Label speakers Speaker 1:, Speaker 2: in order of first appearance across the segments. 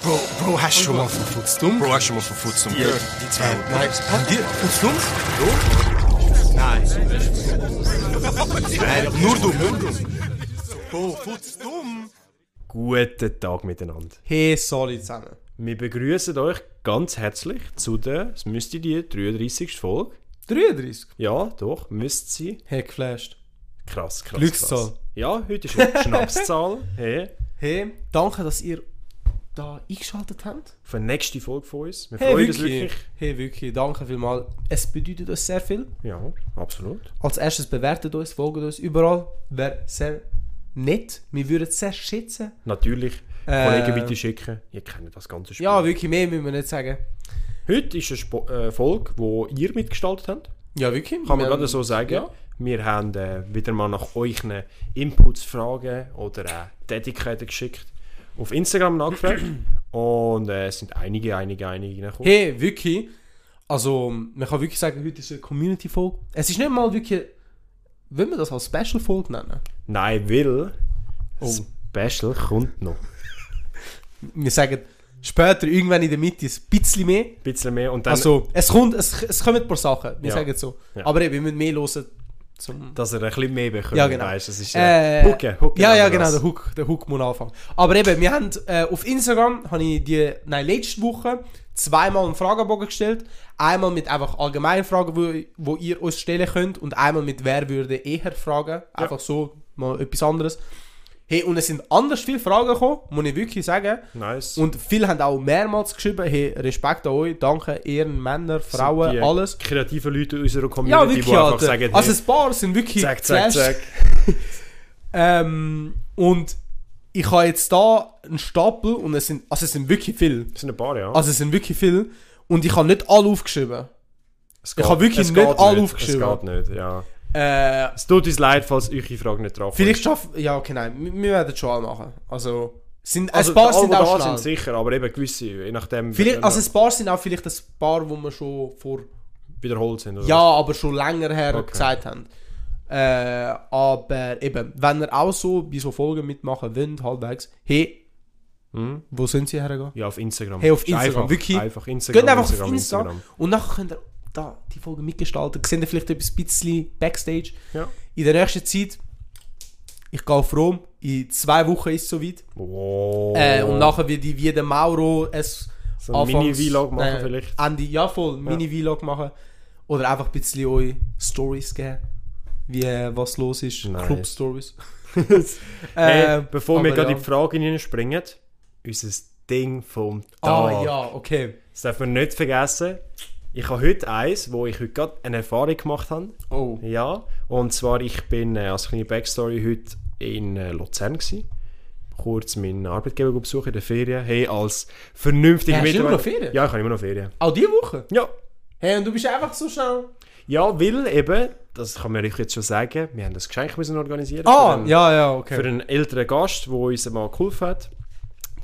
Speaker 1: Bro, Bro, hast du schon mal von Futzdumm?
Speaker 2: Bro, hast du schon mal von Futzum
Speaker 1: Ja,
Speaker 2: gehört? Die zwei
Speaker 1: Äh,
Speaker 2: Hunde.
Speaker 1: nein, habt ihr Futzdumm? Nein. Nein, doch nur dumm. Bro, Futzdumm?
Speaker 3: Guten Tag miteinander.
Speaker 4: Hey, sorry zusammen.
Speaker 3: Wir begrüßen euch ganz herzlich zu der, es müsste die 33. Folge.
Speaker 4: 33?
Speaker 3: Ja, doch, müsste sie.
Speaker 4: Hey, geflasht.
Speaker 3: Krass, krass.
Speaker 4: Glückszahl.
Speaker 3: Krass. Ja, heute ist eine Schnapszahl. Hey,
Speaker 4: Hey, danke, dass ihr da eingeschaltet habt.
Speaker 3: für die nächste Folge von uns. Wir
Speaker 4: Hey,
Speaker 3: freuen uns
Speaker 4: wirklich.
Speaker 3: wirklich.
Speaker 4: Hey, wirklich. Danke vielmals. Es bedeutet uns sehr viel.
Speaker 3: Ja, absolut.
Speaker 4: Als erstes bewertet uns, folgt uns überall. Wäre sehr nett. Wir würden es sehr schätzen.
Speaker 3: Natürlich.
Speaker 4: Äh.
Speaker 3: Kollegen weiter schicken. Ihr kennt das ganze Spiel.
Speaker 4: Ja, wirklich, mehr müssen wir nicht sagen.
Speaker 3: Heute ist eine Spo äh, Folge, wo ihr mitgestaltet habt.
Speaker 4: Ja, wirklich.
Speaker 3: Kann man
Speaker 4: Wir
Speaker 3: gerade
Speaker 4: haben-
Speaker 3: so sagen.
Speaker 4: Ähm, ja.
Speaker 3: Wir haben äh, wieder mal nach euch Inputs, Fragen oder äh, Tätigkeiten geschickt. Auf Instagram nachgefragt. Und äh, es sind einige, einige, einige reingekommen.
Speaker 4: Hey, wirklich. Also, man kann wirklich sagen, heute ist eine Community-Folge. Es ist nicht mal wirklich. Will man das als Special-Folge nennen?
Speaker 3: Nein, weil
Speaker 4: Oh.
Speaker 3: Special kommt noch.
Speaker 4: Wir sagen später, irgendwann in der Mitte, ein bisschen mehr.
Speaker 3: Ein bisschen mehr. Und dann,
Speaker 4: Also, es, kommt, es, es kommen ein paar Sachen, wir
Speaker 3: Ja.
Speaker 4: sagen es so.
Speaker 3: Ja.
Speaker 4: Aber eben, wir müssen mehr hören. Zum
Speaker 3: dass er ein bisschen mehr bekommt.
Speaker 4: Ja, genau.
Speaker 3: Weißt, das ist
Speaker 4: Äh,
Speaker 3: äh, Hucke, Hucke.
Speaker 4: ja, ja,
Speaker 3: nennen wir
Speaker 4: genau,
Speaker 3: das.
Speaker 4: der Hook, der Hook muss anfangen. Aber eben, wir haben äh, auf Instagram, habe ich die, nein, letzte Woche zweimal einen Fragebogen gestellt. Einmal mit einfach allgemeinen Fragen, wo, wo ihr uns stellen könnt und einmal mit «Wer würde eher fragen?» Einfach so, mal etwas anderes. Hey, und es sind anders viele Fragen gekommen, muss ich wirklich sagen.
Speaker 3: Nice.
Speaker 4: Und viele haben auch mehrmals geschrieben, hey, Respekt an euch, danke, Ehren, Männer, Frauen,
Speaker 3: die
Speaker 4: alles.
Speaker 3: kreativen Leute in unserer Community,
Speaker 4: Ja, wirklich,
Speaker 3: die einfach
Speaker 4: Alter.
Speaker 3: sagen,
Speaker 4: also
Speaker 3: hey,
Speaker 4: ein paar sind wirklich
Speaker 3: zack, zack,
Speaker 4: geflasht.
Speaker 3: zack.
Speaker 4: Ähm, und ich habe jetzt da einen Stapel und es sind, also es sind wirklich viele.
Speaker 3: Das sind ein paar, ja.
Speaker 4: Also es sind wirklich viele. Und ich habe nicht alle aufgeschrieben.
Speaker 3: Es
Speaker 4: ich habe wirklich
Speaker 3: es
Speaker 4: nicht
Speaker 3: geht
Speaker 4: alle aufgeschrieben.
Speaker 3: Es geht nicht, ja.
Speaker 4: Äh,
Speaker 3: Es tut uns leid, falls euch die Frage nicht drauf
Speaker 4: vielleicht schaffe Ja, okay, nein, wir, wir werden es schon alle machen. Also, sind,
Speaker 3: Also,
Speaker 4: ein paar sind
Speaker 3: die
Speaker 4: auch
Speaker 3: da
Speaker 4: schnell.
Speaker 3: sind sicher, aber eben gewisse, je nachdem,
Speaker 4: Vielleicht,
Speaker 3: wenn
Speaker 4: also
Speaker 3: wir
Speaker 4: ein paar sind auch vielleicht ein paar, wo wir schon vor...
Speaker 3: wiederholt sind. Oder
Speaker 4: Ja, aber schon länger her
Speaker 3: Okay.
Speaker 4: gesagt haben. Äh, aber eben, wenn ihr auch so bei so Folgen mitmachen wollt, halbwegs, hey,
Speaker 3: was. Mhm.
Speaker 4: wo sind sie hergegangen?
Speaker 3: ja, auf Instagram.
Speaker 4: Hey, auf
Speaker 3: Ist
Speaker 4: Instagram,
Speaker 3: einfach,
Speaker 4: wirklich.
Speaker 3: Einfach Instagram,
Speaker 4: Geht einfach auf
Speaker 3: Instagram,
Speaker 4: Insta
Speaker 3: Instagram.
Speaker 4: und nachher könnt ihr da die Folge mitgestalten. Seht ihr vielleicht etwas bisschen Backstage.
Speaker 3: Ja.
Speaker 4: In der nächsten Zeit, ich gehe auf Rom, in zwei Wochen ist es soweit.
Speaker 3: Wow.
Speaker 4: Äh, und nachher wird ich wie der Mauro es
Speaker 3: Oh. So ein
Speaker 4: anfangs-
Speaker 3: Mini-Vlog machen
Speaker 4: äh,
Speaker 3: vielleicht.
Speaker 4: Ende, ja voll, Mini-Vlog machen. Oder einfach ein bisschen euch Stories geben. Wie äh, was los ist.
Speaker 3: Nice.
Speaker 4: Club-Stories.
Speaker 3: Hey,
Speaker 4: Äh,
Speaker 3: bevor wir
Speaker 4: aber
Speaker 3: gerade
Speaker 4: ja.
Speaker 3: in die Frage hineinspringen, unser Ding vom Tag.
Speaker 4: Ah ja, okay.
Speaker 3: Das darf man nicht vergessen. Ich habe heute eins, wo ich heute gerade eine Erfahrung gemacht habe.
Speaker 4: Oh.
Speaker 3: Ja, und zwar ich bin äh, als kleine Backstory heute in äh, Luzern gsi. Kurz meinen Arbeitgeber besuchen in der Ferien. Hey, als vernünftiger
Speaker 4: Ja, hast du immer
Speaker 3: Mitarbeiter.
Speaker 4: noch Ferien?
Speaker 3: Ja, ich habe immer noch Ferien.
Speaker 4: Auch diese Woche?
Speaker 3: Ja.
Speaker 4: Hey, und du bist einfach so schnell.
Speaker 3: Ja, weil eben, das kann man euch jetzt schon sagen, wir haben das Geschenk müssen organisieren
Speaker 4: Ah,
Speaker 3: für, einen,
Speaker 4: ja, ja, okay.
Speaker 3: für einen älteren Gast, der uns mal geholfen hat.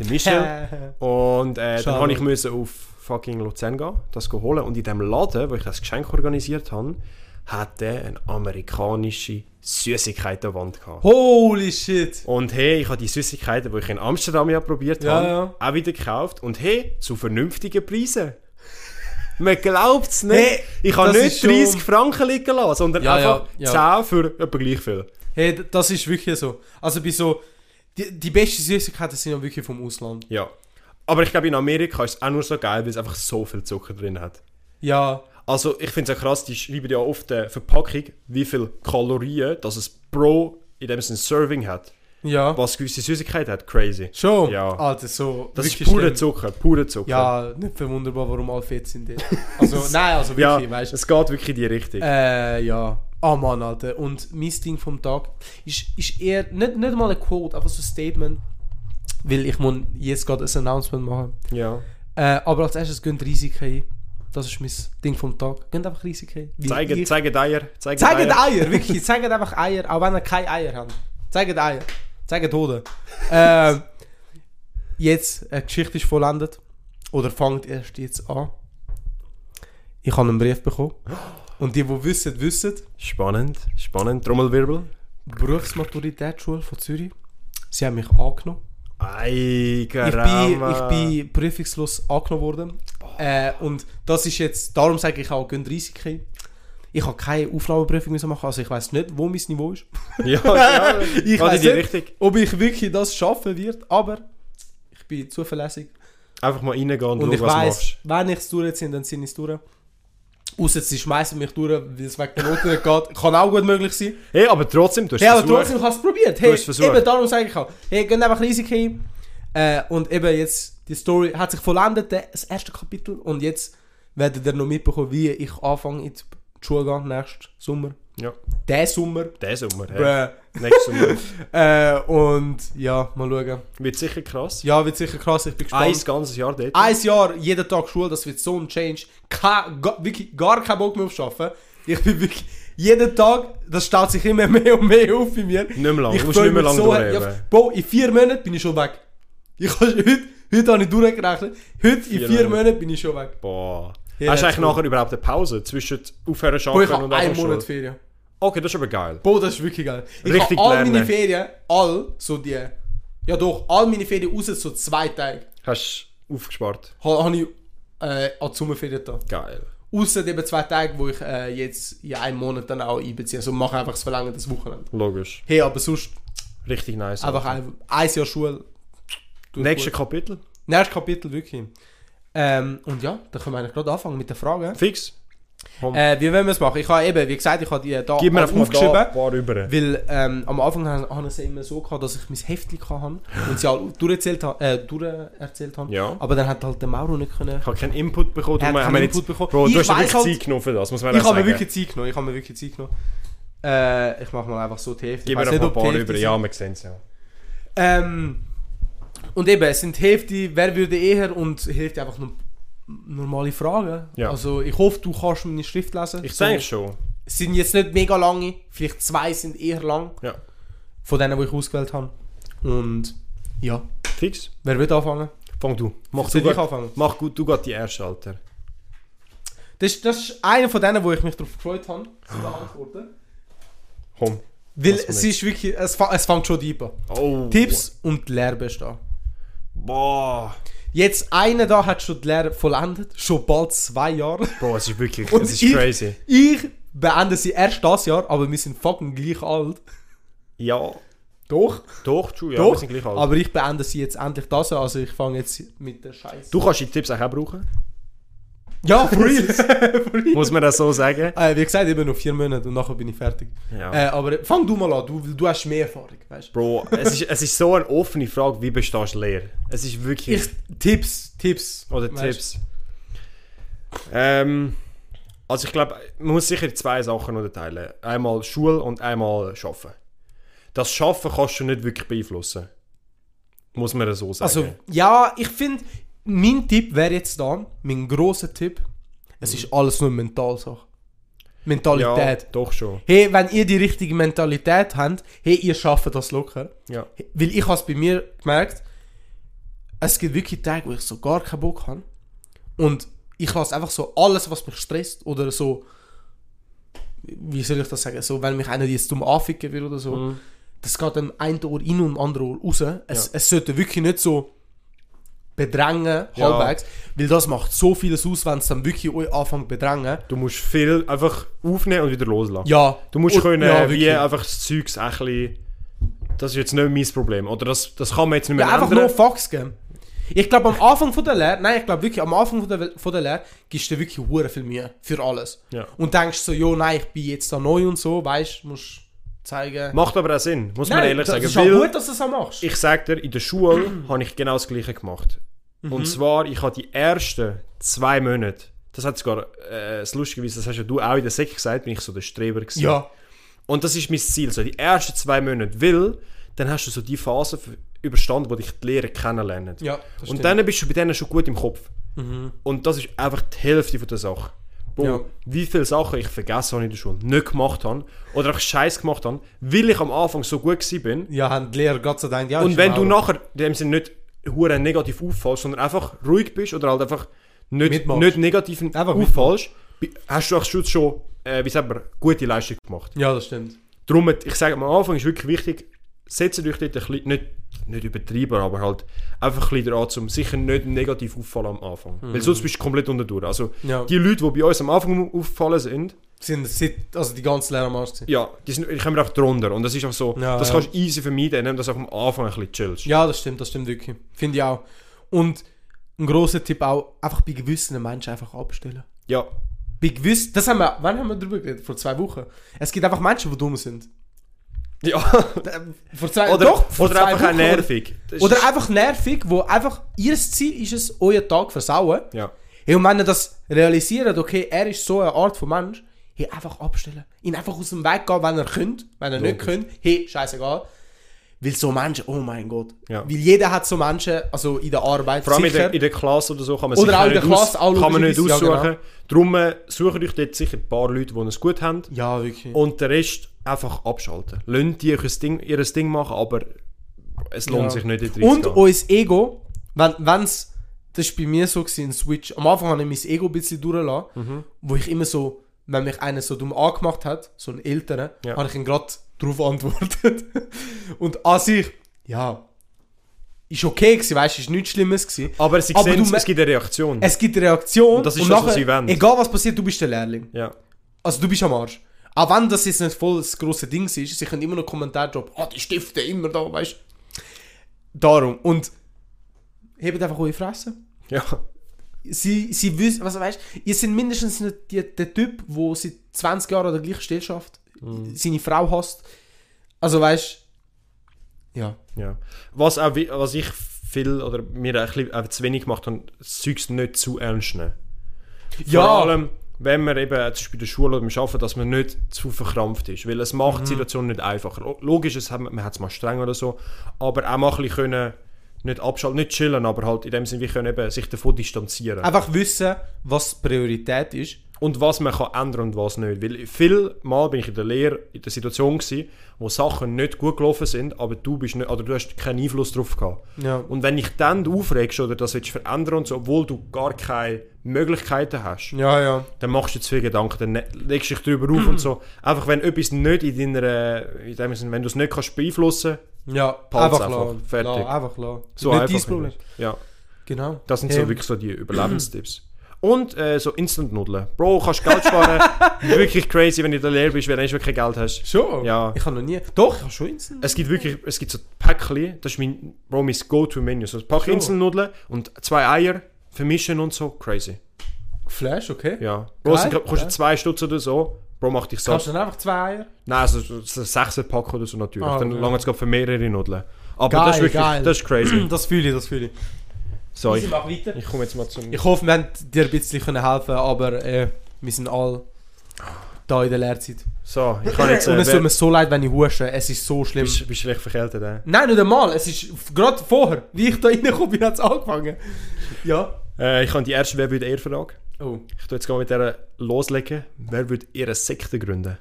Speaker 3: Den Michel. Und äh, dann
Speaker 4: Schade.
Speaker 3: habe ich müssen auf fucking Luzern gehen, das holen. Und in dem Laden, wo ich das Geschenk organisiert habe, hat der eine amerikanische Süßigkeit an der Wand gehabt.
Speaker 4: Holy shit.
Speaker 3: Und hey, ich habe die Süßigkeiten, die ich in Amsterdam ja probiert
Speaker 4: Ja,
Speaker 3: habe,
Speaker 4: ja.
Speaker 3: auch wieder gekauft. Und hey, zu vernünftigen Preisen. Man glaubt es nicht.
Speaker 4: Hey,
Speaker 3: ich habe
Speaker 4: das
Speaker 3: nicht
Speaker 4: ist schon-
Speaker 3: 30 Franken liegen lassen, sondern
Speaker 4: Ja, ja,
Speaker 3: einfach
Speaker 4: ja.
Speaker 3: 10 für etwa gleich viel.
Speaker 4: Hey, d- das ist wirklich so. Also bei so... Die, die besten Süßigkeiten sind ja wirklich vom Ausland.
Speaker 3: Ja. Aber ich glaube, in Amerika ist es auch nur so geil, weil es einfach so viel Zucker drin hat.
Speaker 4: Ja.
Speaker 3: Also ich finde es ja krass, die schreiben ja auf der Verpackung, wie viel Kalorien das es pro, in dem es ein Serving hat.
Speaker 4: Ja.
Speaker 3: Was gewisse Süßigkeit hat, crazy.
Speaker 4: Schon?
Speaker 3: Ja.
Speaker 4: Alter, so...
Speaker 3: Das
Speaker 4: wirklich
Speaker 3: ist pure
Speaker 4: schlimm.
Speaker 3: Zucker, pure Zucker.
Speaker 4: Ja, nicht verwunderbar, warum alle fit sind. dort. Also, nein, also
Speaker 3: ja
Speaker 4: wirklich, weißt du.
Speaker 3: es geht wirklich in die Richtung.
Speaker 4: Äh, ja. Ah Mann, Alter. Und mein Ding vom Tag ist, ist eher, nicht, nicht mal ein Quote, einfach so ein Statement. Weil ich muss jetzt gerade ein Announcement machen.
Speaker 3: Ja.
Speaker 4: Äh, aber als erstes gönnt Risiken ein. Das ist mein Ding vom Tag. Gönnt einfach Risiken ein. Weil
Speaker 3: Zeige,
Speaker 4: ich-
Speaker 3: zeige die Eier. Zeige, die
Speaker 4: Zeigt
Speaker 3: Eier.
Speaker 4: Eier, wirklich. Zeigt einfach Eier, auch wenn ihr keine Eier habt. Zeigt Eier. Zeigt Hoden. Ähm, jetzt, eine Geschichte ist vollendet. Oder fangt erst jetzt an. Ich habe einen Brief bekommen. Und die, die wissen, wissen.
Speaker 3: Spannend, spannend. Trommelwirbel.
Speaker 4: Berufsmaturitätsschule von Zürich. Sie haben mich angenommen.
Speaker 3: Ei,
Speaker 4: Ich bin, ich
Speaker 3: Karama.
Speaker 4: bin prüfungslos angenommen worden. Äh, und das ist jetzt, darum sage ich auch, gönnt Risiken. Ich habe keine Aufnahmeprüfung müssen machen, also ich weiß nicht, wo mein Niveau ist.
Speaker 3: Ja, ja.
Speaker 4: Ich
Speaker 3: Geht in
Speaker 4: weiß
Speaker 3: die
Speaker 4: nicht,
Speaker 3: Richtung.
Speaker 4: ob ich wirklich das schaffen wird, aber ich bin zuverlässig.
Speaker 3: Einfach mal reingehen und,
Speaker 4: Und
Speaker 3: schauen,
Speaker 4: ich
Speaker 3: was du
Speaker 4: weiss,
Speaker 3: machst.
Speaker 4: wenn ich es durchziehe, dann ziehe ich es durch. Ausser sie schmeißen mich durch, weil es wegen der Noten nicht geht. Kann auch gut möglich sein.
Speaker 3: Hey, aber trotzdem, du hast
Speaker 4: Ja, aber
Speaker 3: versucht.
Speaker 4: trotzdem hast du es probiert. Hey,
Speaker 3: hast es versucht.
Speaker 4: eben darum sage ich auch. Hey, geh einfach riesig hin. Äh, und eben jetzt, die Story hat sich vollendet, der- das erste Kapitel. Und jetzt werdet ihr noch mitbekommen, wie ich anfange in die Schule zu gehen, nächsten Sommer.
Speaker 3: Ja,
Speaker 4: Der Sommer.
Speaker 3: der Sommer. Hey.
Speaker 4: Bruh.
Speaker 3: Nächstes Sommer.
Speaker 4: Äh, und ja, mal schauen.
Speaker 3: Wird sicher krass.
Speaker 4: Ja, wird sicher krass, ich bin
Speaker 3: Ein
Speaker 4: gespannt.
Speaker 3: ganzes Jahr dort.
Speaker 4: Ein Jahr, jeden Tag Schule, das wird so ein Change. Ka, ga, wirklich gar keinen Bock mehr auf Arbeiten. Ich bin wirklich... Jeden Tag, das staut sich immer mehr und mehr auf bei mir.
Speaker 3: Nicht mehr lang.
Speaker 4: Ich
Speaker 3: Du musst nicht mehr
Speaker 4: freu mich
Speaker 3: lang
Speaker 4: so,
Speaker 3: durchleben.
Speaker 4: ja, Bro, in vier Monaten bin ich schon weg. Ich kann, heute, heute habe ich durchgerechnet. Heute
Speaker 3: Vier
Speaker 4: in vier
Speaker 3: Monate.
Speaker 4: Monaten bin ich schon weg.
Speaker 3: Boah.
Speaker 4: Ja,
Speaker 3: Hast du eigentlich
Speaker 4: jetzt-
Speaker 3: nachher überhaupt eine Pause zwischen aufhören zu
Speaker 4: Bro, ich
Speaker 3: arbeiten
Speaker 4: habe
Speaker 3: und anfangen
Speaker 4: einen
Speaker 3: zu
Speaker 4: Monat
Speaker 3: arbeiten?
Speaker 4: Ferien.
Speaker 3: Okay, das ist aber geil.
Speaker 4: Bro, das ist wirklich geil. Ich
Speaker 3: Richtig
Speaker 4: habe all
Speaker 3: lernen.
Speaker 4: meine Ferien, all, so die... Ja doch, all meine Ferien außer so zwei Tage,
Speaker 3: Hast du aufgespart.
Speaker 4: habe hab ich äh, an die Sommerferien getan.
Speaker 3: Geil.
Speaker 4: Außer eben zwei Tage, wo ich äh, jetzt in einem Monat dann auch einbeziehe. Also mache einfach das verlängertes Wochenende.
Speaker 3: Logisch.
Speaker 4: Hey, aber sonst
Speaker 3: Richtig nice.
Speaker 4: einfach
Speaker 3: Alter.
Speaker 4: ein, ein Jahr Schule. Tut
Speaker 3: Nächstes
Speaker 4: gut.
Speaker 3: Kapitel.
Speaker 4: Nächstes Kapitel, wirklich. Ähm, und ja, da können wir eigentlich gerade anfangen mit der Frage.
Speaker 3: Fix.
Speaker 4: Äh, wie wollen wir es machen? Ich habe eben, wie gesagt, ich habe die äh, da
Speaker 3: Gib mir
Speaker 4: alles
Speaker 3: einfach aufgeschrieben. Mal da ein paar rüber.
Speaker 4: Weil ähm, am Anfang han- han ich es immer so gehabt, dass ich mein Heftchen hatte und sie alle durcherzählt, ha- äh, durcherzählt haben.
Speaker 3: Ja.
Speaker 4: Aber dann hat halt der Mauro nicht können.
Speaker 3: Ich habe keinen Input bekommen.
Speaker 4: Er
Speaker 3: darum
Speaker 4: hat
Speaker 3: haben wir
Speaker 4: keinen
Speaker 3: jetzt-
Speaker 4: Input bekommen.
Speaker 3: Bro,
Speaker 4: Ich
Speaker 3: du hast ja
Speaker 4: weiss
Speaker 3: wirklich
Speaker 4: halt-
Speaker 3: Zeit genommen für das, muss man
Speaker 4: Ich
Speaker 3: ehrlich
Speaker 4: habe mir
Speaker 3: sagen.
Speaker 4: wirklich Zeit genommen. Ich habe mir wirklich Zeit genommen. Äh, ich mache mal einfach so die Hälfte. Ich
Speaker 3: Gib mir
Speaker 4: weiss
Speaker 3: einfach ein
Speaker 4: ob die
Speaker 3: paar
Speaker 4: Hälfte
Speaker 3: rüber. Ja, wir sehen es ja.
Speaker 4: Ähm, und eben, es sind die Hälfte, wer würde eher und die Hälfte einfach nur normale Fragen.
Speaker 3: Ja.
Speaker 4: Also ich hoffe, du kannst meine Schrift lesen.
Speaker 3: Ich
Speaker 4: So,
Speaker 3: denke schon.
Speaker 4: es sind jetzt nicht mega lange, vielleicht zwei sind eher lang,
Speaker 3: Ja.
Speaker 4: von denen, die ich ausgewählt habe. Und ja,
Speaker 3: Fix.
Speaker 4: wer will anfangen?
Speaker 3: Fang du. Mach
Speaker 4: Soll
Speaker 3: du
Speaker 4: ich
Speaker 3: gut.
Speaker 4: anfangen?
Speaker 3: Mach gut, du gehst die erste, Alter.
Speaker 4: Das ist, das ist einer von denen, wo ich mich darauf gefreut habe, zu beantworten.
Speaker 3: Komm.
Speaker 4: Weil
Speaker 3: Lass mal
Speaker 4: es ist wirklich, es, fa- es fängt schon deep an.
Speaker 3: Oh.
Speaker 4: Tipps und Lehrbestehen.
Speaker 3: Boah.
Speaker 4: Jetzt einer da hat schon die Lehre vollendet, schon bald zwei Jahre.
Speaker 3: Bro, es ist wirklich,
Speaker 4: Und
Speaker 3: es ist
Speaker 4: ich-
Speaker 3: crazy.
Speaker 4: Ich beende sie erst das Jahr, aber wir sind fucking gleich alt.
Speaker 3: Ja,
Speaker 4: Doch,
Speaker 3: doch, true, ja, wir
Speaker 4: doch.
Speaker 3: sind gleich alt.
Speaker 4: aber ich beende sie jetzt endlich das Jahr, also ich fange jetzt mit der Scheiße.
Speaker 3: du kannst die Tipps auch brauchen,
Speaker 4: Ja, for real. For real.
Speaker 3: muss man das so sagen.
Speaker 4: Äh, wie gesagt, eben noch vier Monate und nachher bin ich fertig.
Speaker 3: Ja.
Speaker 4: Äh, aber fang du mal an, du, du hast mehr Erfahrung, weißt du?
Speaker 3: Bro, es ist, es ist so eine offene Frage, wie bestehst du Lehre? Es ist wirklich...
Speaker 4: Ich, Tipps, Tipps.
Speaker 3: oder
Speaker 4: weißt du.
Speaker 3: Tipps. Ähm, also ich glaube, man muss sicher in zwei Sachen unterteilen. Einmal Schule und einmal Schaffen. Das Schaffen kannst du nicht wirklich beeinflussen. Muss man das so sagen.
Speaker 4: Also, ja, ich finde, mein Tipp wäre jetzt da, mein grosser Tipp, es ist alles nur Mentalsache.
Speaker 3: ja,
Speaker 4: Mentalität.
Speaker 3: doch schon.
Speaker 4: Hey, wenn ihr die richtige Mentalität habt, hey, ihr schafft das locker.
Speaker 3: Ja.
Speaker 4: Weil ich habe es bei mir gemerkt, es gibt wirklich Tage, wo ich so gar keinen Bock habe. Und ich lasse einfach so alles, was mich stresst oder so, wie soll ich das sagen, so, wenn mich einer jetzt zum Anficken will oder so, das geht dem einen Ohr rein und dem anderen Ohr raus. Es,
Speaker 3: Mhm. Ja.
Speaker 4: es sollte wirklich nicht so bedrängen,
Speaker 3: Ja.
Speaker 4: halbwegs, weil das macht so vieles aus, wenn es dann wirklich euch anfängt zu bedrängen.
Speaker 3: Du musst viel einfach aufnehmen und wieder loslassen.
Speaker 4: Ja.
Speaker 3: Du musst
Speaker 4: Und-
Speaker 3: können,
Speaker 4: ja,
Speaker 3: wie
Speaker 4: wirklich.
Speaker 3: einfach das Zeugs ein bisschen, das ist jetzt nicht mein Problem. Oder das, das kann man jetzt nicht mehr
Speaker 4: Ja, einfach
Speaker 3: ändern.
Speaker 4: nur Fax geben. Ich glaube, am Anfang von der Lehre, nein, ich glaube wirklich, am Anfang von der, von der Lehre gibst du dir wirklich hure viel Mühe für alles.
Speaker 3: Ja.
Speaker 4: Und denkst so, jo, nein, ich bin jetzt da neu und so, weißt, musst zeigen.
Speaker 3: Macht aber auch Sinn, muss man
Speaker 4: nein,
Speaker 3: ehrlich
Speaker 4: das
Speaker 3: sagen.
Speaker 4: ist auch
Speaker 3: weil
Speaker 4: gut, dass du es auch machst.
Speaker 3: ich sag dir, in der Schule habe ich genau das Gleiche gemacht.
Speaker 4: Mhm.
Speaker 3: Und zwar, ich habe die ersten zwei Monate, das hat sogar, äh, das Lustige ist, das hast ja du auch in der Sek gesagt, bin ich so der Streber gewesen.
Speaker 4: ja.
Speaker 3: Und das ist mein Ziel, so die ersten zwei Monate, weil dann hast du so die Phase für- überstanden, wo dich die Lehrer kennenlernen.
Speaker 4: Ja, das
Speaker 3: Und
Speaker 4: stimmt. Mhm.
Speaker 3: dann bist du bei denen schon gut im Kopf. Und das ist einfach die Hälfte von der Sache. Wo,
Speaker 4: Ja.
Speaker 3: Wie viele Sachen ich vergessen habe in der Schule, nicht gemacht habe oder einfach Scheiß gemacht habe, weil ich am Anfang so gut gewesen bin.
Speaker 4: Ja, haben die Lehrer Gott sei Dank, ja.
Speaker 3: Und
Speaker 4: ist
Speaker 3: wenn
Speaker 4: auch-
Speaker 3: du nachher in dem Sinne nicht hure negativ auffallst, sondern einfach ruhig bist oder halt einfach nicht,
Speaker 4: Mitmachst.
Speaker 3: nicht negativ
Speaker 4: Einfach
Speaker 3: auffallst, bi- hast du auch schon, schon äh, wie sagt man, gute Leistung gemacht.
Speaker 4: Ja, das stimmt.
Speaker 3: Darum, ich sage am Anfang ist wirklich wichtig, setzt euch dort ein bisschen, nicht, nicht übertrieben, aber halt einfach ein bisschen daran, um sicher nicht negativ auffallen am Anfang. Weil sonst bist du komplett unter durch. Also
Speaker 4: Mhm. Ja.
Speaker 3: die Leute, die bei uns am Anfang auffallen sind,
Speaker 4: Sind seit, also die ganze Lehre am Arsch gewesen.
Speaker 3: ja, die, sind, die kommen einfach drunter. Und das ist auch so,
Speaker 4: Ja,
Speaker 3: das
Speaker 4: ja.
Speaker 3: kannst du easy vermeiden, indem du das auch am Anfang ein bisschen chillst.
Speaker 4: Ja, das stimmt, das stimmt wirklich. Finde ich auch. Und ein großer Tipp auch, einfach bei gewissen Menschen einfach abstellen.
Speaker 3: Ja.
Speaker 4: Bei gewissen, das haben wir, wann haben wir darüber geredet? Vor zwei Wochen. Es gibt einfach Menschen, die dumm sind.
Speaker 3: ja.
Speaker 4: Vor zwei,
Speaker 3: Oder,
Speaker 4: doch, vor
Speaker 3: oder
Speaker 4: zwei
Speaker 3: einfach auch
Speaker 4: Wochen.
Speaker 3: nervig. Das
Speaker 4: Oder
Speaker 3: ist-
Speaker 4: einfach nervig, wo einfach, ihr Ziel ist es, euren Tag versauen.
Speaker 3: Ja.
Speaker 4: Hey, und wenn ihr das realisiert, okay, er ist so eine Art von Mensch, hey, einfach abstellen. Ihn einfach aus dem Weg gehen, wenn er könnt. Wenn er nicht
Speaker 3: Logisch.
Speaker 4: könnt, hey, scheißegal. Weil so Menschen, oh mein Gott.
Speaker 3: Ja.
Speaker 4: Weil jeder hat so Menschen, also in der Arbeit,
Speaker 3: Vor allem in
Speaker 4: sicher.
Speaker 3: der, in der Klasse oder so kann man
Speaker 4: Oder
Speaker 3: sicher
Speaker 4: auch in der
Speaker 3: nicht aus-
Speaker 4: Klasse, auch
Speaker 3: kann man nicht
Speaker 4: logischerweise,
Speaker 3: aussuchen.
Speaker 4: ja,
Speaker 3: Darum äh, sucht euch dort sicher ein paar Leute, die es gut haben.
Speaker 4: ja, wirklich.
Speaker 3: Und den Rest einfach abschalten. Lönnt die euch ein Ding, ihr Ding machen, aber es lohnt
Speaker 4: Ja.
Speaker 3: sich nicht, dort
Speaker 4: Und
Speaker 3: reinzugehen.
Speaker 4: unser Ego, wenn wenn's, das ist bei mir so gewesen, Switch, am Anfang habe ich mein Ego ein bisschen durchgelassen,
Speaker 3: Mhm.
Speaker 4: wo ich immer so, wenn mich einer so dumm angemacht hat, so ein Älterer,
Speaker 3: Ja.
Speaker 4: habe ich ihn gerade darauf antwortet. Und an sich, ja, ist okay gewesen, weißt du, ist nichts Schlimmes gewesen.
Speaker 3: Aber sie
Speaker 4: Aber
Speaker 3: sehen,
Speaker 4: du
Speaker 3: es
Speaker 4: mer-
Speaker 3: gibt eine Reaktion.
Speaker 4: Es gibt eine Reaktion
Speaker 3: Und das ist das, was sie wollen.
Speaker 4: egal was passiert, du bist der Lehrling.
Speaker 3: ja.
Speaker 4: Also du bist am Arsch. Auch wenn das jetzt nicht voll das grosse Ding ist, sie können immer noch Kommentare droppen. Ah, die Stifte immer da, weißt du. Darum. Und hebt einfach eure Fresse.
Speaker 3: ja.
Speaker 4: Sie, sie wissen, was weißt du, ihr seid mindestens nicht die, der Typ, der seit 20 Jahren an der gleichen Stelle schafft,
Speaker 3: Mhm.
Speaker 4: seine Frau hasst. Also weißt du. Ja.
Speaker 3: Ja. Was, auch, wi- was ich viel oder mir ein bisschen auch zu wenig gemacht habe, das Zeugs nicht zu ernst nehmen.
Speaker 4: Ja.
Speaker 3: Vor allem, wenn man eben äh, zum Beispiel in der Schule oder im Arbeiten, dass man nicht zu verkrampft ist. Weil es
Speaker 4: Mhm.
Speaker 3: macht die Situation nicht einfacher. Lo- Logisch, es hat, man man hat es mal streng oder so, aber auch mal ein bisschen können, nicht abschalten, nicht chillen, aber halt in dem Sinne, wir können eben sich davon distanzieren.
Speaker 4: Einfach wissen, was die Priorität ist.
Speaker 3: und was man kann ändern und was nicht. Weil viel Mal bin ich in der Lehre in der Situation gewesen, wo Sachen nicht gut gelaufen sind, aber du bist nicht, oder du hast keinen Einfluss drauf gehabt.
Speaker 4: Ja.
Speaker 3: Und wenn dich dann du aufregst oder das willst verändern und so, obwohl du gar keine Möglichkeiten hast,
Speaker 4: Ja, ja.
Speaker 3: dann machst du dir zu viel Gedanken, dann ne- legst du dich drüber auf und so. Einfach wenn etwas nicht in deiner, in dem Sinne, wenn du es nicht kannst beeinflussen,
Speaker 4: Ja,
Speaker 3: Palz
Speaker 4: einfach,
Speaker 3: einfach,
Speaker 4: lassen.
Speaker 3: fertig.
Speaker 4: Lassen, einfach lassen.
Speaker 3: so
Speaker 4: nicht
Speaker 3: einfach
Speaker 4: dein Problem.
Speaker 3: ist es. Ja,
Speaker 4: Genau.
Speaker 3: das sind
Speaker 4: Hey,
Speaker 3: so wirklich so die Überlebenstipps. Und äh, so Instant-Nudeln. Bro, kannst Geld sparen. wirklich crazy, wenn du in der Lehre bist, weil du eigentlich wirklich kein Geld hast.
Speaker 4: Schon?
Speaker 3: Ja.
Speaker 4: Ich habe noch nie. Doch, ich habe schon Instant.
Speaker 3: Es gibt wirklich, es gibt so Päckchen, das ist mein, Bro, mein Go-To-Menü. So ein paar
Speaker 4: So.
Speaker 3: Inselnudeln und zwei Eier vermischen und so, crazy.
Speaker 4: Flash, okay.
Speaker 3: Ja. Bro,
Speaker 4: Geil,
Speaker 3: es sind, glaub, kostet
Speaker 4: geil.
Speaker 3: zwei Stutz oder so. Bro, mach dich satt.
Speaker 4: Kannst du dann einfach zwei Eier?
Speaker 3: Nein, also so so ein Sechserpack oder so natürlich.
Speaker 4: Ah,
Speaker 3: Dann
Speaker 4: okay.
Speaker 3: lange es gerade für mehrere Nudeln. Aber
Speaker 4: Geil,
Speaker 3: das ist wirklich,
Speaker 4: geil.
Speaker 3: das ist crazy.
Speaker 4: Das fühle ich, das fühle ich.
Speaker 3: So,
Speaker 4: Easy,
Speaker 3: ich,
Speaker 4: mach weiter.
Speaker 3: ich komme jetzt mal zum...
Speaker 4: Ich hoffe, wir haben dir ein bisschen können helfen aber äh, wir sind alle da in der Lehrzeit.
Speaker 3: So, ich kann jetzt... Äh,
Speaker 4: Und Um es tut mir
Speaker 3: wer,
Speaker 4: so leid, wenn ich husche. Es ist so schlimm.
Speaker 3: bist, bist du leicht verkältet, äh?
Speaker 4: Nein, nicht einmal. Es ist f- gerade vorher, wie ich da reingekommen bin, hat es angefangen. Ja.
Speaker 3: äh? Ich habe die erste «Wer würde eher?» Frage.
Speaker 4: Oh.
Speaker 3: Ich tu jetzt gerne mit der loslegen. Wer würde eher eine Sekte gründen?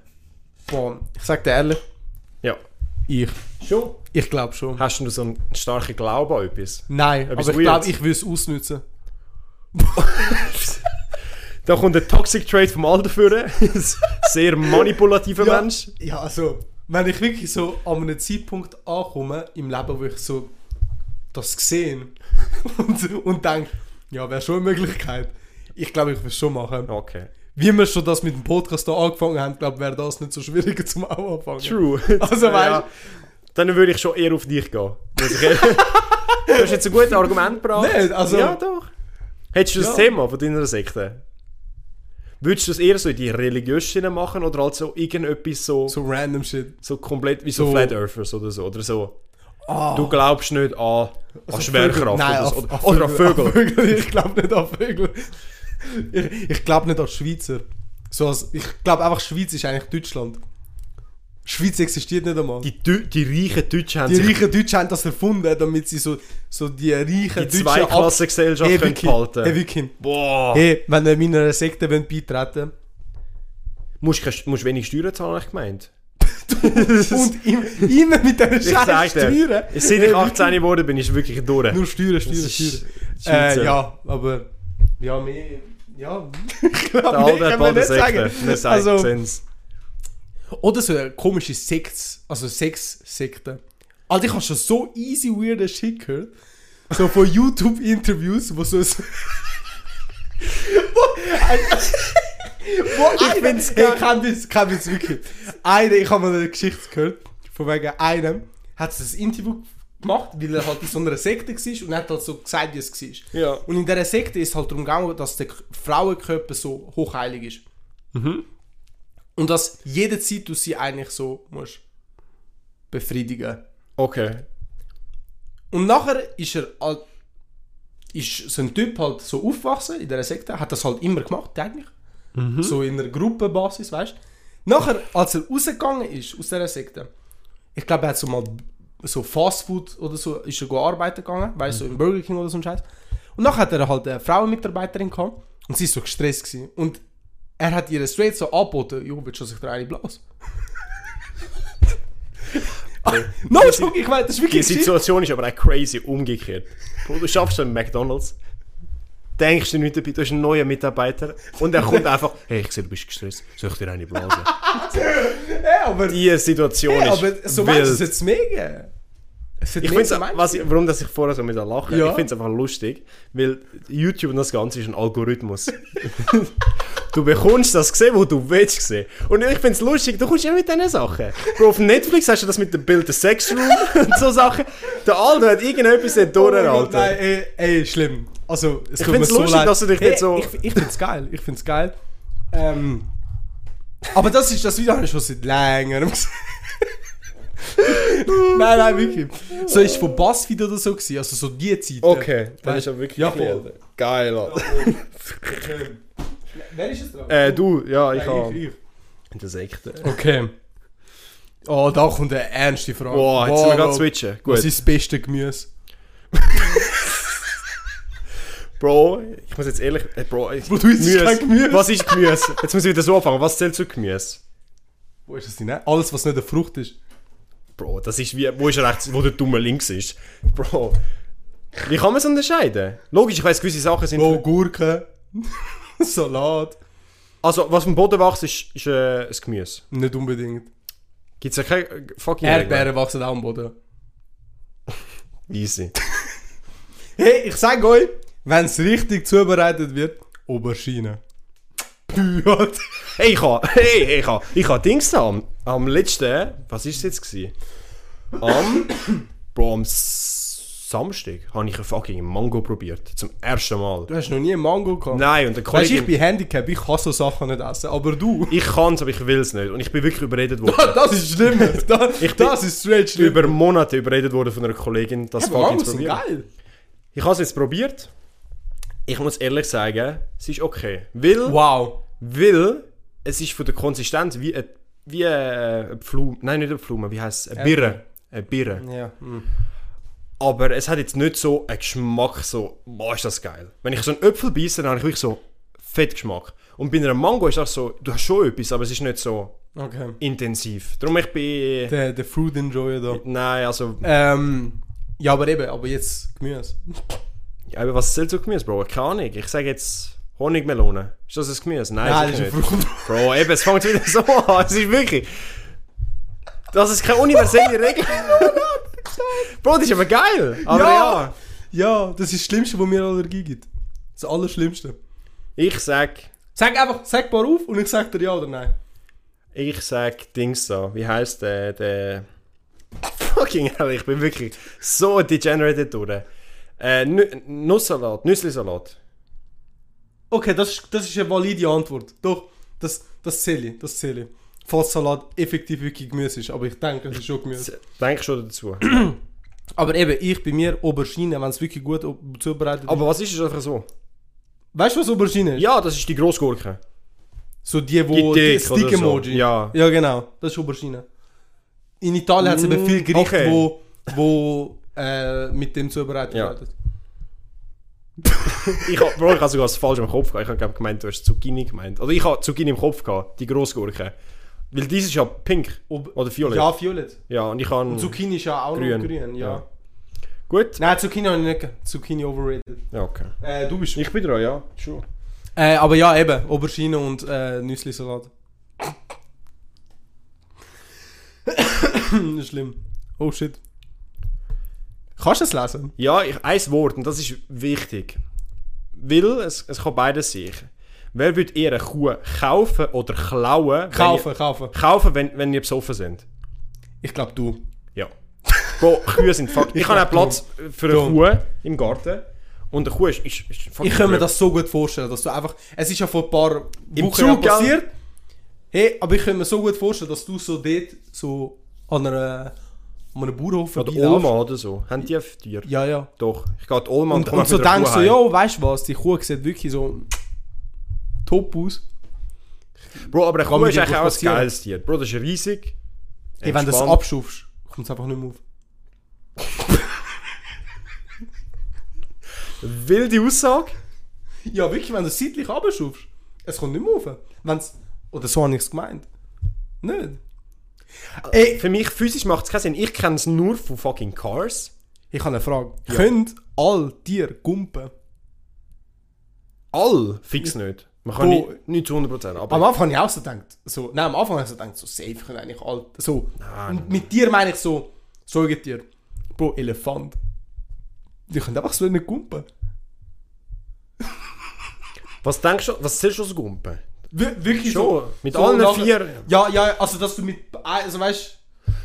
Speaker 4: Boah. Ich sag dir ehrlich,
Speaker 3: Ja.
Speaker 4: ich.
Speaker 3: Schon?
Speaker 4: Ich glaube schon.
Speaker 3: Hast du so einen starken Glauben an etwas?
Speaker 4: Nein,
Speaker 3: Etwas
Speaker 4: aber ich
Speaker 3: Weirdes.
Speaker 4: glaube, ich würde es ausnutzen.
Speaker 3: Da kommt der Toxic Trait vom Alter führen. Sehr manipulativer
Speaker 4: Ja.
Speaker 3: Mensch.
Speaker 4: Ja, also, wenn ich wirklich so an einem Zeitpunkt ankomme im Leben, wo ich so das gesehen und, und denke, ja, wäre schon eine Möglichkeit. Ich glaube, ich würde es schon machen.
Speaker 3: Okay.
Speaker 4: Wie wir schon das mit dem Podcast hier angefangen haben, glaube ich, wäre das nicht so schwierig zum auch anfangen.
Speaker 3: True.
Speaker 4: Also, weißt
Speaker 3: Ja. Dann würde ich schon eher auf dich gehen. Muss ich ehrlich- du hast jetzt ein gutes Argument gebracht.
Speaker 4: Nein, also-
Speaker 3: Ja, doch. Hättest du das
Speaker 4: Ja.
Speaker 3: Thema von deiner Sekte? Würdest du das eher so in die religiöse Schiene machen oder halt so irgendetwas so, so,
Speaker 4: so random shit.
Speaker 3: komplett wie so,
Speaker 4: so-
Speaker 3: Flat Earthers oder so? Oder so.
Speaker 4: Ah. Also
Speaker 3: Du glaubst nicht an, an Schwerkraft
Speaker 4: Nein,
Speaker 3: oder, so,
Speaker 4: an-
Speaker 3: oder, oder an Vögel.
Speaker 4: Ich glaube nicht an Vögel. Ich, ich glaube nicht an Schweizer. So als, ich glaube einfach, Schweiz ist eigentlich Deutschland. Schweiz existiert nicht einmal. Die,
Speaker 3: Die, Deu- die reichen Deutschen haben sich
Speaker 4: reichen Deutschen haben das erfunden, damit sie so, so die reichen
Speaker 3: die Zweiklassengesellschaft
Speaker 4: hey,
Speaker 3: hey,
Speaker 4: wirklich,
Speaker 3: behalten
Speaker 4: hey, wirklich.
Speaker 3: Boah.
Speaker 4: Hey, wenn ihr meiner Sekte wollt beitreten
Speaker 3: Musst, kein- musst wenig Steuern zahlen, habe ich gemeint.
Speaker 4: und im, immer mit diesen
Speaker 3: Ich sag
Speaker 4: scheiß Steuern.
Speaker 3: dir, seit ich 18 geworden bin, ist wirklich durch.
Speaker 4: Nur Steuern, Steuern,
Speaker 3: Das ist-
Speaker 4: Steuern.
Speaker 3: Schweizer.
Speaker 4: Äh, ja, aber... Ja, mehr... Ja, ich glaube,
Speaker 3: Der
Speaker 4: mehr
Speaker 3: Alter
Speaker 4: kann
Speaker 3: hat
Speaker 4: man
Speaker 3: bald eine
Speaker 4: nicht
Speaker 3: Sekte.
Speaker 4: sagen.
Speaker 3: Eine
Speaker 4: Also,
Speaker 3: Sekte.
Speaker 4: Oder so eine komische Sekts, also Sex-Sekte. Alter, ich habe schon so easy weirden Shit gehört. So von YouTube-Interviews, wo so ein... wo, ein, wo oh, ich bin's, hey, kein Witz, kein Witz, wirklich. Einer, ich habe mal eine Geschichte gehört, von wegen einem hat es ein Interview gemacht, weil er halt in so einer Sekte war und hat halt so gesagt, wie es war.
Speaker 3: Ja.
Speaker 4: Und in dieser Sekte ist es halt darum gegangen, dass der K- Frauenkörper so hochheilig ist. Und dass jede Zeit du sie eigentlich so musst befriedigen.
Speaker 3: Okay.
Speaker 4: Und nachher ist er halt, ist so ein Typ halt so aufgewachsen in dieser Sekte, hat das halt immer gemacht eigentlich.
Speaker 3: Mhm.
Speaker 4: So in einer Gruppenbasis, weißt du. Nachher, als er rausgegangen ist aus dieser Sekte, ich glaube, er hat so mal so Fastfood oder so, ist er go arbeiten gegangen, weißt du,
Speaker 3: Mhm.
Speaker 4: so im Burger King oder so ein Scheiß. Und nachher hat er halt eine Frauenmitarbeiterin gehabt und sie ist so gestresst gewesen. Und er hat ihr straight so angeboten, jo, willst du, dass ich dir eine blase? Ah, no, joke, ich meine, das ist
Speaker 3: Die
Speaker 4: wirklich shit.
Speaker 3: Situation ist aber auch crazy umgekehrt. Bro, du schaffst einen McDonalds, denkst du nicht dabei, du hast einen neuen Mitarbeiter und er kommt einfach, hey, ich sehe, du bist gestresst, soll ich dir eine Blase?
Speaker 4: Ja, aber,
Speaker 3: Diese Situation
Speaker 4: ja,
Speaker 3: ist
Speaker 4: aber so
Speaker 3: wild.
Speaker 4: meinst du es jetzt mega. Es hat
Speaker 3: Ich
Speaker 4: mega
Speaker 3: find's,
Speaker 4: so meinst
Speaker 3: was
Speaker 4: du.
Speaker 3: ich, warum dass ich vorher so mit lachen
Speaker 4: Ja.
Speaker 3: ich finde es einfach lustig, weil YouTube und das Ganze ist ein Algorithmus. du bekommst das gesehen, wo du willst sehen. Und ich finde es lustig, du kommst immer mit diesen Sachen. Bro, auf Netflix hast du das mit dem Bild der Sexroom und so Sachen. Der Aldo hat irgendetwas nicht
Speaker 4: Oh
Speaker 3: durch,
Speaker 4: mein Gott,
Speaker 3: Alter.
Speaker 4: Nein, ey, ey, schlimm. Also, es ich
Speaker 3: find's lustig, dass du dich nicht so-
Speaker 4: Ich, ich find's geil, ich find's geil. Ähm, aber das ist das Video, habe ich schon seit längerem gesehen. nein, nein, wirklich. So ist von Buzzfeed oder so gewesen, also so die Zeit.
Speaker 3: Okay, das ist aber wirklich
Speaker 4: Ja,
Speaker 3: clear.
Speaker 4: voll.
Speaker 3: geil, Alter.
Speaker 4: Ähm, Wer ist es dran?
Speaker 3: Äh, du, ja, ich
Speaker 4: Nein,
Speaker 3: habe
Speaker 4: ich.
Speaker 3: das echt. äh,
Speaker 4: Okay. Oh, da kommt eine ernste Frage.
Speaker 3: Boah, jetzt sind wir gerade
Speaker 4: Rob,
Speaker 3: switchen.
Speaker 4: Was
Speaker 3: Gut.
Speaker 4: ist das beste Gemüse?
Speaker 3: Bro, ich muss jetzt ehrlich. Äh, Bro, ich,
Speaker 4: Bro, du isst kein Gemüse.
Speaker 3: Was ist Gemüse? Jetzt muss ich wieder so anfangen. Was zählt zu Gemüse?
Speaker 4: Wo ist das denn? ne? Alles, was nicht eine Frucht ist.
Speaker 3: Bro, das ist wie, wo ist rechts, wo der dumme links ist. Bro, wie kann man es unterscheiden? Logisch, ich weiß, gewisse Sachen sind.
Speaker 4: Bro, Gurke, Salat.
Speaker 3: Also, was vom Boden wächst, ist, ist äh, ein Gemüse.
Speaker 4: Nicht unbedingt.
Speaker 3: Gibt es ja keine äh, fucking
Speaker 4: Erdbeeren wachsen auch am Boden.
Speaker 3: Regeln? Easy.
Speaker 4: Hey, ich sag euch, wenn es richtig zubereitet wird, Aubergine. Pyat.
Speaker 3: Hey, ich habe, hey, hey, ich habe, ich habe Dings da am, am letzten, was ist es jetzt gewesen? Am, Bro, am S- Samstag habe ich einen fucking Mango probiert. Zum ersten Mal.
Speaker 4: Du hast noch nie einen Mango gehabt.
Speaker 3: Nein, und der
Speaker 4: Weißt du, ich
Speaker 3: Kollege,
Speaker 4: bin Handicap, ich kann so Sachen nicht essen, aber du.
Speaker 3: ich kann es, aber ich will es nicht. Und ich bin wirklich überredet worden.
Speaker 4: Das ist schlimm. Das,
Speaker 3: Ich bin-
Speaker 4: das ist straight schlimm.
Speaker 3: über Monate überredet worden von einer Kollegin, das
Speaker 4: Aber
Speaker 3: fucking
Speaker 4: Mangos
Speaker 3: zu
Speaker 4: sind
Speaker 3: probieren.
Speaker 4: geil.
Speaker 3: Ich habe es jetzt probiert. Ich muss ehrlich sagen, es ist okay. Weil,
Speaker 4: Wow.
Speaker 3: weil es ist von der Konsistenz wie ein wie ein Pflume. Nein, nicht ein Pflume, wie heißt es? Eine Birre. Eine Birre.
Speaker 4: Ja.
Speaker 3: Aber es hat jetzt nicht so einen Geschmack, so, boah, ist das geil. Wenn ich so einen Apfel beiße, dann habe ich wirklich so fett Geschmack. Und bei einer Mango ist das so, du hast schon etwas, aber es ist nicht so
Speaker 4: Okay.
Speaker 3: intensiv. Darum ich bin...
Speaker 4: Der, der Fruit Enjoyer da.
Speaker 3: Nein, also...
Speaker 4: Ähm, ja, aber eben, aber jetzt Gemüse.
Speaker 3: Ja, aber was zählt zu Gemüse, Bro? Keine Ahnung. Ich sage jetzt Honigmelone. Ist das ein Gemüse? Nein,
Speaker 4: Nein, das
Speaker 3: sicher
Speaker 4: ist
Speaker 3: nicht.
Speaker 4: eine Frucht.
Speaker 3: Bro, eben, es fängt wieder so an. Es ist wirklich... Das ist keine universelle Regel. Bro, das ist aber geil. Aber ja.
Speaker 4: Ja. Ja, das ist das Schlimmste, was mir Allergie gibt. Das Allerschlimmste.
Speaker 3: Ich sag...
Speaker 4: Sag einfach, sag ein paar auf und ich sag dir ja oder nein.
Speaker 3: Ich sag Dings da. Wie heißt der... der... Fucking hell, ich bin wirklich so degenerated durch. Äh, Nü- Nusssalat, Nüsslisalat.
Speaker 4: Okay, das ist, das ist eine valide Antwort. Doch, das, das zähle ich, das zähle ich. Falls Salat effektiv wirklich Gemüse ist, aber ich denke, es ist schon Gemüse.
Speaker 3: Denk schon dazu.
Speaker 4: Aber eben, ich bei mir Aubergine, wenn es wirklich gut o- zubereitet ist.
Speaker 3: Aber was ist es einfach so?
Speaker 4: Weißt du, was Aubergine ist?
Speaker 3: Ja, das ist die Grossgurke.
Speaker 4: So die, wo
Speaker 3: Die
Speaker 4: die
Speaker 3: dick oder so.
Speaker 4: Stick-Emoji.
Speaker 3: Ja.
Speaker 4: ja, genau. Das ist Aubergine. In Italien hat es eben
Speaker 3: Mm,
Speaker 4: viel Gerichte,
Speaker 3: okay.
Speaker 4: wo, wo äh, mit dem zubereitet
Speaker 3: Ja.
Speaker 4: werden.
Speaker 3: Ich hab, Bro, ich hab sogar das falsch im Kopf gehabt. Ich hab glaub, gemeint, du hast Zucchini gemeint. Oder ich hab Zucchini im Kopf gehabt, die Grossgurke. Weil dies ist ja pink
Speaker 4: Ob-
Speaker 3: oder violett. Ja,
Speaker 4: Ja, Violett.
Speaker 3: und ich habe...
Speaker 4: Zucchini ist ja auch
Speaker 3: Mhm. Grün.
Speaker 4: noch grün, ja.
Speaker 3: Ja. Gut?
Speaker 4: Nein, Zucchini habe ich nicht. ge- Zucchini overrated.
Speaker 3: Ja, okay.
Speaker 4: Äh, du bist.
Speaker 3: Ich bin dran, ja. Schon.
Speaker 4: Äh, aber ja, eben. Aubergine und äh, Nüsslisalat. Schlimm. Oh shit. Kannst du das lesen?
Speaker 3: Ja, ich, ein Wort, und das ist wichtig. Weil es, es kann beides sein. Wer würde eher eine Kuh kaufen oder klauen? wenn
Speaker 4: Kaufen, kaufen.
Speaker 3: Ihr, kaufen, wenn, wenn ihr besoffen sind.
Speaker 4: Ich glaube, du.
Speaker 3: Ja. Bro, Kühe sind fuck. Ich,
Speaker 4: Ich
Speaker 3: habe auch
Speaker 4: glaub,
Speaker 3: Platz für eine
Speaker 4: Dumm.
Speaker 3: Kuh im Garten. Und eine Kuh ist, ist, ist fucking
Speaker 4: Ich kann mir
Speaker 3: blöd.
Speaker 4: das so gut vorstellen, dass du einfach. Es ist ja vor ein paar Wochen
Speaker 3: Im
Speaker 4: auch
Speaker 3: Zug, gell?
Speaker 4: passiert. Hey, aber ich kann mir so gut vorstellen, dass du so dort so an, einer, an einem Bauernhof
Speaker 3: Oder
Speaker 4: vorbeilaufst.
Speaker 3: Olma oder so. Haben die ein Tier?
Speaker 4: Ja, ja.
Speaker 3: Doch. Ich gehe die Olma
Speaker 4: Und,
Speaker 3: komm
Speaker 4: und so
Speaker 3: mit einer
Speaker 4: denkst
Speaker 3: Kuh
Speaker 4: du,
Speaker 3: heim.
Speaker 4: ja, weißt du was, die Kuh sieht wirklich so top aus.
Speaker 3: Bro, aber eine
Speaker 4: Kann
Speaker 3: Kuh
Speaker 4: man
Speaker 3: ist
Speaker 4: die
Speaker 3: eigentlich auch ein
Speaker 4: passieren?
Speaker 3: geiles Tier. Bro, das ist riesig.
Speaker 4: Hey, wenn du das
Speaker 3: Entspannt.
Speaker 4: abschufst, kommt es einfach nicht mehr auf.
Speaker 3: Wilde Aussage.
Speaker 4: Ja, wirklich, wenn du es seitlich abschufst, es kommt nicht mehr auf. Wenn's, oder so habe ich es gemeint. Nicht? Ey,
Speaker 3: Für mich physisch macht es keinen Sinn. Ich kenne es nur von fucking Cars.
Speaker 4: ich habe eine Frage. Können all Tiere gumpen?
Speaker 3: All fix nicht. Man kann
Speaker 4: Bo-
Speaker 3: nicht, nicht zu 100% aber
Speaker 4: Am Anfang habe ich auch so gedacht, so, nein, am Anfang habe ich so gedacht, so safe können eigentlich all, so,
Speaker 3: Nein.
Speaker 4: Und mit Tier meine ich so, Säugetier, Bro, Elefant. Die können einfach so nicht gumpen.
Speaker 3: Was denkst du, was zählst du aus Gumpen?
Speaker 4: Wir, wirklich
Speaker 3: Schon,
Speaker 4: so.
Speaker 3: mit
Speaker 4: so
Speaker 3: allen
Speaker 4: nach-
Speaker 3: vier.
Speaker 4: Ja, ja, also dass du mit, also weißt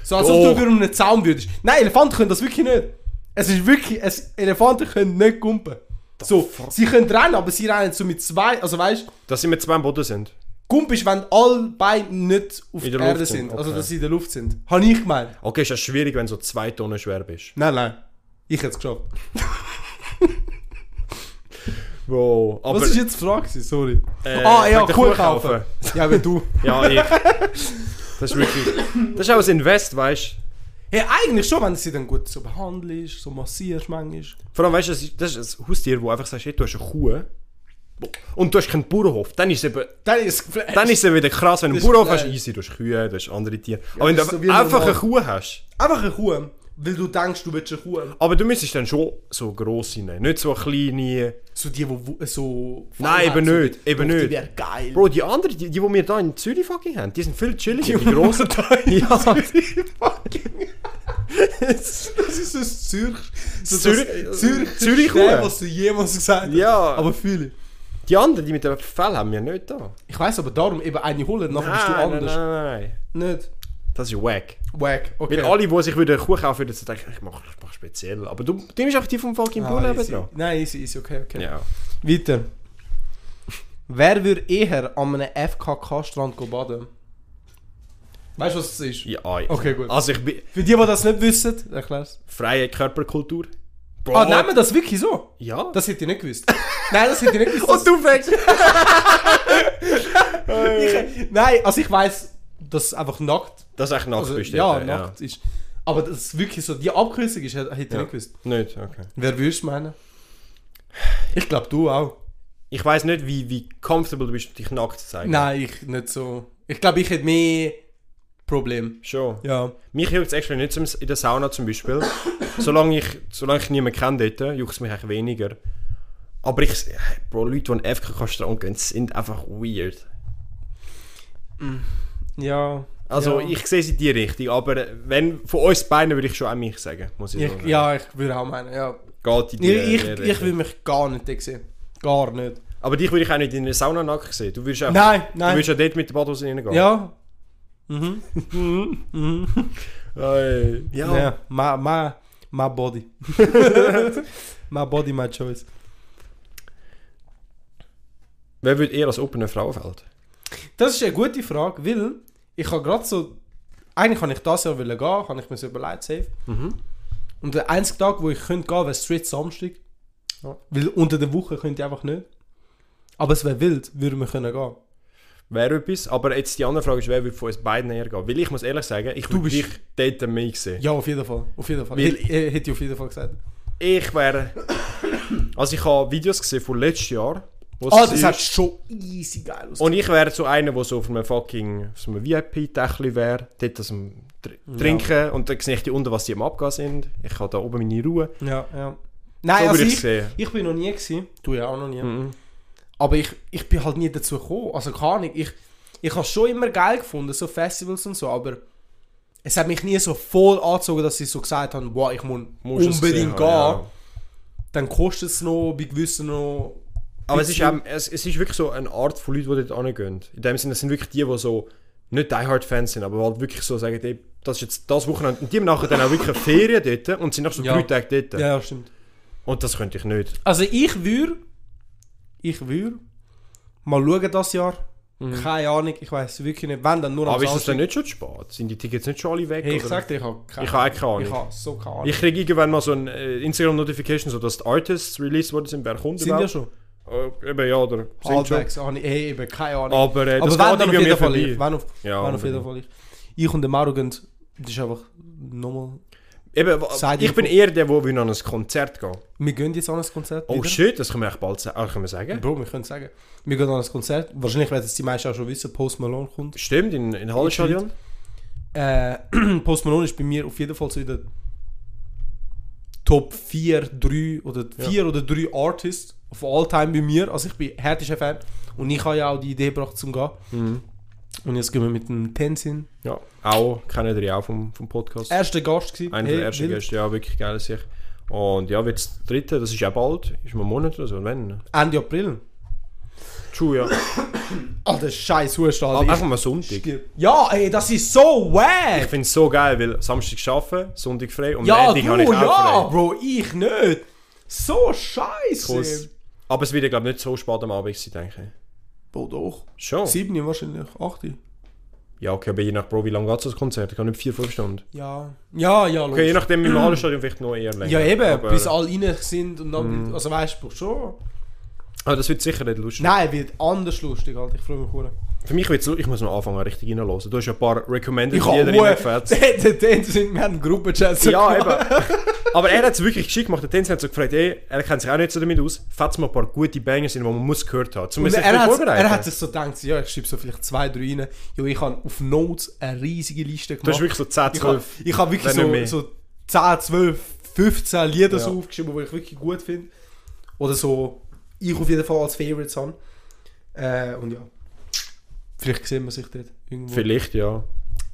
Speaker 4: so als
Speaker 3: Doch.
Speaker 4: ob du über einen Zaun würdest. Nein, Elefanten können das wirklich nicht. Es ist wirklich, es, Elefanten können nicht kumpen. So, sie können rennen, aber sie rennen so mit zwei, also weißt
Speaker 3: Dass wir zwei am Boden sind.
Speaker 4: Kump ist, wenn alle Beine nicht auf
Speaker 3: In
Speaker 4: der
Speaker 3: der Luft
Speaker 4: Erde
Speaker 3: sind,
Speaker 4: sind, also
Speaker 3: okay.
Speaker 4: dass sie in der Luft sind. Habe ich gemeint.
Speaker 3: Okay, ist ja schwierig, wenn du so zwei Tonnen schwer bist.
Speaker 4: Nein, nein. Ich hätte es geschafft.
Speaker 3: Bro, aber...
Speaker 4: Was ist jetzt die Frage? gewesen? Sorry.
Speaker 3: Äh,
Speaker 4: ah, ja,
Speaker 3: wegen der
Speaker 4: Kuh
Speaker 3: Kuh
Speaker 4: kaufen.
Speaker 3: kaufen.
Speaker 4: Ja, wenn du.
Speaker 3: Ja, ich. Das ist wirklich... Das ist auch ein Invest, weißt du.
Speaker 4: Hey, eigentlich schon, wenn du sie dann gut so behandelst, so massierst manchmal.
Speaker 3: Vor allem, weißt du, das ist- das ist ein Haustier, wo einfach sagst, hey, du hast eine Kuh. Und du hast keinen Bauernhof. Dann ist es eben...
Speaker 4: Dann ist
Speaker 3: Dann ist es wieder krass, wenn du einen
Speaker 4: Das ist
Speaker 3: Bauernhof hast,
Speaker 4: geil.
Speaker 3: easy, du hast Kühe, du hast andere Tiere. aber wenn du
Speaker 4: das ist so wie
Speaker 3: einfach
Speaker 4: normal.
Speaker 3: eine Kuh hast...
Speaker 4: Einfach eine Kuh, weil du denkst, du willst eine Kuh.
Speaker 3: Aber du müsstest dann schon so gross sein, nicht so kleine...
Speaker 4: So die, die so...
Speaker 3: Nein, eben
Speaker 4: so die-
Speaker 3: nicht, eben
Speaker 4: Doch,
Speaker 3: nicht.
Speaker 4: Die wäre geil.
Speaker 3: Bro, die anderen, die, die, die wir da in Zürich fucking haben, die sind viel chilliger, die, grossen. ja.
Speaker 4: Das ist so das Zürich... So
Speaker 3: Zürich-
Speaker 4: das
Speaker 3: Zürich-
Speaker 4: Zürich...
Speaker 3: Zürich-
Speaker 4: was du jemals gesagt hast.
Speaker 3: Ja.
Speaker 4: Aber viele.
Speaker 3: Die anderen, die mit dem Fell haben wir nicht da.
Speaker 4: Ich weiß aber darum, eben eine holen, nachher bist du anders.
Speaker 3: Nein, nein, nein.
Speaker 4: Nicht?
Speaker 3: Das ist wack.
Speaker 4: Wack, okay.
Speaker 3: Weil alle, die sich wieder eine Kuh kaufen würden, denken, ich mach, ich mach speziell. Aber du, du nimmst auch die vom fucking Bull
Speaker 4: ah,
Speaker 3: eben
Speaker 4: easy.
Speaker 3: dran.
Speaker 4: Nein, easy, easy, okay, okay.
Speaker 3: Ja.
Speaker 4: Weiter. Wer würde eher an einem FKK-Strand go baden? Weißt du, was das ist?
Speaker 3: ja ei.
Speaker 4: Okay, gut.
Speaker 3: Also ich bin...
Speaker 4: Für die, die das nicht wissen, erklär's.
Speaker 3: Freie Körperkultur. Bro.
Speaker 4: Ah, nehmen wir das wirklich so?
Speaker 3: Ja.
Speaker 4: Das hätte ich nicht gewusst. Nein, das hätte ich nicht gewusst.
Speaker 3: Und du fängst...
Speaker 4: ich, nein, also ich weiß, dass es einfach nackt,
Speaker 3: Das ist echt nackt
Speaker 4: also,
Speaker 3: bestimmt.
Speaker 4: ja, nackt ist. Aber dass es wirklich so die Abkürzung ist, hätte hätte ich nicht gewusst.
Speaker 3: Nicht, okay.
Speaker 4: Wer würdest du meinen? Ich glaube, du auch.
Speaker 3: Ich weiss nicht, wie, wie comfortable du bist, dich nackt zu zeigen.
Speaker 4: Nein, ich nicht so. Ich glaube, ich hätte mehr Probleme.
Speaker 3: Schon.
Speaker 4: Ja.
Speaker 3: Mich juckt es actually nicht zum, in der Sauna zum Beispiel. solange, ich, solange ich niemanden kenne dort, juckt es mich eigentlich weniger. Aber ich... Bro, Leute, die an FKK-Strand gehen, sind einfach weird.
Speaker 4: Ja.
Speaker 3: Also
Speaker 4: ja.
Speaker 3: ich sehe es in die Richtung, aber wenn von uns beiden würde ich schon an mich sagen, muss ich,
Speaker 4: Ich,
Speaker 3: sagen.
Speaker 4: ja, ich würde auch meinen, ja.
Speaker 3: Geht in
Speaker 4: Ich, ich,
Speaker 3: die, die
Speaker 4: ich,
Speaker 3: Richtung.
Speaker 4: will mich gar nicht dort sehen. Gar nicht.
Speaker 3: aber dich würde ich auch nicht in der Sauna nackt sehen. Du würdest auch,
Speaker 4: Nein,
Speaker 3: Du
Speaker 4: nein.
Speaker 3: würdest ja dort mit der Badhose reingehen.
Speaker 4: Ja.
Speaker 3: Ey. Ja.
Speaker 4: Ja. My, my, my body. my body, my choice.
Speaker 3: Wer würde eher als offene Frauenfeld?
Speaker 4: Das ist eine gute Frage, weil ich habe gerade so. Eigentlich kann ich das ja wollen gehen, kann ich mir so überlegt, safe. Und der einzige Tag, wo ich könnte gehen, wäre straight Samstag.
Speaker 3: Ja.
Speaker 4: Weil unter der Woche könnte ich einfach nicht. Aber es wäre wild, würde man können gehen.
Speaker 3: Wäre etwas, aber jetzt die andere Frage ist, wer würde von uns beiden eher gehen? Weil ich muss ehrlich sagen, ich würde
Speaker 4: bist-
Speaker 3: dich dort mehr sehen.
Speaker 4: Ja, auf jeden Fall. Auf jeden Fall.
Speaker 3: Weil-
Speaker 4: Hätte äh, hätte ich auf jeden Fall gesagt.
Speaker 3: Ich wäre... also ich habe Videos gesehen von letztes Jahr. wo es
Speaker 4: Ah, das
Speaker 3: war.
Speaker 4: hat schon easy geil aus.
Speaker 3: Und ich wäre so einer, der so auf einem fucking auf so einem VIP-Tächli wäre, dort das am Tr Trinken und dann sehe ich die unten, was die am Abgas sind. Ich habe da oben meine Ruhe.
Speaker 4: Ja, ja. Nein,
Speaker 3: so
Speaker 4: also
Speaker 3: würde ich
Speaker 4: ich,
Speaker 3: sehen.
Speaker 4: ich bin noch nie gewesen. Du ja auch noch nie. Aber ich, ich bin halt nie dazu gekommen. Also keine Ahnung. Ich, ich habe schon immer geil gefunden, so Festivals und so, aber es hat mich nie so voll angezogen, dass ich so gesagt habe, boah, ich muss,
Speaker 3: Musst es
Speaker 4: unbedingt
Speaker 3: gesehen haben,
Speaker 4: gehen.
Speaker 3: ja.
Speaker 4: Dann kostet es noch, bei gewissen noch.
Speaker 3: Aber es ist, eben, es, es ist wirklich so eine Art von Leuten, die dort hingehen. In dem Sinne, das sind wirklich die, die so nicht Die Hard Fans sind, aber halt wirklich so sagen, ey, das ist jetzt das Wochenende. Und die haben nachher dann auch wirklich Ferien dort und sind nach so
Speaker 4: Ja.
Speaker 3: drei Tage dort.
Speaker 4: Ja, stimmt.
Speaker 3: Und das könnte ich nicht.
Speaker 4: Also ich würde. Ich würde. Mal schauen das Jahr. Keine Ahnung, ich weiß wirklich nicht. Wenn dann nur
Speaker 3: Mhm. Aber ist das
Speaker 4: Samstag.
Speaker 3: dann nicht schon zu spät? Sind die Tickets nicht schon alle weg?
Speaker 4: Hey, ich
Speaker 3: oder?
Speaker 4: sag dir, ich habe keine
Speaker 3: Ich habe auch keine Ahnung.
Speaker 4: Ich habe so keine Ahnung.
Speaker 3: Ich kriege irgendwann mal so eine äh, Instagram-Notification, so dass die Artists released worden sind, wer kommt
Speaker 4: sind ja
Speaker 3: überhaupt?
Speaker 4: schon.
Speaker 3: Äh, eben, ja, oder sind schon.
Speaker 4: Halbwegs, Ahnung. Hey, eben, keine Ahnung.
Speaker 3: Aber, äh,
Speaker 4: Aber
Speaker 3: das
Speaker 4: wenn,
Speaker 3: geht
Speaker 4: dann auf
Speaker 3: irgendwie
Speaker 4: jeden
Speaker 3: an
Speaker 4: Fall
Speaker 3: mir
Speaker 4: ich.
Speaker 3: vorbei.
Speaker 4: Wenn auf,
Speaker 3: Ja,
Speaker 4: wenn auf jeden Fall ich. Ich und der Maro gehen, das ist einfach nochmal...
Speaker 3: Eben, wa-
Speaker 4: Sag
Speaker 3: ich
Speaker 4: dir
Speaker 3: bin
Speaker 4: von-
Speaker 3: eher der, der will an ein Konzert gehen
Speaker 4: Wir gehen jetzt an ein Konzert.
Speaker 3: Oh
Speaker 4: wieder.
Speaker 3: shit, das können wir echt bald sa- ah, können wir sagen.
Speaker 4: Bro, wir können sagen. Wir gehen an ein Konzert. Wahrscheinlich werden es die meisten auch schon wissen, Post Malone kommt.
Speaker 3: Stimmt, in, in Hallenstadion.
Speaker 4: Äh, Post Malone ist bei mir auf jeden Fall so in der Top 4, 3 oder 4 oder 3 Artists of all time bei mir. Also ich bin härtester Fan. Und ich habe ja auch die Idee gebracht zum Gehen.
Speaker 3: Mhm.
Speaker 4: Und jetzt gehen wir mit dem Tenzin.
Speaker 3: Ja, auch, kennen ihr ja auch vom, vom Podcast.
Speaker 4: Erster Gast gewesen.
Speaker 3: Einer
Speaker 4: Äh, Hey,
Speaker 3: der ersten
Speaker 4: wild.
Speaker 3: Gäste, ja, wirklich geil sich. Und ja, wird das dritte, das ist ja bald, ist mal ein Monat oder so, wenn. ne?
Speaker 4: Ende April.
Speaker 3: True, ja.
Speaker 4: Alter, scheiß Hurenstall.
Speaker 3: Aber
Speaker 4: Ich-
Speaker 3: einfach mal Sonntag.
Speaker 4: Stirb. Ja, ey, das ist so
Speaker 3: Ich
Speaker 4: wack!
Speaker 3: finde es so geil, weil Samstag arbeiten, Sonntag frei und
Speaker 4: Ja,
Speaker 3: Montag habe ich
Speaker 4: du,
Speaker 3: auch
Speaker 4: ja,
Speaker 3: frei.
Speaker 4: Bro, ich nicht! So scheiße!
Speaker 3: Kuss. Aber es wird, glaube ich, nicht so spät am Abend sein, denke ich.
Speaker 4: Bro, doch.
Speaker 3: Schon?
Speaker 4: 7 wahrscheinlich, 8.
Speaker 3: Ja, okay, aber je nach Pro, wie lange geht das Konzert? Ich kann nicht 4, 5 Stunden.
Speaker 4: Ja. Ja, ja,
Speaker 3: Okay, je
Speaker 4: logisch.
Speaker 3: nachdem, im Hallenstadion vielleicht noch eher länger.
Speaker 4: Ja, eben,
Speaker 3: aber, Mhm.
Speaker 4: bis alle rein sind und dann. Also weißt du, schon.
Speaker 3: aber das wird sicher nicht lustig.
Speaker 4: Nein, wird anders lustig, Alter. Ich freue mich hure.
Speaker 3: Für mich wird es Ich muss noch anfangen, richtig reinhören. Du hast ja ein paar Recommended,
Speaker 4: Ich
Speaker 3: die dir
Speaker 4: habe Ruhe.
Speaker 3: gefällt.
Speaker 4: Den, den sind wir haben Gruppenchat.
Speaker 3: Ja, eben. Aber er hat es wirklich geschickt gemacht. Der Tänzer hat so gefragt, ey, er kennt sich auch nicht so damit aus. Fetzt mal ein paar gute Bangers in, die man muss gehört haben. Zum
Speaker 4: Und
Speaker 3: sich
Speaker 4: er, hat,
Speaker 3: vorbereiten.
Speaker 4: er hat es so gedacht, ja, ich schreibe so vielleicht zwei, drei rein. Jo, ich habe auf Notes eine riesige Liste gemacht.
Speaker 3: Du hast wirklich so 10,
Speaker 4: Ich habe
Speaker 3: 12.
Speaker 4: ich hab wirklich
Speaker 3: wenn nicht
Speaker 4: so,
Speaker 3: mehr.
Speaker 4: so 10, 12, 15 Lieder so
Speaker 3: Ja.
Speaker 4: aufgeschrieben, die ich wirklich gut finde. Oder so, ich auf jeden Fall als Favorites habe. Äh, und ja. Vielleicht sehen wir sich dort irgendwo.
Speaker 3: Vielleicht, ja.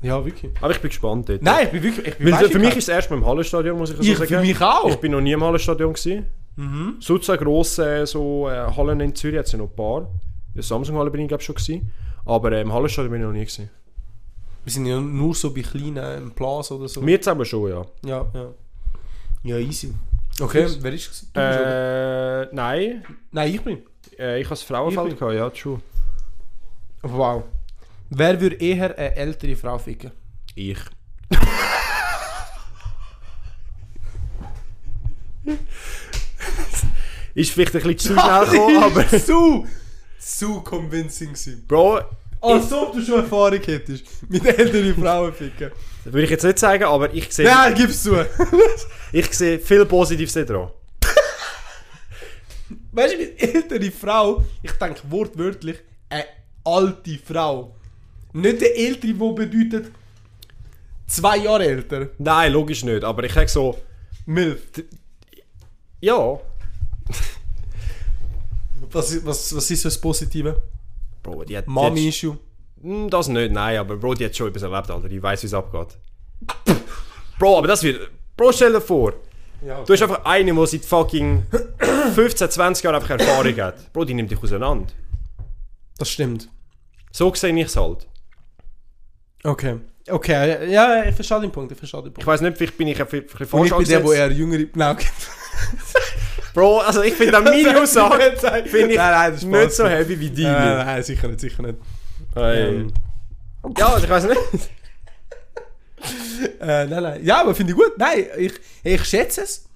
Speaker 4: Ja, wirklich.
Speaker 3: Aber ich bin gespannt dort.
Speaker 4: Nein, ich bin wirklich. Ich bin
Speaker 3: Weil
Speaker 4: weißt du, ich
Speaker 3: für mich
Speaker 4: kann-
Speaker 3: ist es erst mal im Hallenstadion, muss ich so
Speaker 4: Ich-
Speaker 3: sagen.
Speaker 4: für mich auch. Mhm.
Speaker 3: Ich bin noch nie im Hallenstadion gewesen. Sozusagen grosse äh, so, äh, Hallen in Zürich hat es ja noch ein paar. In der Samsung-Halle bin ich glaube schon gewesen. Aber äh, im Hallenstadion bin ich noch nie gewesen.
Speaker 4: Wir sind ja nur so bei kleinen äh, im Plaza oder so.
Speaker 3: Mir zusammen schon, ja.
Speaker 4: Ja, ja. Ja, easy. Okay, wer ist es? Du bist, oder?
Speaker 3: Äh, nein,
Speaker 4: Nein, ich bin.
Speaker 3: äh, ich habe das Frauenfeld
Speaker 4: Ich
Speaker 3: gehabt, ja, true.
Speaker 4: Wow. Wer würde eher eine ältere Frau ficken?
Speaker 3: Ich. ist vielleicht ein bisschen zu schnell gekommen, aber...
Speaker 4: zu, zu convincing gewesen.
Speaker 3: Bro,
Speaker 4: Als ob du schon Erfahrung hättest mit älteren Frauen ficken.
Speaker 3: das würde ich jetzt nicht sagen, aber ich sehe...
Speaker 4: Nein, gib's zu.
Speaker 3: Ich sehe viel Positives daran.
Speaker 4: weißt du, mit ältere Frau, ich denke wortwörtlich, eine alte Frau. Nicht eine ältere, die bedeutet zwei Jahre älter.
Speaker 3: Nein, logisch nicht, aber ich sage so,
Speaker 4: Milf.
Speaker 3: ja.
Speaker 4: Was, was, was ist so das Positive?
Speaker 3: Bro, die hat. die hat-
Speaker 4: Mami-Issue.
Speaker 3: Hm, Das nicht, nein, aber Bro, die hat schon etwas erlebt, Alter. Die weiß, wie es abgeht. Bro, aber das wird. Bro, stell dir vor,
Speaker 4: Ja.
Speaker 3: du hast einfach eine, die seit fucking 15, 20 Jahren einfach Erfahrung hat. Bro, die nimmt dich auseinander.
Speaker 4: Das stimmt.
Speaker 3: So sehe ich es halt.
Speaker 4: Okay. Okay, ja, ich verstehe den Punkt, ich verstehe den Punkt.
Speaker 3: Ich weiß nicht, vielleicht bin ich ein bisschen
Speaker 4: Und
Speaker 3: falsch
Speaker 4: ich bin der, wo
Speaker 3: angesetzt.
Speaker 4: eher jüngere... Nein, okay.
Speaker 3: Bro, also ich finde meine Aussage finde ich
Speaker 4: Nein, nein, das ist
Speaker 3: nicht
Speaker 4: Spaß.
Speaker 3: so heavy wie die.
Speaker 4: Nein, nein, nein, sicher nicht, sicher nicht.
Speaker 3: Ähm, Ja, also ich weiß nicht.
Speaker 4: Äh, nein, nein. Ja, aber finde ich gut. Nein, ich, hey, ich schätze es.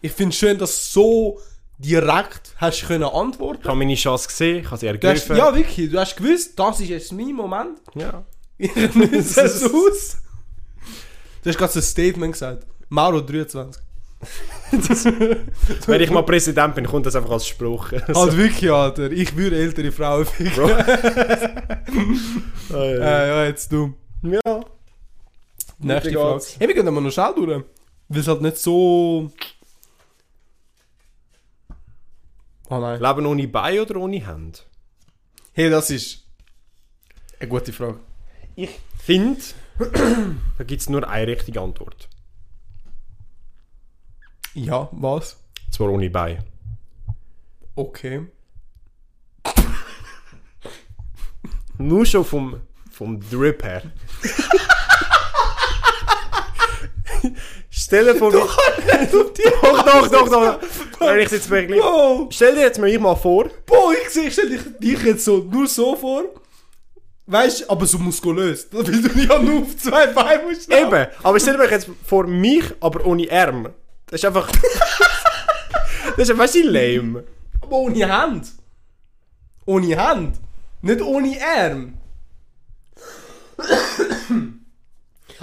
Speaker 4: Ich finde es schön, dass du so direkt hast können antworten.
Speaker 3: Ich habe meine Chance gesehen, ich habe sie
Speaker 4: Du hast,
Speaker 3: ergriffen.
Speaker 4: Dus ja, wirklich. Du hast gewusst, das ist jetzt mein Moment.
Speaker 3: ja.
Speaker 4: Ich nütze es aus. Du hast gerade so ein Statement gesagt. Mauro 23.
Speaker 3: Wenn ich mal Präsident bin, kommt das einfach als Spruch.
Speaker 4: Also wirklich, Alter. Ich würde ältere Frauen ficken.
Speaker 3: Bro.
Speaker 4: Äh, ja, jetzt du.
Speaker 3: ja.
Speaker 4: Nächste
Speaker 3: Weiter
Speaker 4: Frage.
Speaker 3: geht's.
Speaker 4: Hey, wir gehen aber noch schnell durch. Weil es halt nicht so... Oh nein.
Speaker 3: Leben ohne Bein oder ohne Hand?
Speaker 4: Hey, das ist eine gute Frage.
Speaker 3: Ich finde, Da gibt es nur eine richtige Antwort.
Speaker 4: Ja, was?
Speaker 3: Und Zwar ohne Bein.
Speaker 4: Okay.
Speaker 3: Nur schon vom, vom Drip her. Stell dir vor, doch, doch, doch, doch, doch. Wenn ich jetzt wirklich.
Speaker 4: Wow!
Speaker 3: Stell dir jetzt mal ich mal vor.
Speaker 4: Boah, ich sehe stell dich, dich jetzt so nur so vor. Weißt du, aber so muskulös. Weil du ja nur auf zwei Beinen musst. laufen.
Speaker 3: Eben. Aber stell dir mal jetzt vor mich, aber ohne Erm. Arm. Das ist einfach. das ist einfach weißt du, lame.
Speaker 4: Aber ohne Hand. Ohne Hand. Nicht ohne Arm.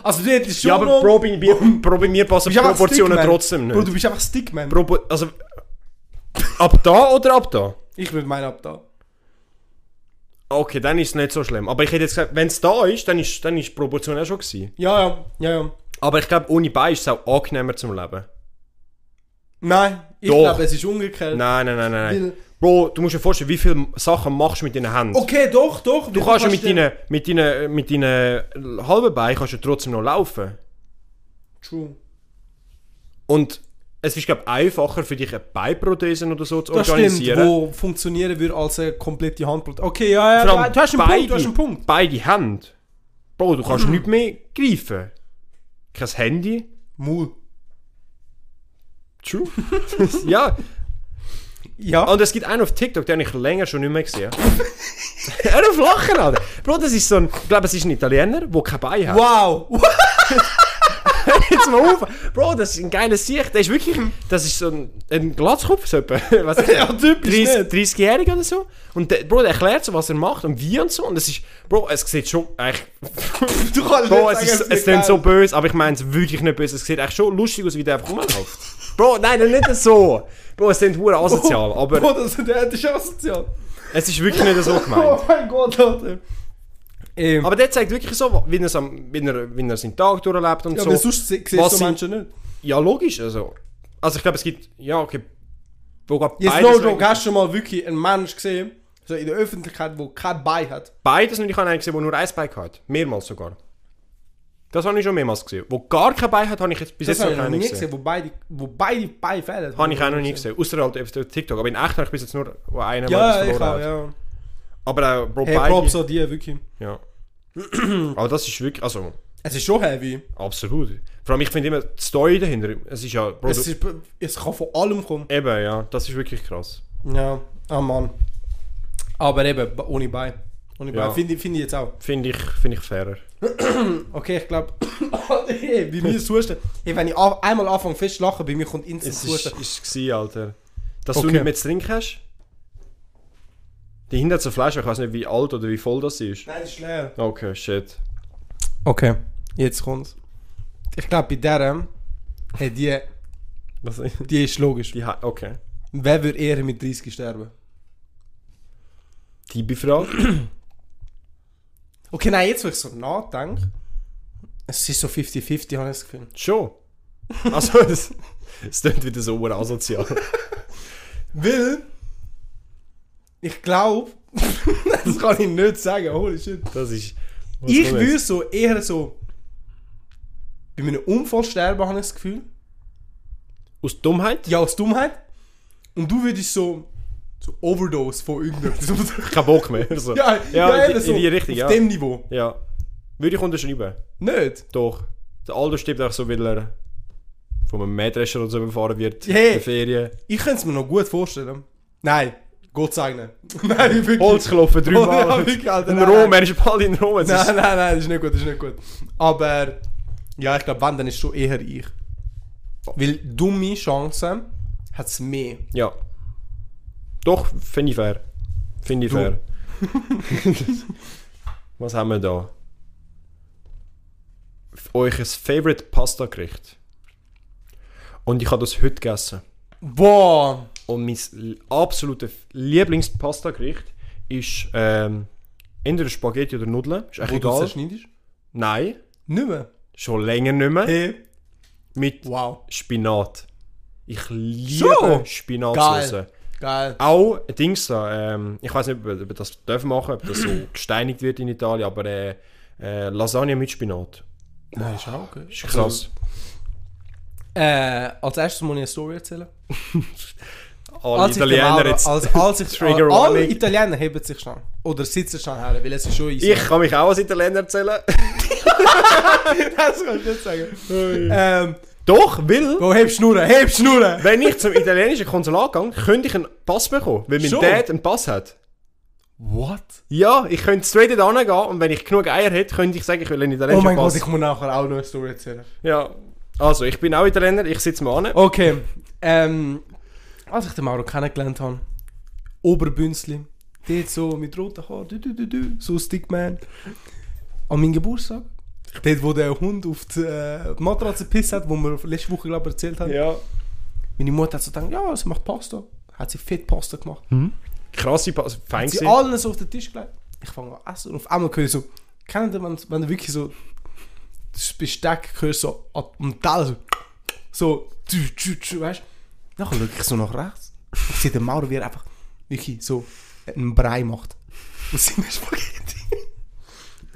Speaker 4: Also du hättest schon
Speaker 3: Ja, aber
Speaker 4: noch-
Speaker 3: Pro bei mir, Pro bei mir passen
Speaker 4: Du bist einfach
Speaker 3: Proportionen
Speaker 4: Stickman.
Speaker 3: trotzdem
Speaker 4: Bro, du
Speaker 3: nicht.
Speaker 4: bist einfach Stickman.
Speaker 3: Propo also. Ab da oder ab da?
Speaker 4: Ich würde meinen ab da.
Speaker 3: Okay, dann ist es nicht so schlimm. Aber ich hätte jetzt gesagt, wenn es da ist, dann ist, dann ist die Proportion auch schon gewesen.
Speaker 4: Ja, ja, ja, ja.
Speaker 3: Aber ich glaube, ohne Bein ist es auch angenehmer zum Leben.
Speaker 4: Nein, ich
Speaker 3: Doch.
Speaker 4: glaube, es ist umgekehrt.
Speaker 3: Nein, nein, nein, nein.
Speaker 4: Äh, Weil-
Speaker 3: nein. Bro, du musst dir vorstellen, wie viele Sachen machst du mit deinen Händen.
Speaker 4: Okay, doch, doch.
Speaker 3: Du kannst ja mit deinen, mit deinen, mit deinen halben Beinen kannst du ja trotzdem noch laufen.
Speaker 4: True.
Speaker 3: Und es ist, glaube ich, einfacher für dich eine Beinprothese oder so zu
Speaker 4: Das stimmt,
Speaker 3: organisieren.
Speaker 4: wo funktionieren würde als eine komplette Handbrot. Okay, ja, ja,
Speaker 3: Vor allem
Speaker 4: du, du hast einen
Speaker 3: beide,
Speaker 4: Punkt, du hast einen Punkt. Mhm.
Speaker 3: Beide Hände. Bro, du kannst nicht mehr greifen. Kein Handy.
Speaker 4: Mul.
Speaker 3: True. ja,
Speaker 4: Ja.
Speaker 3: Und es gibt einen auf TikTok, den habe ich länger schon nicht mehr gesehen. er auf Lachen, Alter. Bro, das ist so ein... Ich glaube, es ist ein Italiener, der kein Bein hat.
Speaker 4: Wow.
Speaker 3: Jetzt mal auf. Bro, das ist ein geiler Sicht. Der ist wirklich... Das ist so ein, ein Glatzkopf, so etwa. Was ist
Speaker 4: Ja, typisch nicht.
Speaker 3: 30, 30-Jähriger oder so. Und der, Bro, der erklärt so, was er macht und wie und so. Und es ist... Bro, es sieht schon eigentlich...
Speaker 4: Du kannst
Speaker 3: Bro,
Speaker 4: nicht
Speaker 3: es, ist,
Speaker 4: sagen,
Speaker 3: es
Speaker 4: nicht geil.
Speaker 3: klingt so böse, aber ich meine es wirklich nicht böse. Es sieht echt schon lustig aus, wie der einfach rumläuft. Bro, nein, nicht so. Bro, es sind hure asozial, aber...
Speaker 4: Bro, das, das ist asozial.
Speaker 3: Es ist wirklich nicht so gemeint.
Speaker 4: Oh mein Gott, Alter. Ähm,
Speaker 3: Aber der zeigt wirklich so, wie er, es am- wie er, wie er seinen Tag durchlebt und
Speaker 4: ja,
Speaker 3: so.
Speaker 4: weil sonst sie- siehst du
Speaker 3: was
Speaker 4: so
Speaker 3: sind-
Speaker 4: Menschen nicht.
Speaker 3: Ja, logisch. Also, also ich glaube, es gibt. Ja, okay. Wo gerade
Speaker 4: Jetzt,
Speaker 3: beides,
Speaker 4: no joke, hast du schon mal wirklich einen Mensch gesehen, so in der Öffentlichkeit, der kein Bein hat?
Speaker 3: beides und ich habe einen gesehen, der nur ein Bein hat. Mehrmals sogar. Das habe ich schon mehrmals gesehen. Wo gar kein Bein hat, habe ich jetzt bis
Speaker 4: Das,
Speaker 3: jetzt
Speaker 4: habe ich
Speaker 3: noch
Speaker 4: noch
Speaker 3: keinen
Speaker 4: nie
Speaker 3: gesehen.
Speaker 4: gesehen, wo beide, wo beide Beine fehlen.
Speaker 3: Habe ich auch noch nie gesehen. Außer halt auf der TikTok. Aber in echt habe ich bis jetzt nur wo einen mal
Speaker 4: Ja,
Speaker 3: das
Speaker 4: ich auch,
Speaker 3: verloren hat.
Speaker 4: ja.
Speaker 3: Aber auch, Bro,
Speaker 4: Hey,
Speaker 3: beide.
Speaker 4: Props an die, wirklich.
Speaker 3: Ja. Aber das ist wirklich. Also,
Speaker 4: Es ist schon heavy.
Speaker 3: absolut. Vor allem, ich finde immer die Story dahinter. Es ist ja. Bro,
Speaker 4: Es,
Speaker 3: du,
Speaker 4: ist, es kann von allem kommen.
Speaker 3: eben, ja. Das ist wirklich krass.
Speaker 4: Ja, ah Mann. Aber eben, ba- ohne Bein. Ohne Bein.
Speaker 3: Ja.
Speaker 4: Finde ich- finde ich jetzt auch.
Speaker 3: Finde ich, finde ich fairer.
Speaker 4: Okay, ich glaube, bei mir ist Husten. Ey, wenn ich a- einmal anfange fest zu lachen, bei mir kommt instant
Speaker 3: Es ist,
Speaker 4: Husten.
Speaker 3: ist gewesen, Alter. Dass
Speaker 4: Okay.
Speaker 3: du nicht mehr zu trinken hast? Die hinter zur Flasche, ich weiß nicht, wie alt oder wie voll das ist.
Speaker 4: Nein, das ist leer.
Speaker 3: Okay, shit.
Speaker 4: Okay, jetzt kommt's. Ich glaube, bei der, hey, die,
Speaker 3: Was
Speaker 4: die ist logisch.
Speaker 3: Die ha okay.
Speaker 4: Wer würde eher mit 30 sterben?
Speaker 3: Die Befrage?
Speaker 4: Okay, nein, jetzt, wo ich so nachdenke, es ist so 50-50, habe ich das Gefühl.
Speaker 3: Schon. Also, es es klingt wieder so asozial.
Speaker 4: Weil, ich glaube, das kann ich nicht sagen, holy shit.
Speaker 3: Das ist... was
Speaker 4: Ich
Speaker 3: kommt jetzt?
Speaker 4: würde so eher so. Bei einem Unfall sterben, habe ich das Gefühl.
Speaker 3: Aus Dummheit?
Speaker 4: Ja, aus Dummheit. Und du würdest so. So Overdose von irgendetwas.
Speaker 3: Kein Bock mehr. So.
Speaker 4: ja, ja,
Speaker 3: in,
Speaker 4: eben
Speaker 3: die- in die Richtung,
Speaker 4: auf
Speaker 3: ja.
Speaker 4: dem Niveau.
Speaker 3: Ja. Würde ich unterschreiben.
Speaker 4: Nicht?
Speaker 3: Doch. Der Aldo stirbt auch so, weil er von einem Mähdrescher oder so überfahren wird.
Speaker 4: Hey.
Speaker 3: In der Ferien.
Speaker 4: Ich könnte es mir noch gut vorstellen. Nein, Gott sei Dank. Nein, ich wirklich.
Speaker 3: Holzklopfen
Speaker 4: Oh, ja,
Speaker 3: dreimal.
Speaker 4: wirklich, Alter,
Speaker 3: in
Speaker 4: nein,
Speaker 3: Rom,
Speaker 4: nein.
Speaker 3: er ist bald in Rom. Es
Speaker 4: Nein,
Speaker 3: ist,
Speaker 4: nein, nein, das ist nicht gut, das ist nicht gut. Aber. Ja, ich glaube, wenn, dann ist schon eher ich. Weil dumme Chancen hat es mehr.
Speaker 3: ja. Doch, finde ich fair. Finde ich
Speaker 4: Du.
Speaker 3: fair. Was haben wir da? Euer favorite Pasta-Gericht. Und ich habe das heute gegessen.
Speaker 4: Boah!
Speaker 3: Und mein l- absolutes Lieblings-Pasta-Gericht ist ähm, entweder Spaghetti oder Nudeln. Ist echt
Speaker 4: Wo du
Speaker 3: egal.
Speaker 4: zerschneidest?
Speaker 3: Nein,
Speaker 4: Nicht mehr.
Speaker 3: schon länger nicht mehr.
Speaker 4: Hey.
Speaker 3: Mit
Speaker 4: Wow.
Speaker 3: Spinat. Ich liebe
Speaker 4: So?
Speaker 3: Spinatsauce.
Speaker 4: Geil. Geil.
Speaker 3: Auch ein Dings da, ähm, ich weiß nicht, ob ob wir das dürfen machen, ob das so gesteinigt wird in Italien, aber äh, äh, Lasagne mit Spinat.
Speaker 4: Nein, ist auch okay.
Speaker 3: Ist krass.
Speaker 4: Äh, als erstes muss ich eine Story erzählen.
Speaker 3: Alle
Speaker 4: als ich den
Speaker 3: Italiener
Speaker 4: Mauro-
Speaker 3: jetzt.
Speaker 4: Als, als ich,
Speaker 3: Trigger
Speaker 4: alle
Speaker 3: Warning.
Speaker 4: Italiener heben sich schon. Oder sitzen schon her, weil es ist schon easy.
Speaker 3: Ich kann mich auch als Italiener erzählen.
Speaker 4: das kannst du nicht sagen. ähm,
Speaker 3: Doch, weil,
Speaker 4: wo heb Schnurren, heb Schnurren!
Speaker 3: wenn ich zum italienischen Konsulat gehe, könnte ich einen Pass bekommen, weil mein
Speaker 4: Schon?
Speaker 3: Dad einen Pass hat.
Speaker 4: What?
Speaker 3: Ja, ich könnte straight dort hingehen und wenn ich genug Eier hätte, könnte ich sagen, ich will einen
Speaker 4: Oh
Speaker 3: italienischen
Speaker 4: mein Gott,
Speaker 3: Pass.
Speaker 4: ich muss nachher auch noch eine Story erzählen.
Speaker 3: Ja. Also, ich bin auch Italiener, ich sitze mal
Speaker 4: Oh.
Speaker 3: an.
Speaker 4: Okay, ähm, als ich den Mauro kennengelernt habe, Oberbünzli, dort so mit roten Haaren, du, du, du, du, so Stickman. An meinem Geburtstag, dort wo der Hund auf die äh, die Matratze gepisst hat, wo wir letzte Woche glaube ich, erzählt haben.
Speaker 3: Ja.
Speaker 4: Meine Mutter hat so gedacht, ja, sie macht Pasta. Hat sie fett Pasta gemacht.
Speaker 3: Krasse Pass, fein
Speaker 4: Sie
Speaker 3: gewesen.
Speaker 4: allen so auf den Tisch gelegt. Ich fange an essen und auf einmal höre ich so, kennt ihr, wenn, wenn du wirklich so das Besteck hörst, so ab dem Teller so, so, tschu, tschu, tschu, weißt du? Dann schaue ich so nach rechts. Ich sehe den Maurer, wie er einfach wirklich so einen Brei macht. Und sind Spaghetti.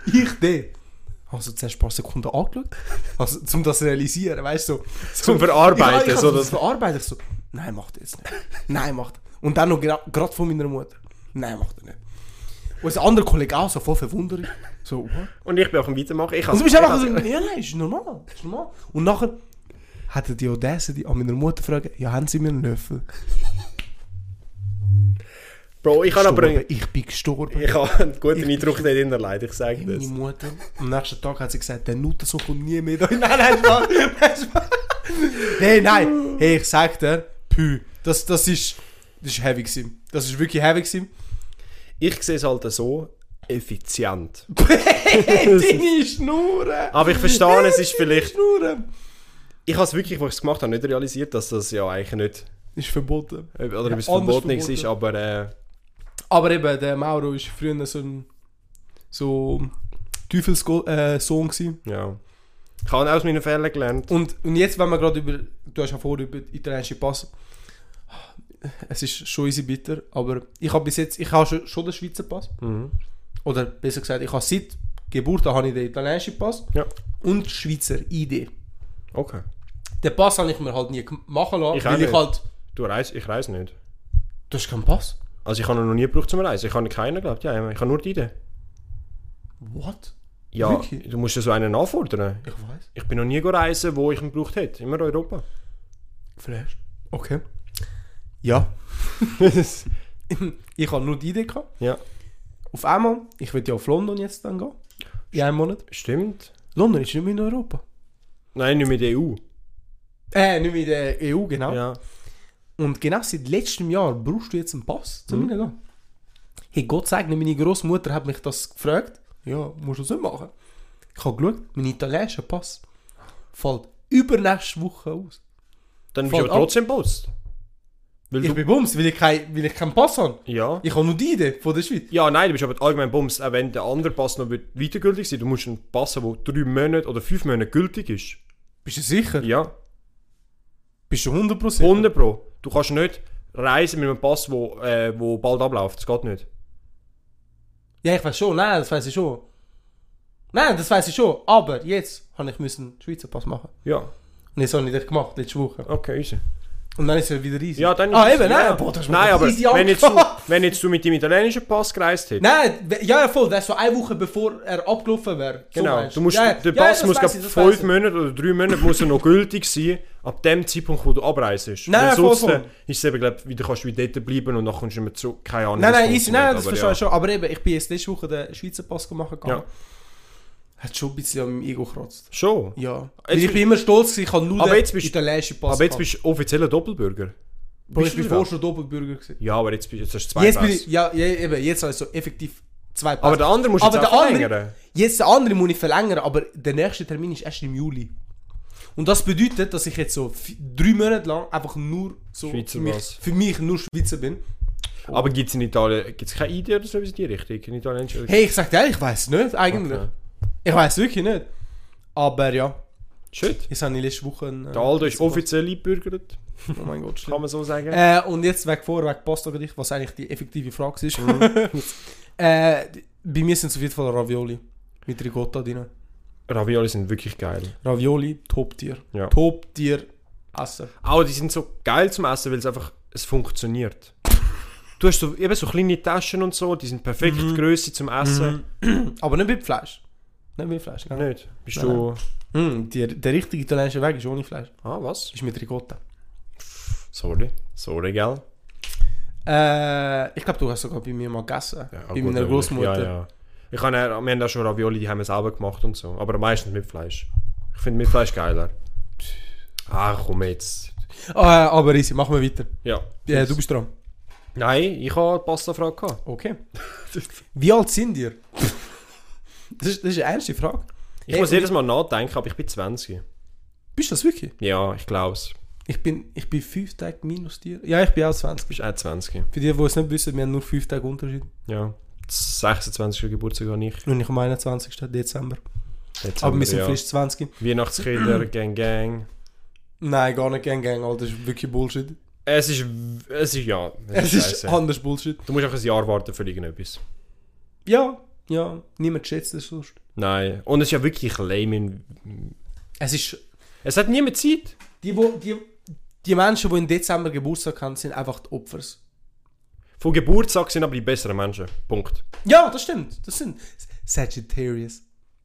Speaker 4: Ich den. Also zuerst ein paar Sekunden angeschaut, also, um das zu realisieren, weißt du? So, so,
Speaker 3: Zum Verarbeiten,
Speaker 4: Ja, ich
Speaker 3: so
Speaker 4: so das
Speaker 3: dass-
Speaker 4: Verarbeiten. Ich so, nein, macht er jetzt nicht. Nein, macht er. Und dann noch gerade von meiner Mutter. Nein, macht er nicht. Und ein anderer Kollege auch, so voll verwundert. So, what?
Speaker 3: Und ich bin auch am Weitermachen. Ich
Speaker 4: Und
Speaker 3: also,
Speaker 4: du bist einfach so, ja, nein, ist normal, ist normal. Und nachher hat er die Audacity an meiner Mutter fragen, ja, haben sie mir einen Löffel?
Speaker 3: Bro, ich habe aber
Speaker 4: Gestorben.
Speaker 3: einen,
Speaker 4: Ich bin gestorben.
Speaker 3: ich habe einen guten
Speaker 4: Ich-
Speaker 3: Eindruck dort hinterlegt, ich sage
Speaker 4: Meine
Speaker 3: das.
Speaker 4: Mutter. Am nächsten Tag hat sie gesagt, der Nutter kommt nie mehr da. Nein, nein, Spaß. Nein, Spaß. Hey, nein. Hey, ich sag dir, pü. Das, das ist, das ist heavy gewesen. Das ist wirklich heavy gewesen.
Speaker 3: Ich sehe es halt so effizient.
Speaker 4: Hey, deine Schnurren.
Speaker 3: Aber ich verstehe, es ist vielleicht.
Speaker 4: Schnurren.
Speaker 3: Ich habe es wirklich, als ich es gemacht habe, nicht realisiert, dass das ja eigentlich nicht.
Speaker 4: Ist verboten.
Speaker 3: Oder
Speaker 4: Ja,
Speaker 3: ja, es
Speaker 4: anders
Speaker 3: verboten ist,
Speaker 4: verboten.
Speaker 3: aber. Äh,
Speaker 4: Aber eben, der Mauro ist früher so ein, so Teufelssohn äh, Sohn gewesen.
Speaker 3: ja. Ich habe auch aus meinen Fällen gelernt.
Speaker 4: Und, und jetzt, wenn wir gerade über, du hast ja vorher über den italienischen Pass, es ist schon easy bitter, aber ich habe bis jetzt, ich habe schon, schon den Schweizer Pass,
Speaker 3: Mhm.
Speaker 4: oder besser gesagt, ich habe seit Geburt an habe ich den italienischen Pass
Speaker 3: Ja.
Speaker 4: und die Schweizer ID.
Speaker 3: Okay.
Speaker 4: Den Pass habe ich mir halt nie gem- machen lassen,
Speaker 3: Ich auch
Speaker 4: weil ich
Speaker 3: nicht.
Speaker 4: halt,
Speaker 3: Du reis, ich reise nicht.
Speaker 4: du hast keinen Pass?
Speaker 3: Also ich habe ihn noch nie gebraucht zum Reisen. Ich habe keinen geglaubt. Ja, ich habe nur die Idee.
Speaker 4: What?
Speaker 3: Ja,
Speaker 4: Wirklich?
Speaker 3: du musst ja so einen anfordern.
Speaker 4: Ich weiß.
Speaker 3: Ich bin noch nie reisen, wo ich ihn gebraucht hätte. Immer Europa.
Speaker 4: Flash. Okay. Ja. ich habe nur die ID gehabt.
Speaker 3: Ja.
Speaker 4: Auf einmal, ich will ja auf London jetzt dann gehen. In einem Monat.
Speaker 3: Stimmt.
Speaker 4: London ist nicht mehr in Europa.
Speaker 3: Nein, nicht mit EU.
Speaker 4: Äh, nicht mehr in der EU, genau.
Speaker 3: Ja.
Speaker 4: Und genau seit letztem Jahr brauchst du jetzt einen Pass
Speaker 3: Mhm.
Speaker 4: zum Reingehen. Hey, Gott sei Dank, meine Großmutter hat mich das gefragt. Ja, musst du das nicht machen. Ich habe geschaut, mein italienischer Pass fällt übernächste Woche aus.
Speaker 3: Dann bist
Speaker 4: Voll
Speaker 3: du aber
Speaker 4: ab.
Speaker 3: trotzdem Post. Weil
Speaker 4: Ich
Speaker 3: du,
Speaker 4: bin bums, weil ich, kein, weil ich keinen Pass habe.
Speaker 3: ja.
Speaker 4: Ich habe nur die Idee von der Schweiz.
Speaker 3: Ja, nein, du bist aber allgemein Bums, auch wenn der andere Pass noch wird weitergültig sein. Du musst einen Pass haben, der drei Monate oder fünf Monate gültig ist.
Speaker 4: Bist du sicher?
Speaker 3: Ja,
Speaker 4: Bist du 100%? sicher?
Speaker 3: 100 Pro. Du kannst nicht reisen mit einem Pass, der wo, äh, wo bald abläuft. Das geht nicht.
Speaker 4: Ja, ich weiß schon, nein, das weiß ich schon. Nein, das weiß ich schon, aber jetzt habe ich müssen einen Schweizer Pass machen.
Speaker 3: Ja,
Speaker 4: Und jetzt habe ich das gemacht, letzte Woche.
Speaker 3: okay, easy.
Speaker 4: Und dann ist er wieder easy.
Speaker 3: Ja, dann
Speaker 4: ah,
Speaker 3: es-
Speaker 4: eben, nein,
Speaker 3: ja.
Speaker 4: boah, das ist mir
Speaker 3: Nein,
Speaker 4: gerade
Speaker 3: aber
Speaker 4: easy
Speaker 3: wenn jetzt, du,
Speaker 4: angefangen.
Speaker 3: wenn jetzt du mit dem italienischen Pass gereist hättest,
Speaker 4: Nein, we- ja, ja, voll, das ist so eine Woche bevor er abgelaufen wäre. So
Speaker 3: Genau,
Speaker 4: meinst
Speaker 3: du musst,
Speaker 4: Ja, ja,
Speaker 3: der
Speaker 4: ja,
Speaker 3: Pass
Speaker 4: das
Speaker 3: muss
Speaker 4: weiss
Speaker 3: glaub,
Speaker 4: ich, das weiss
Speaker 3: fünf
Speaker 4: ich.
Speaker 3: Monate oder drei Monate muss er noch gültig sein, ab dem Zeitpunkt, wo du abreist.
Speaker 4: Nein,
Speaker 3: Weil
Speaker 4: voll,
Speaker 3: sonst
Speaker 4: voll.
Speaker 3: äh, ist es eben, glaub, wieder kannst du wieder dort bleiben und dann kommst du nicht mehr zurück. Keine Ahnung.
Speaker 4: Nein,
Speaker 3: was
Speaker 4: nein,
Speaker 3: kommt
Speaker 4: easy, nein, das
Speaker 3: aber
Speaker 4: verstehe
Speaker 3: ja.
Speaker 4: ich schon. Aber eben, ich bin jetzt letzte Woche den Schweizer Pass gemacht gegangen.
Speaker 3: Ja.
Speaker 4: Hat schon ein bisschen an meinem Ego gekratzt.
Speaker 3: Schon.
Speaker 4: Ja.
Speaker 3: Jetzt
Speaker 4: ich
Speaker 3: bist-
Speaker 4: bin immer stolz, gewesen, ich habe nur
Speaker 3: Aber
Speaker 4: den
Speaker 3: jetzt bist-
Speaker 4: italienischen Pass
Speaker 3: Aber jetzt
Speaker 4: gehabt.
Speaker 3: bist du offizieller Doppelbürger.
Speaker 4: Bro,
Speaker 3: bist
Speaker 4: ich
Speaker 3: du
Speaker 4: bin
Speaker 3: wieder.
Speaker 4: vorher schon Doppelbürger gewesen.
Speaker 3: Ja, aber jetzt, bist, jetzt hast du zwei
Speaker 4: Jetzt bin
Speaker 3: Pässe.
Speaker 4: ich, ja, ja, eben, jetzt habe ich so effektiv zwei Pässe.
Speaker 3: Aber der andere musst du
Speaker 4: Aber
Speaker 3: jetzt
Speaker 4: der
Speaker 3: auch
Speaker 4: andere,
Speaker 3: verlängern.
Speaker 4: jetzt der andere muss ich verlängern, aber der nächste Termin ist erst im Juli. Und das bedeutet, dass ich jetzt so vi- drei Monate lang einfach nur so
Speaker 3: Schweizer
Speaker 4: für, mich,
Speaker 3: Pass.
Speaker 4: für mich nur Schweizer bin.
Speaker 3: Aber gibt es in Italien gibt's keine Idee oder so in die Richtung? In Italien
Speaker 4: Hey, ich sag dir, ehrlich, ich weiß nicht eigentlich.
Speaker 3: Okay.
Speaker 4: Ich weiß wirklich nicht. Aber ja,
Speaker 3: Shit.
Speaker 4: jetzt habe ich letzte Woche einen, äh,
Speaker 3: Der Aldo ist
Speaker 4: Schweizer
Speaker 3: offiziell eingebürgert,
Speaker 4: Pass. Oh mein Gott, schlimm.
Speaker 3: kann man so sagen.
Speaker 4: Äh, und jetzt weg vor, weg Pasta für dich, was eigentlich die effektive Frage ist.
Speaker 3: Mhm.
Speaker 4: äh, bei mir sind es auf jeden Fall Ravioli mit Ricotta drin.
Speaker 3: Ravioli sind wirklich geil.
Speaker 4: Ravioli, Top-Tier.
Speaker 3: Ja.
Speaker 4: Top-Tier essen.
Speaker 3: Auch die sind so geil zum Essen, weil es einfach es funktioniert. Du hast so, eben so kleine Taschen und so, die sind perfekt
Speaker 4: Mhm.
Speaker 3: Größe zum Essen.
Speaker 4: Aber nicht mit Fleisch. Nicht mit Fleisch, genau.
Speaker 3: Nicht? Bist
Speaker 4: Nein,
Speaker 3: du.
Speaker 4: Mm, der, der richtige italienische Weg ist ohne Fleisch.
Speaker 3: Ah, was?
Speaker 4: Ist mit Ricotta.
Speaker 3: Sorry. Sorry, gell?
Speaker 4: Äh, ich glaube, du hast sogar bei mir mal gegessen. bei
Speaker 3: Ja, gut,
Speaker 4: meiner
Speaker 3: natürlich.
Speaker 4: Großmutter.
Speaker 3: Ja, ja. Ich habe, ja- wir haben auch schon Ravioli, die haben wir selber gemacht und so. Aber meistens mit Fleisch. Ich finde mit Fleisch geiler. Ach komm jetzt.
Speaker 4: Ah, aber easy, machen wir weiter.
Speaker 3: Ja.
Speaker 4: Ja, du bist dran.
Speaker 3: Nein, ich habe die Pasta-Frage gehabt.
Speaker 4: Okay. Wie alt sind ihr? Das ist, das ist eine ernste Frage.
Speaker 3: Ich
Speaker 4: Hey,
Speaker 3: muss
Speaker 4: und-
Speaker 3: jedes Mal nachdenken, aber ich bin 20.
Speaker 4: Bist du das wirklich?
Speaker 3: Ja, ich glaube es.
Speaker 4: Ich bin, ich bin fünf Tage minus dir. Ja, ich bin auch 20.
Speaker 3: Du bist auch 20.
Speaker 4: Für die, die es nicht wissen, wir haben nur fünf Tage Unterschied.
Speaker 3: Ja. 26. Geburtstag habe ich.
Speaker 4: Und ich am 21. Dezember.
Speaker 3: Dezember,
Speaker 4: Aber wir sind
Speaker 3: ja.
Speaker 4: frisch 20.
Speaker 3: Weihnachtskinder, Gang Gang.
Speaker 4: Nein, gar nicht gang gang, Alter. Das ist wirklich Bullshit.
Speaker 3: Es ist. w- Es ist ja.
Speaker 4: Es ist halt
Speaker 3: Es ist scheisse.
Speaker 4: anders Bullshit.
Speaker 3: Du musst auch ein Jahr warten für irgendetwas.
Speaker 4: Ja, ja. Niemand schätzt es sonst.
Speaker 3: Nein. Und es ist ja wirklich lame. in-
Speaker 4: Es ist...
Speaker 3: Es hat niemand Zeit.
Speaker 4: Die, wo, die, die Menschen, die im Dezember Geburtstag haben, sind einfach die Opfers.
Speaker 3: Von Geburtstag sind aber die besseren Menschen. Punkt.
Speaker 4: Ja, das stimmt. Das sind Sagittarius.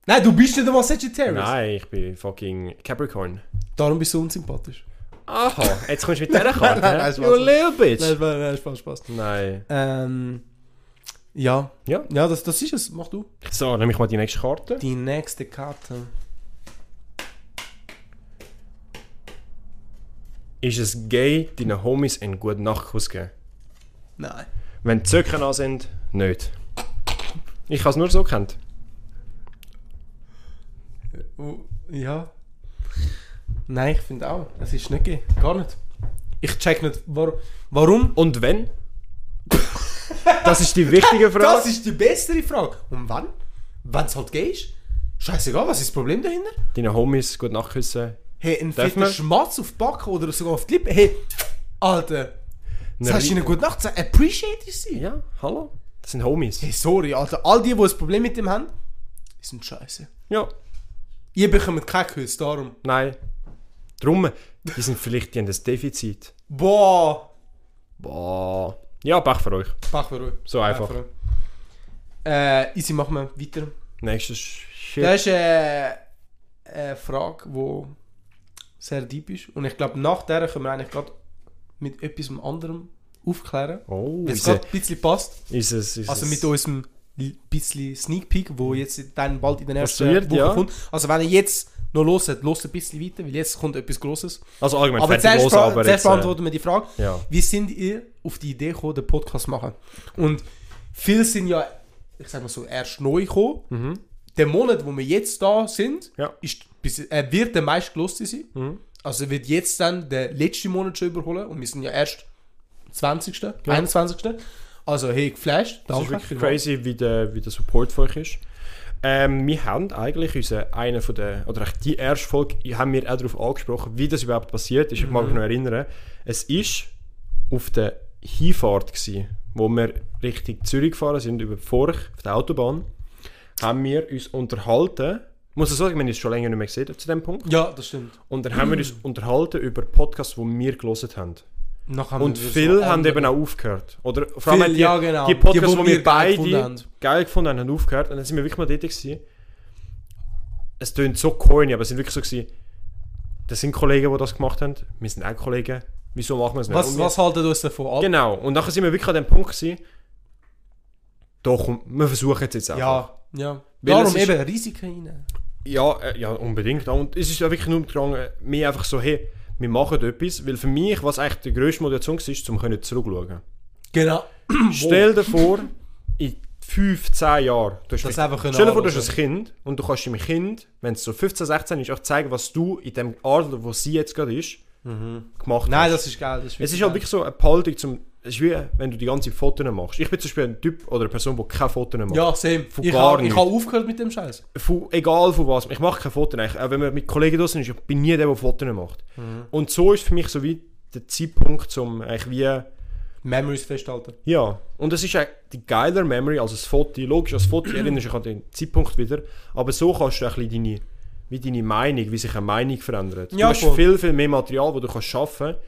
Speaker 4: Nein, du bist nicht einmal Sagittarius.
Speaker 3: Nein, ich bin fucking Capricorn.
Speaker 4: Darum bist du unsympathisch.
Speaker 3: Aha, jetzt kommst du mit dieser Karte.
Speaker 4: nein, nein,
Speaker 3: hä?
Speaker 4: Spaß,
Speaker 3: you little bitch.
Speaker 4: Nein, nein, nein, Spaß, Spaß.
Speaker 3: Nein.
Speaker 4: Ähm, ja.
Speaker 3: Ja.
Speaker 4: Ja, das, das ist es. Mach du.
Speaker 3: So, nehme ich mal die nächste Karte.
Speaker 4: Die nächste Karte.
Speaker 3: Ist es gay, deinen Homies einen guten Nachtkuss geben?
Speaker 4: Nein.
Speaker 3: Wenn die Zöcken an sind, nicht. Ich habe es nur so kennt.
Speaker 4: Oh, Ja. Nein, ich finde auch. Es ist nicht gay. Gar nicht. Ich check nicht, war, warum.
Speaker 3: Und wenn? Das ist die wichtige Frage.
Speaker 4: Das ist die bessere Frage. Und wann? Wenn es halt gay ist? Scheißegal, was ist das Problem dahinter?
Speaker 3: Deine Homies gut nachküssen.
Speaker 4: Hey, ein
Speaker 3: Darf
Speaker 4: fetter
Speaker 3: man?
Speaker 4: Schmatz auf die Backe oder sogar auf die Lippe. Hey, Alter. Sagst du
Speaker 3: Rie-
Speaker 4: ihnen gute Nacht? Sag, appreciate ich sie.
Speaker 3: Ja, hallo? Das sind Homies.
Speaker 4: Hey, sorry, Alter. All die, die ein Problem mit dem haben, die sind scheiße.
Speaker 3: Ja.
Speaker 4: Ihr bekommt keine Küsse, darum.
Speaker 3: Nein. Drum, die sind vielleicht, die haben ein Defizit.
Speaker 4: Boah.
Speaker 3: Boah. Ja, Pech für euch.
Speaker 4: Mach wir ruhig.
Speaker 3: So einfach.
Speaker 4: Mach wir ruhig. Äh, easy, machen wir weiter.
Speaker 3: Nächstes Shit.
Speaker 4: Das ist äh, eine Frage, die sehr deep ist. Und ich glaube, nach der können wir eigentlich gerade mit etwas anderem aufklären.
Speaker 3: oh,
Speaker 4: Wenn es
Speaker 3: ist,
Speaker 4: gerade ein bisschen passt.
Speaker 3: ist es. Ist
Speaker 4: Also
Speaker 3: es.
Speaker 4: mit unserem li- bisschen Sneak Peek, wo jetzt dann bald in den nächsten
Speaker 3: Passiert,
Speaker 4: Wochen
Speaker 3: ja.
Speaker 4: kommt. Also wenn ihr jetzt noch loset, loset ein bisschen weiter, weil jetzt kommt etwas Grosses.
Speaker 3: Also allgemein
Speaker 4: Aber
Speaker 3: fertig
Speaker 4: zuerst,
Speaker 3: los,
Speaker 4: fra-
Speaker 3: aber
Speaker 4: zuerst
Speaker 3: jetzt. äh,
Speaker 4: beantworten wir die Frage,
Speaker 3: ja.
Speaker 4: wie sind ihr auf die Idee gekommen, den Podcast zu machen? Und viele sind ja, ich sag mal so, erst neu gekommen. Der Monat, wo wir jetzt da sind,
Speaker 3: Mhm. Ja. Mhm.
Speaker 4: ist, bis, äh, wird der meistgeloste sein. Also wird jetzt dann der letzte Monat schon überholen und wir sind ja erst 20., 21. Also hey, geflasht.
Speaker 3: Das
Speaker 4: Danke.
Speaker 3: ist wirklich
Speaker 4: Vielmals.
Speaker 3: crazy, wie der, wie der Support für euch ist. Ähm, wir haben eigentlich unsere, eine von der, oder eigentlich die erste Folge, haben wir auch darauf angesprochen, wie das überhaupt passiert ist. Ich mag mich noch erinnern. Es ist auf der Hinfahrt, gewesen, wo wir Richtung Zürich gefahren sind, über die Forch, auf der Autobahn, haben wir uns unterhalten. Ich muss das sagen, wir haben uns schon länger nicht mehr gesehen zu dem Punkt.
Speaker 4: Ja, das stimmt.
Speaker 3: Und dann haben wir uns unterhalten über Podcasts, die wir gelesen haben.
Speaker 4: Nachher haben
Speaker 3: Und
Speaker 4: wir so
Speaker 3: viele haben
Speaker 4: andere-
Speaker 3: eben auch aufgehört. Oder vor allem
Speaker 4: Viele,
Speaker 3: die,
Speaker 4: ja, genau.
Speaker 3: die
Speaker 4: Die,
Speaker 3: Podcasts,
Speaker 4: wo
Speaker 3: die,
Speaker 4: wir
Speaker 3: wir
Speaker 4: geil
Speaker 3: beide
Speaker 4: gefunden haben.
Speaker 3: geil gefunden haben, haben aufgehört. Und dann sind wir wirklich mal dort gewesen. Es tönt so corny, aber es sind wirklich so gewesen, das sind Kollegen, die das gemacht haben. Wir sind auch Kollegen. Wieso machen wir es nicht? Und
Speaker 4: Was,
Speaker 3: wir,
Speaker 4: was haltet uns davon ab?
Speaker 3: Genau. Und nachher sind wir wirklich an dem Punkt gewesen, doch, komm, wir versuchen es jetzt einfach.
Speaker 4: Ja, ja.
Speaker 3: Weil
Speaker 4: Darum
Speaker 3: es ist-
Speaker 4: eben Risiken rein.
Speaker 3: Ja, äh, ja, unbedingt. Ja, Und es ist ja wirklich nur darum gegangen, äh, mir einfach so, hey, wir machen etwas. Weil für mich, was eigentlich die grösste Motivation war, um können zurückschauen.
Speaker 4: Genau.
Speaker 3: Stell dir vor, in 5, 10 Jahren, du hast,
Speaker 4: Das
Speaker 3: vielleicht-
Speaker 4: einfach können
Speaker 3: stell dir vor, du
Speaker 4: anschauen.
Speaker 3: hast ein Kind und du kannst deinem Kind, wenn es so 15, 16 ist, auch zeigen, was du in dem Alter, wo sie jetzt gerade ist, gemacht
Speaker 4: Mhm. Nein,
Speaker 3: hast.
Speaker 4: das ist geil. Das
Speaker 3: es ist halt wirklich so eine Behaltung zum... Es ist wie, wenn du die ganze Zeit Fotos machst. Ich bin zum Beispiel ein Typ oder eine Person, die keine Fotos macht.
Speaker 4: Ja, same.
Speaker 3: Von
Speaker 4: Ich
Speaker 3: gar
Speaker 4: habe
Speaker 3: nichts.
Speaker 4: hab aufgehört mit dem Scheiß.
Speaker 3: von, egal von was. Ich mache keine Fotos. eigentlich. Auch wenn wir mit Kollegen draußen sind, ich bin nie der, der Fotos macht.
Speaker 4: Mhm.
Speaker 3: Und so ist für mich so wie der Zeitpunkt, um eigentlich wie...
Speaker 4: Memories festhalten.
Speaker 3: Ja, und es ist eigentlich die geiler Memory als ein Foto. Logisch, als Foto erinnerst du dich an den Zeitpunkt wieder, aber so kannst du auch ein bisschen deine wie deine Meinung, wie sich eine Meinung verändert.
Speaker 4: Ja,
Speaker 3: du hast
Speaker 4: voll.
Speaker 3: viel, viel mehr Material, das du kannst schaffen kannst.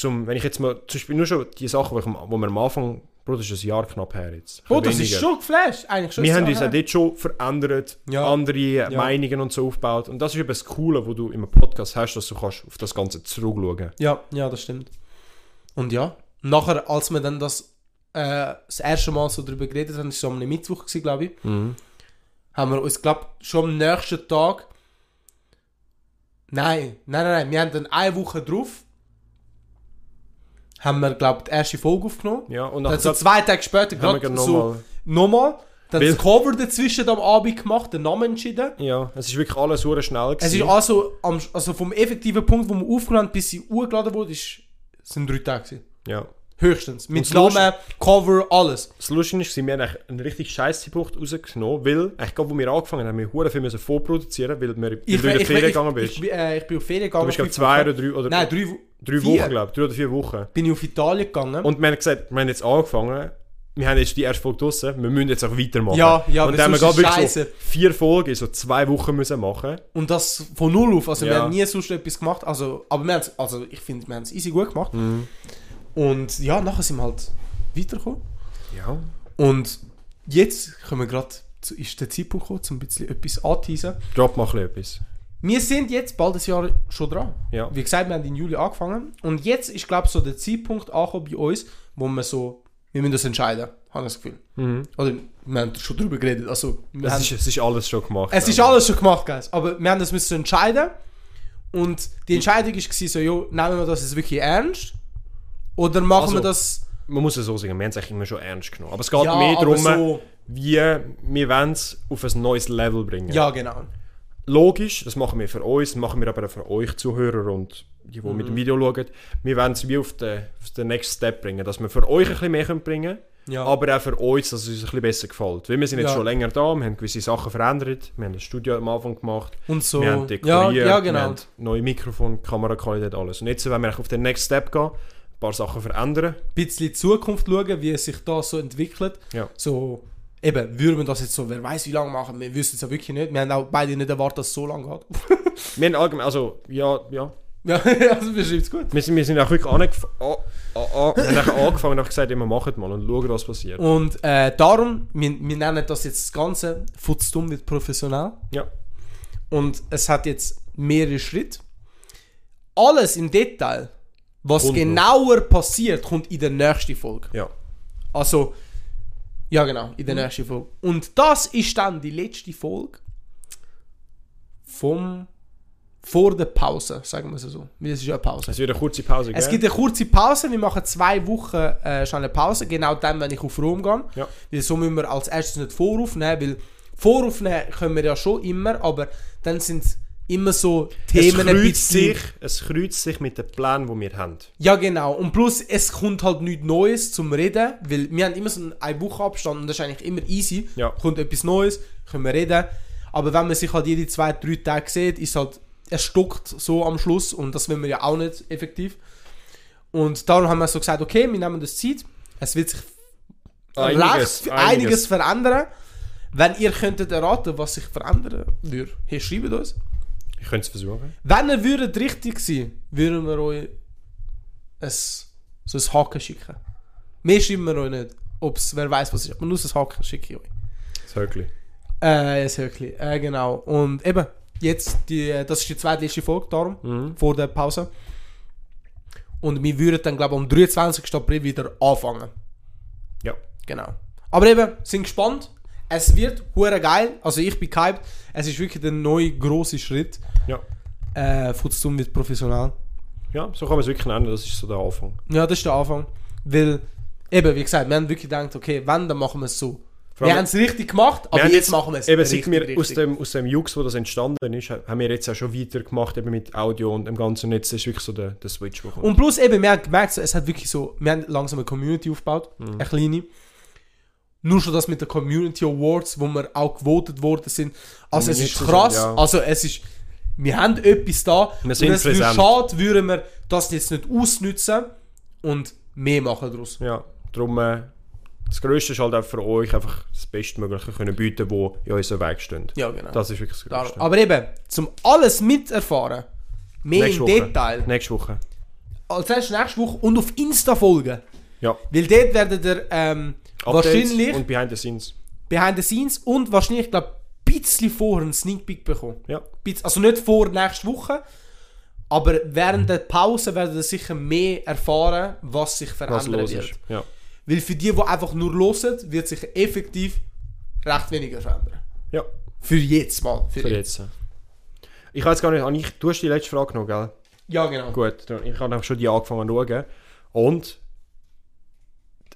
Speaker 3: Zum, wenn ich jetzt mal, zum Beispiel nur schon die Sachen, die ich am- wo wir am Anfang, Bro, das ist ein Jahr knapp her jetzt.
Speaker 4: Bro,
Speaker 3: Ein bisschen
Speaker 4: das ist
Speaker 3: weniger.
Speaker 4: schon geflasht. Eigentlich schon
Speaker 3: Wir
Speaker 4: ein
Speaker 3: haben
Speaker 4: Jahr
Speaker 3: uns auch
Speaker 4: her.
Speaker 3: dort schon verändert,
Speaker 4: Ja.
Speaker 3: andere äh, Meinungen und so aufgebaut. Und das ist eben das Coole, was du im Podcast hast, dass du kannst auf das Ganze zurückschauen kannst.
Speaker 4: Ja, ja, das stimmt. Und ja, nachher, als wir dann das, äh, das erste Mal so darüber geredet haben, das war so am Mittwoch, glaube ich,
Speaker 3: Mhm.
Speaker 4: haben wir uns, glaube ich, schon am nächsten Tag. Nein, nein, nein, nein, wir haben dann eine Woche drauf, haben wir, glaube ich, die erste Folge aufgenommen.
Speaker 3: Ja, und
Speaker 4: dann so
Speaker 3: nachher
Speaker 4: zwei Tage später,
Speaker 3: haben
Speaker 4: gerade
Speaker 3: wir
Speaker 4: so
Speaker 3: nochmal.
Speaker 4: nochmal, dann
Speaker 3: Weil-
Speaker 4: das Cover dazwischen am Abend gemacht, den Namen entschieden.
Speaker 3: Ja, es ist wirklich alles sehr schnell.
Speaker 4: Es ist
Speaker 3: gewesen.
Speaker 4: also, am, also vom effektiven Punkt, wo man aufgenommen hat, bis sie hochgeladen wurde, ist, sind drei Tage. gewesen.
Speaker 3: ja.
Speaker 4: Höchstens. Mit
Speaker 3: Und das
Speaker 4: Namen, Cover, alles.
Speaker 3: Das Lustige ist, wir haben eigentlich einen richtig scheiß Zeitpunkt rausgenommen, weil, eigentlich gerade wo wir angefangen haben, haben wir hure viel müssen vorproduzieren, weil, wir, weil du in die Ferien gegangen bist.
Speaker 4: Ich, bin, äh, ich bin auf Ferien gegangen.
Speaker 3: du bist
Speaker 4: fünf
Speaker 3: glaube zwei
Speaker 4: Wochen.
Speaker 3: oder drei oder
Speaker 4: Nein, drei, Wo-
Speaker 3: drei
Speaker 4: vier.
Speaker 3: Wochen, glaube ich, drei oder vier Wochen.
Speaker 4: Bin ich auf Italien gegangen.
Speaker 3: Und wir haben gesagt, wir haben jetzt angefangen, wir haben jetzt die erste Folge draussen, wir müssen jetzt auch weitermachen.
Speaker 4: Ja, ja,
Speaker 3: Und
Speaker 4: weil
Speaker 3: dann haben wir
Speaker 4: sonst
Speaker 3: gerade
Speaker 4: ist
Speaker 3: wirklich so
Speaker 4: Scheiße.
Speaker 3: vier Folgen in so zwei Wochen müssen machen.
Speaker 4: Und das von null auf. Also wir
Speaker 3: Ja.
Speaker 4: haben nie sonst etwas gemacht. Also, aber wir haben's- also ich finde, wir haben es easy gut gemacht.
Speaker 3: Mhm.
Speaker 4: Und ja, nachher sind wir halt weitergekommen.
Speaker 3: Ja.
Speaker 4: Und jetzt kommen wir gerade, zu- ist der Zeitpunkt gekommen, um ein bisschen etwas anzuteasen.
Speaker 3: Drop mal ein bisschen etwas.
Speaker 4: Wir sind jetzt bald ein Jahr schon dran.
Speaker 3: Ja.
Speaker 4: Wie gesagt, wir haben im Juli angefangen. Und jetzt ist, glaube ich, so der Zeitpunkt angekommen bei uns, wo wir so, wir müssen das entscheiden, habe ich das Gefühl. Oder wir haben schon drüber geredet. Also, wir
Speaker 3: Mhm. Es
Speaker 4: haben,
Speaker 3: ist, es ist alles schon gemacht.
Speaker 4: es ist
Speaker 3: Also.
Speaker 4: alles schon gemacht, Guys. Aber wir haben das müssen entscheiden. Und die Entscheidung war so, jo, nehmen wir das jetzt wirklich ernst? Oder machen
Speaker 3: Also,
Speaker 4: wir das...
Speaker 3: Man muss es so sagen, wir haben es eigentlich immer schon ernst genommen. Aber es geht
Speaker 4: Ja,
Speaker 3: mehr
Speaker 4: aber
Speaker 3: darum,
Speaker 4: so-
Speaker 3: wie wir wollen es auf ein neues Level bringen
Speaker 4: Ja, genau.
Speaker 3: logisch, das machen wir für uns, machen wir aber auch für euch Zuhörer und die, die
Speaker 4: Mhm.
Speaker 3: mit dem Video schauen. Wir wollen es wie auf den, auf den Next Step bringen, dass wir für euch ein bisschen mehr können bringen
Speaker 4: Ja.
Speaker 3: aber auch für uns, dass es uns ein bisschen besser gefällt. Weil wir sind jetzt
Speaker 4: Ja.
Speaker 3: schon länger da, wir haben gewisse Sachen verändert, wir haben das Studio am Anfang gemacht,
Speaker 4: Und so...
Speaker 3: wir haben
Speaker 4: ja,
Speaker 3: dekoriert,
Speaker 4: ja, genau.
Speaker 3: wir haben neue Mikrofon, Kameraqualität, alles. Und jetzt wollen wir eigentlich auf den Next Step gehen, ein paar Sachen verändern.
Speaker 4: ein bisschen in die Zukunft schauen, wie es sich das so entwickelt.
Speaker 3: Ja.
Speaker 4: So, eben, würden wir das jetzt so, wer weiß wie lange machen, wir wissen es ja wirklich nicht. Wir haben auch beide nicht erwartet, dass es so lange geht.
Speaker 3: Wir haben allgemein, also, ja, ja,
Speaker 4: ja, also beschreibt es gut.
Speaker 3: wir sind, wir sind auch wirklich angef a, a, a, ah, wir haben einfach angefangen und haben gesagt, immer machen mal und schauen, was passiert.
Speaker 4: Und äh, darum, wir, wir nennen das jetzt das Ganze, Futzdumm wird professionell.
Speaker 3: Ja.
Speaker 4: Und es hat jetzt mehrere Schritte. Alles im Detail, was
Speaker 3: Kommt noch.
Speaker 4: genauer passiert, kommt in der nächsten Folge.
Speaker 3: Ja.
Speaker 4: Also, ja genau, in der
Speaker 3: Mhm.
Speaker 4: nächsten Folge. Und das ist dann die letzte Folge vom vor der Pause, sagen wir es so. Weil Es ist ja eine Pause.
Speaker 3: Es wird eine kurze Pause geben.
Speaker 4: Es gibt eine kurze Pause, wir machen zwei Wochen äh, schon eine Pause, genau dann, wenn ich auf Rom gehe.
Speaker 3: Ja.
Speaker 4: Weil so müssen wir als erstes nicht voraufnehmen, weil voraufnehmen können wir ja schon immer, aber dann sind immer so
Speaker 3: es
Speaker 4: Themen
Speaker 3: kreuzt, sich, es kreuzt sich mit den Plänen, die wir haben.
Speaker 4: Ja, genau. Und plus, es kommt halt nichts Neues zum Reden, weil wir haben immer so einen eine Woche Abstand und das ist eigentlich immer easy.
Speaker 3: Ja.
Speaker 4: Kommt etwas Neues, können wir reden. Aber wenn man sich halt jede zwei, drei Tage sieht, ist halt, es stockt so am Schluss und das will man ja auch nicht effektiv. Und darum haben wir so gesagt, okay, wir nehmen das Zeit. Es wird sich recht, einiges. verändern. Wenn ihr könntet erraten, was sich verändern würde, hier schreibt uns.
Speaker 3: Ich könnte es versuchen.
Speaker 4: Wenn ihr würdet richtig sein würden wir euch ein, so ein Haken schicken. Mehr schreiben wir euch nicht, ob's, wer weiß was ist. Aber nur so ein Haken schicke ich euch.
Speaker 3: Das Höckli.
Speaker 4: Äh, ein Höckli. Äh, genau. Und eben, jetzt, die, äh, das ist die zweitletzte Folge, darum, vor der Pause. Und wir würden dann, glaube ich, am 23. April wieder anfangen.
Speaker 3: Ja.
Speaker 4: Genau. Aber eben, sind gespannt. Es wird hure geil. Also ich bin gehypt. Es ist wirklich der neue große Schritt.
Speaker 3: Ja.
Speaker 4: Äh, Futsum wird professionell.
Speaker 3: Ja, so kann man es wirklich nennen. Das ist so der Anfang.
Speaker 4: Ja, das ist der Anfang. Weil, eben, wie gesagt, wir haben wirklich gedacht, okay, wenn, dann machen wir es so.
Speaker 3: Vor
Speaker 4: Wir
Speaker 3: allem-
Speaker 4: haben es richtig gemacht, aber
Speaker 3: Wir haben
Speaker 4: jetzt, machen wir es
Speaker 3: Eben,
Speaker 4: richtig,
Speaker 3: seit wir aus
Speaker 4: richtig.
Speaker 3: dem, aus dem Jux, wo das entstanden ist, haben wir jetzt auch schon weitergemacht eben mit Audio und dem ganzen Netz. Das ist wirklich so der, der Switch, der kommt.
Speaker 4: Und plus eben, wir haben gemerkt, so, es hat wirklich so, wir haben langsam eine Community aufgebaut,
Speaker 3: Mhm.
Speaker 4: eine kleine. Nur schon das mit den Community Awards, wo wir auch gewotet worden sind. Also
Speaker 3: wir
Speaker 4: es ist
Speaker 3: nicht so
Speaker 4: krass,
Speaker 3: sind, ja.
Speaker 4: also es ist, wir haben etwas da.
Speaker 3: Wir sind
Speaker 4: und es wäre
Speaker 3: präsent.
Speaker 4: schade, würden wir das jetzt nicht ausnützen und mehr machen daraus.
Speaker 3: ja, darum äh, das Größte ist halt auch für euch einfach das Bestmögliche können bieten, wo in unserem Weg steht.
Speaker 4: Ja, genau.
Speaker 3: Das ist wirklich das
Speaker 4: Darum.
Speaker 3: Größte.
Speaker 4: Aber eben, zum alles miterfahren, mehr im Detail,
Speaker 3: Nächste Woche.
Speaker 4: als erst nächste Woche und auf Insta folgen.
Speaker 3: Ja.
Speaker 4: Weil dort werdet ihr ähm,
Speaker 3: Updates
Speaker 4: wahrscheinlich
Speaker 3: Und behind the scenes.
Speaker 4: behind the scenes und wahrscheinlich, ich glaube, ein bisschen vorher einen Sneak Peek bekommen.
Speaker 3: Ja.
Speaker 4: Bisschen- Also nicht vor nächste Woche, aber während der Pause werdet ihr sicher mehr erfahren, was sich
Speaker 3: Was
Speaker 4: verändern
Speaker 3: los
Speaker 4: wird.
Speaker 3: ist. Ja.
Speaker 4: Weil für die, die einfach nur hören, wird sich effektiv recht weniger verändern.
Speaker 3: Ja.
Speaker 4: Für jetzt mal. Für,
Speaker 3: Für
Speaker 4: jetzt.
Speaker 3: jetzt. Ich weiß gar nicht, habe ich- du hast die letzte Frage noch, gell?
Speaker 4: Ja, genau.
Speaker 3: Gut, dann- ich habe einfach schon die angefangen zu schauen. Und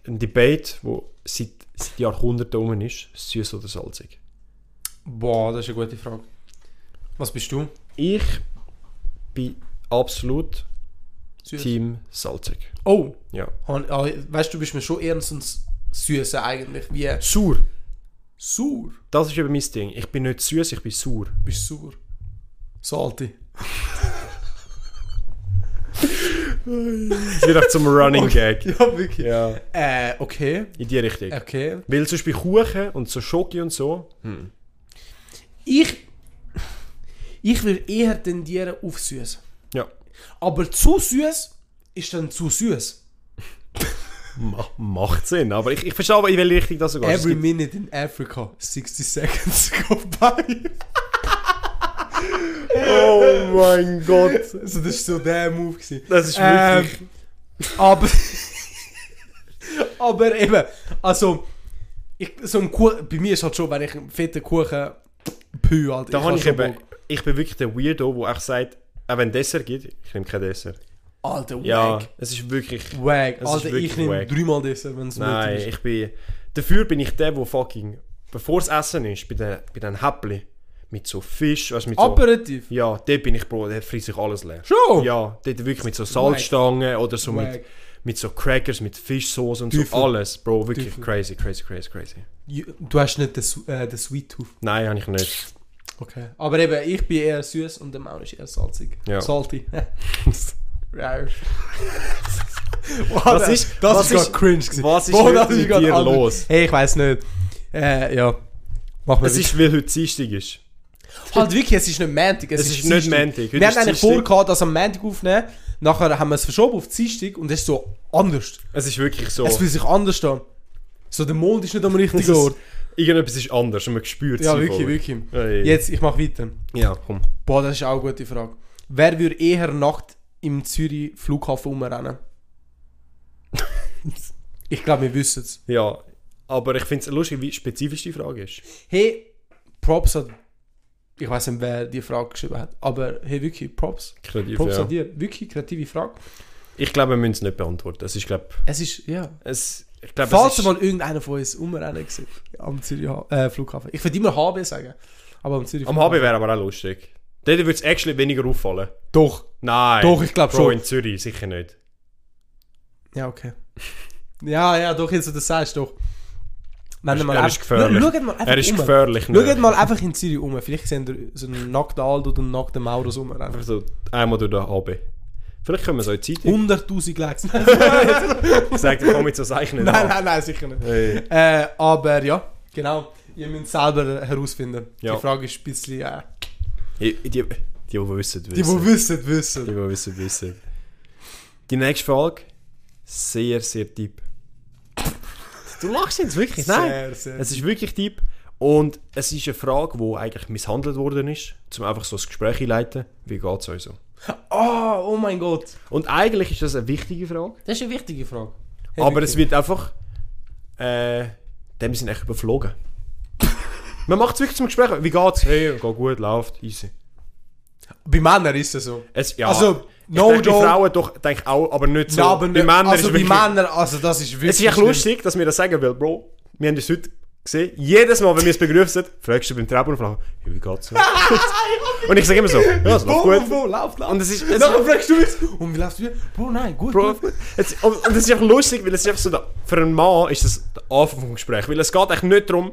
Speaker 3: ein Debate, wo seit, seit Jahrhunderten rum ist, süß oder salzig.
Speaker 4: Boah, das ist eine gute Frage. Was bist du?
Speaker 3: Ich bin absolut
Speaker 4: Süß.
Speaker 3: Team salzig.
Speaker 4: Oh,
Speaker 3: Ja.
Speaker 4: Han- ah, weißt du, du bist mir schon ernstens süße eigentlich. Wie
Speaker 3: Sauer.
Speaker 4: sauer.
Speaker 3: Das ist eben mein Ding. Ich bin nicht süß, ich bin sauer.
Speaker 4: Du bist sauer. Salty.
Speaker 3: Das wird auch zum Running Gag.
Speaker 4: Ja, wirklich.
Speaker 3: Ja.
Speaker 4: Äh, okay.
Speaker 3: In die Richtung.
Speaker 4: Okay.
Speaker 3: Weil sonst bei Kuchen und so Schoki und so.
Speaker 4: Ich. Ich würde eher tendieren auf süß.
Speaker 3: Ja.
Speaker 4: Aber zu süß ist dann zu süß.
Speaker 3: Ma macht Sinn. Aber ich, ich verstehe, aber in welche Richtung das sogar
Speaker 4: Every minute in Africa, 60 seconds go by.
Speaker 3: Oh mein Gott.
Speaker 4: Also das ist so der Move gewesen.
Speaker 3: Das ist
Speaker 4: Ähm,
Speaker 3: wirklich.
Speaker 4: aber aber eben, also ich, so ein Kuchen, bei mir ist halt schon, wenn ich einen fetten Kuchen pü, Alter.
Speaker 3: Da habe ich
Speaker 4: schon
Speaker 3: eben,
Speaker 4: Bock.
Speaker 3: ich bin wirklich der Weirdo, der echt sagt, auch wenn Dessert gibt, ich nehme kein Dessert.
Speaker 4: Alter, wack.
Speaker 3: Ja, es ist wirklich.
Speaker 4: Wack.
Speaker 3: Es ist
Speaker 4: Alter, ich
Speaker 3: wirklich
Speaker 4: nehme
Speaker 3: wack.
Speaker 4: dreimal Dessert, wenn es
Speaker 3: Nein,
Speaker 4: ist.
Speaker 3: ich bin. Dafür bin ich der, der fucking. Bevor es Essen ist, bei den, bei den Häppli. Mit so Fisch, weißt du, mit so.
Speaker 4: Aperitif.
Speaker 3: ja, dort bin ich, Bro, der frisst sich alles leer.
Speaker 4: Schon?
Speaker 3: Ja, dort wirklich mit so Salzstangen oder so mit,
Speaker 4: Wack.
Speaker 3: mit so Crackers, mit Fischsauce und
Speaker 4: Teufel.
Speaker 3: so. Alles, Bro, wirklich
Speaker 4: Teufel.
Speaker 3: crazy, crazy, crazy, crazy.
Speaker 4: Ju- Du hast nicht den, Su- äh, den Sweet Tooth.
Speaker 3: Nein, habe ich nicht.
Speaker 4: Okay. Aber eben, ich bin eher süß und der Maun ist eher salzig.
Speaker 3: Ja.
Speaker 4: Salty. Rausch.
Speaker 3: Was ist-
Speaker 4: das
Speaker 3: was
Speaker 4: ist gerade
Speaker 3: ist-
Speaker 4: cringe gewesen.
Speaker 3: was ist
Speaker 4: Boah,
Speaker 3: heute
Speaker 4: das
Speaker 3: mit
Speaker 4: gerade
Speaker 3: dir
Speaker 4: anders.
Speaker 3: los?
Speaker 4: Hey, ich weiß nicht. Äh, ja. Mach mal
Speaker 3: Es ist, weil heute Dienstag ist.
Speaker 4: halt wirklich, es ist nicht Mantic. Es,
Speaker 3: Es ist nicht
Speaker 4: Dienstag.
Speaker 3: Montag, heute
Speaker 4: Wir
Speaker 3: ist
Speaker 4: hatten eigentlich
Speaker 3: Dienstag.
Speaker 4: vorgehabt, das am Mantic aufnehmen. Nachher haben wir es verschoben auf Dienstag und es ist so anders.
Speaker 3: Es ist wirklich so.
Speaker 4: Es fühlt sich anders an. So, der Mond ist nicht am
Speaker 3: Oh. Es
Speaker 4: richtigen
Speaker 3: ist-
Speaker 4: Ort.
Speaker 3: Irgendetwas ist anders und man spürt es.
Speaker 4: Ja,
Speaker 3: einfach.
Speaker 4: wirklich, wirklich.
Speaker 3: Ey.
Speaker 4: Jetzt, ich mach weiter.
Speaker 3: Ja, komm.
Speaker 4: Boah, das ist auch eine gute Frage. Wer würde eher Nacht im Zürich Flughafen umrennen? ich glaube, wir wissen es.
Speaker 3: Ja, aber ich finde es lustig, wie spezifisch die Frage ist.
Speaker 4: Hey, Props an. Ich weiß nicht, wer die Frage geschrieben hat, aber hey, wirklich, Props.
Speaker 3: Kreativ,
Speaker 4: Props
Speaker 3: ja.
Speaker 4: an dir. Wirklich kreative Frage.
Speaker 3: Ich glaube, wir müssen es nicht beantworten. Es ist, glaub,
Speaker 4: Es ist, ja.
Speaker 3: es, ich glaube, es
Speaker 4: Falls
Speaker 3: ist...
Speaker 4: mal irgendeiner von uns umrennen sieht, am Zürich äh, Flughafen. Ich würde immer HB sagen, aber am Zürich
Speaker 3: am HB wäre aber auch lustig. Dort würde es actually weniger auffallen.
Speaker 4: Doch.
Speaker 3: Nein.
Speaker 4: Doch, ich glaube
Speaker 3: Bro,
Speaker 4: schon.
Speaker 3: in Zürich sicher nicht.
Speaker 4: Ja, okay. Ja, ja, doch, jetzt, wo du das sagst, doch. Wenn
Speaker 3: Er
Speaker 4: mal
Speaker 3: ist gefährlich.
Speaker 4: Schaut mal einfach
Speaker 3: er ist
Speaker 4: um.
Speaker 3: gefährlich.
Speaker 4: Schaut mal einfach in Zürich um. Vielleicht seht ihr so einen nackten Aldo oder einen nackten Maurus um.
Speaker 3: Einfach so einmal durch den HB. Vielleicht können wir so in die Zeitung.
Speaker 4: 100.000 Likes. nein,
Speaker 3: Ich sage, ich komme jetzt so Zeichnen an.
Speaker 4: nein, nein, sicher nicht.
Speaker 3: Hey.
Speaker 4: Äh, aber ja, genau. Ihr müsst selber herausfinden.
Speaker 3: Ja.
Speaker 4: Die Frage ist ein bisschen... Äh,
Speaker 3: Die, die, die, die wissen, wissen.
Speaker 4: die, die wissen,
Speaker 3: Die,
Speaker 4: wissen.
Speaker 3: die wissen, wissen. Die nächste Frage. Sehr, sehr deep. Du lachst jetzt wirklich?
Speaker 4: Sehr, sehr
Speaker 3: Es ist wirklich deep. Und es ist eine Frage, die eigentlich misshandelt worden ist, um einfach so das Gespräch einleiten. Wie geht es euch so?
Speaker 4: Oh, oh mein Gott.
Speaker 3: Und eigentlich ist das eine wichtige Frage,
Speaker 4: Das ist eine wichtige Frage. Hey,
Speaker 3: aber
Speaker 4: wirklich.
Speaker 3: es wird einfach. Äh, dem sind echt überflogen. Man macht es wirklich zum Gespräch. Wie geht's? Hey, geht gut, läuft, easy.
Speaker 4: Bei Männern ist es so.
Speaker 3: Es, ja,
Speaker 4: Also,
Speaker 3: ich
Speaker 4: no
Speaker 3: denke, die
Speaker 4: joke.
Speaker 3: Frauen doch, denke ich auch, aber nicht so.
Speaker 4: Ja, aber
Speaker 3: bei
Speaker 4: nicht-
Speaker 3: Männern
Speaker 4: also
Speaker 3: ist
Speaker 4: bei
Speaker 3: wirklich,
Speaker 4: Männern, also das ist wirklich...
Speaker 3: Es ist echt
Speaker 4: schlimm.
Speaker 3: lustig, dass wir das sagen, weil, Bro, wir haben das heute gesehen. Jedes Mal, wenn wir es begrüßen, fragst du beim Treppen und fragst, hey, wie geht's? so? und ich sage immer so, ja, es läuft
Speaker 4: Bo,
Speaker 3: gut.
Speaker 4: Bo, Bo, lauf, lauf.
Speaker 3: Und es ist. Es
Speaker 4: Nachher fragst du mich, und wie läuft's wieder? Bro, nein, gut,
Speaker 3: Bro,
Speaker 4: gut.
Speaker 3: jetzt, und, und das ist einfach lustig, weil es ist einfach so, der- für einen Mann ist das der Anfang vom Gespräch, weil es geht echt nicht darum,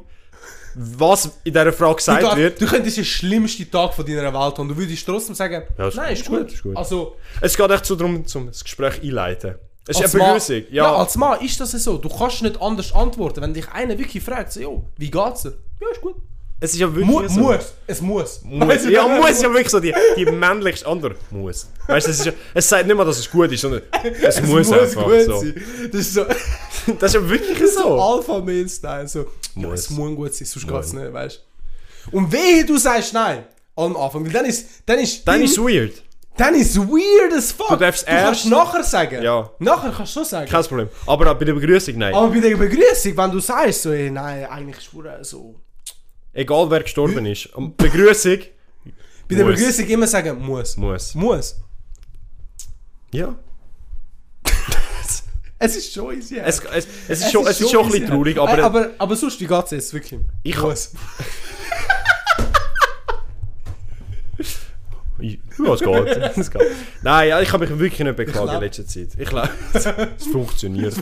Speaker 3: was in dieser Frage gesagt
Speaker 4: du,
Speaker 3: wird.
Speaker 4: du könntest den schlimmsten Tag von deiner Welt haben. Du würdest trotzdem sagen,
Speaker 3: Ja, ist
Speaker 4: nein,
Speaker 3: gut,
Speaker 4: ist gut.
Speaker 3: ist gut.
Speaker 4: Also,
Speaker 3: Es geht echt so darum, zum das Gespräch einleiten. Es ist
Speaker 4: Als
Speaker 3: eine
Speaker 4: Mann-
Speaker 3: Begrüßung. Ja.
Speaker 4: ja, als Mann ist das so. Du kannst nicht anders antworten. Wenn dich einer wirklich fragt, so, jo, wie geht's dir? Ja, ist gut.
Speaker 3: es ist ja wirklich
Speaker 4: Mu
Speaker 3: so.
Speaker 4: Muss. Es muss.
Speaker 3: Muss. Ja, muss ist ja wirklich so die, die männlichste andere. Muss. Weißt du, es, ist ja, es sagt nicht mal, dass es gut ist, sondern es,
Speaker 4: Es
Speaker 3: muss,
Speaker 4: muss,
Speaker 3: einfach
Speaker 4: gut
Speaker 3: so.
Speaker 4: sein. Das ist so
Speaker 3: Das ist ja wirklich so.
Speaker 4: Alpha-Mail-Style. So. Ja,
Speaker 3: Muss.
Speaker 4: es muss gut sein, sonst geht's nicht, weißt du. Und wehe, du sagst nein. Am Anfang. Weil dann ist, dann ist,
Speaker 3: Dann
Speaker 4: dein-
Speaker 3: ist es weird.
Speaker 4: dann ist weird as fuck.
Speaker 3: Du darfst
Speaker 4: kannst
Speaker 3: erst-
Speaker 4: nachher sagen.
Speaker 3: Ja.
Speaker 4: Nachher kannst du schon sagen.
Speaker 3: Kein Problem. Aber bei der Begrüßung, nein.
Speaker 4: Aber bei der Begrüßung, wenn du sagst, so, ey, nein, eigentlich ist es so.
Speaker 3: Egal wer gestorben ist. Und Begrüßung
Speaker 4: Bei der
Speaker 3: Muss.
Speaker 4: Begrüßung immer sagen, muss.
Speaker 3: muss.
Speaker 4: Muss.
Speaker 3: Ja.
Speaker 4: Es ist schon easy. ja.
Speaker 3: Es, es, es ist schon, es ist schon ein bisschen
Speaker 4: easy.
Speaker 3: traurig,
Speaker 4: Äh,
Speaker 3: aber,
Speaker 4: aber. Aber sonst, wie geht's jetzt wirklich?
Speaker 3: ich
Speaker 4: Muss.
Speaker 3: Ja, es geht. es geht. Nein, ja, ich habe mich wirklich nicht beklagt in
Speaker 4: glaub-
Speaker 3: letzter Zeit. Ich glaube, es funktioniert.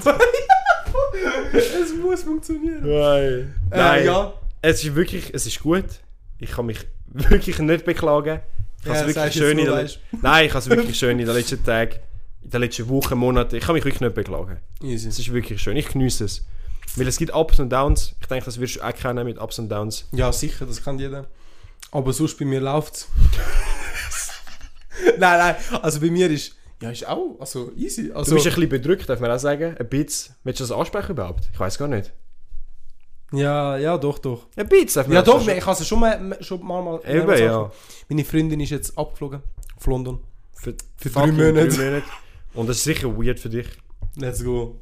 Speaker 4: es muss funktionieren.
Speaker 3: Nein.
Speaker 4: Äh,
Speaker 3: Nein.
Speaker 4: ja.
Speaker 3: Es ist wirklich, es ist gut. Ich kann mich wirklich nicht beklagen. Ich
Speaker 4: Ja,
Speaker 3: habe es
Speaker 4: sagst du jetzt
Speaker 3: wirklich schön in
Speaker 4: nur,
Speaker 3: der
Speaker 4: weißt
Speaker 3: Nein, ich habe es wirklich schön in den letzten Tagen, in den letzten Wochen, Monaten. Ich kann mich wirklich nicht beklagen. Es
Speaker 4: Easy.
Speaker 3: ist wirklich schön. Ich genieße es. Weil es gibt Ups und Downs. Ich denke, das wirst du auch kennen mit Ups und Downs.
Speaker 4: Ja, sicher, das kann jeder. Aber sonst bei mir läuft's. nein, nein. Also bei mir ist. Ja, ist auch. Also easy.
Speaker 3: Du
Speaker 4: Also,
Speaker 3: bist ein bisschen bedrückt, darf man auch sagen. Ein bisschen. Willst du das ansprechen überhaupt? Ich weiß gar nicht.
Speaker 4: ja, ja, doch, doch.
Speaker 3: Ein bisschen darf man
Speaker 4: Ja,
Speaker 3: das
Speaker 4: doch,
Speaker 3: ansprechen.
Speaker 4: ich habe es schon mal, schon mal, mal
Speaker 3: Eben,
Speaker 4: mehrmals
Speaker 3: ja.
Speaker 4: angesprochen. Meine Freundin ist jetzt abgeflogen. Von London.
Speaker 3: Für,
Speaker 4: Für drei
Speaker 3: fucking
Speaker 4: Monate.
Speaker 3: Und das ist sicher weird für dich.
Speaker 4: Let's go.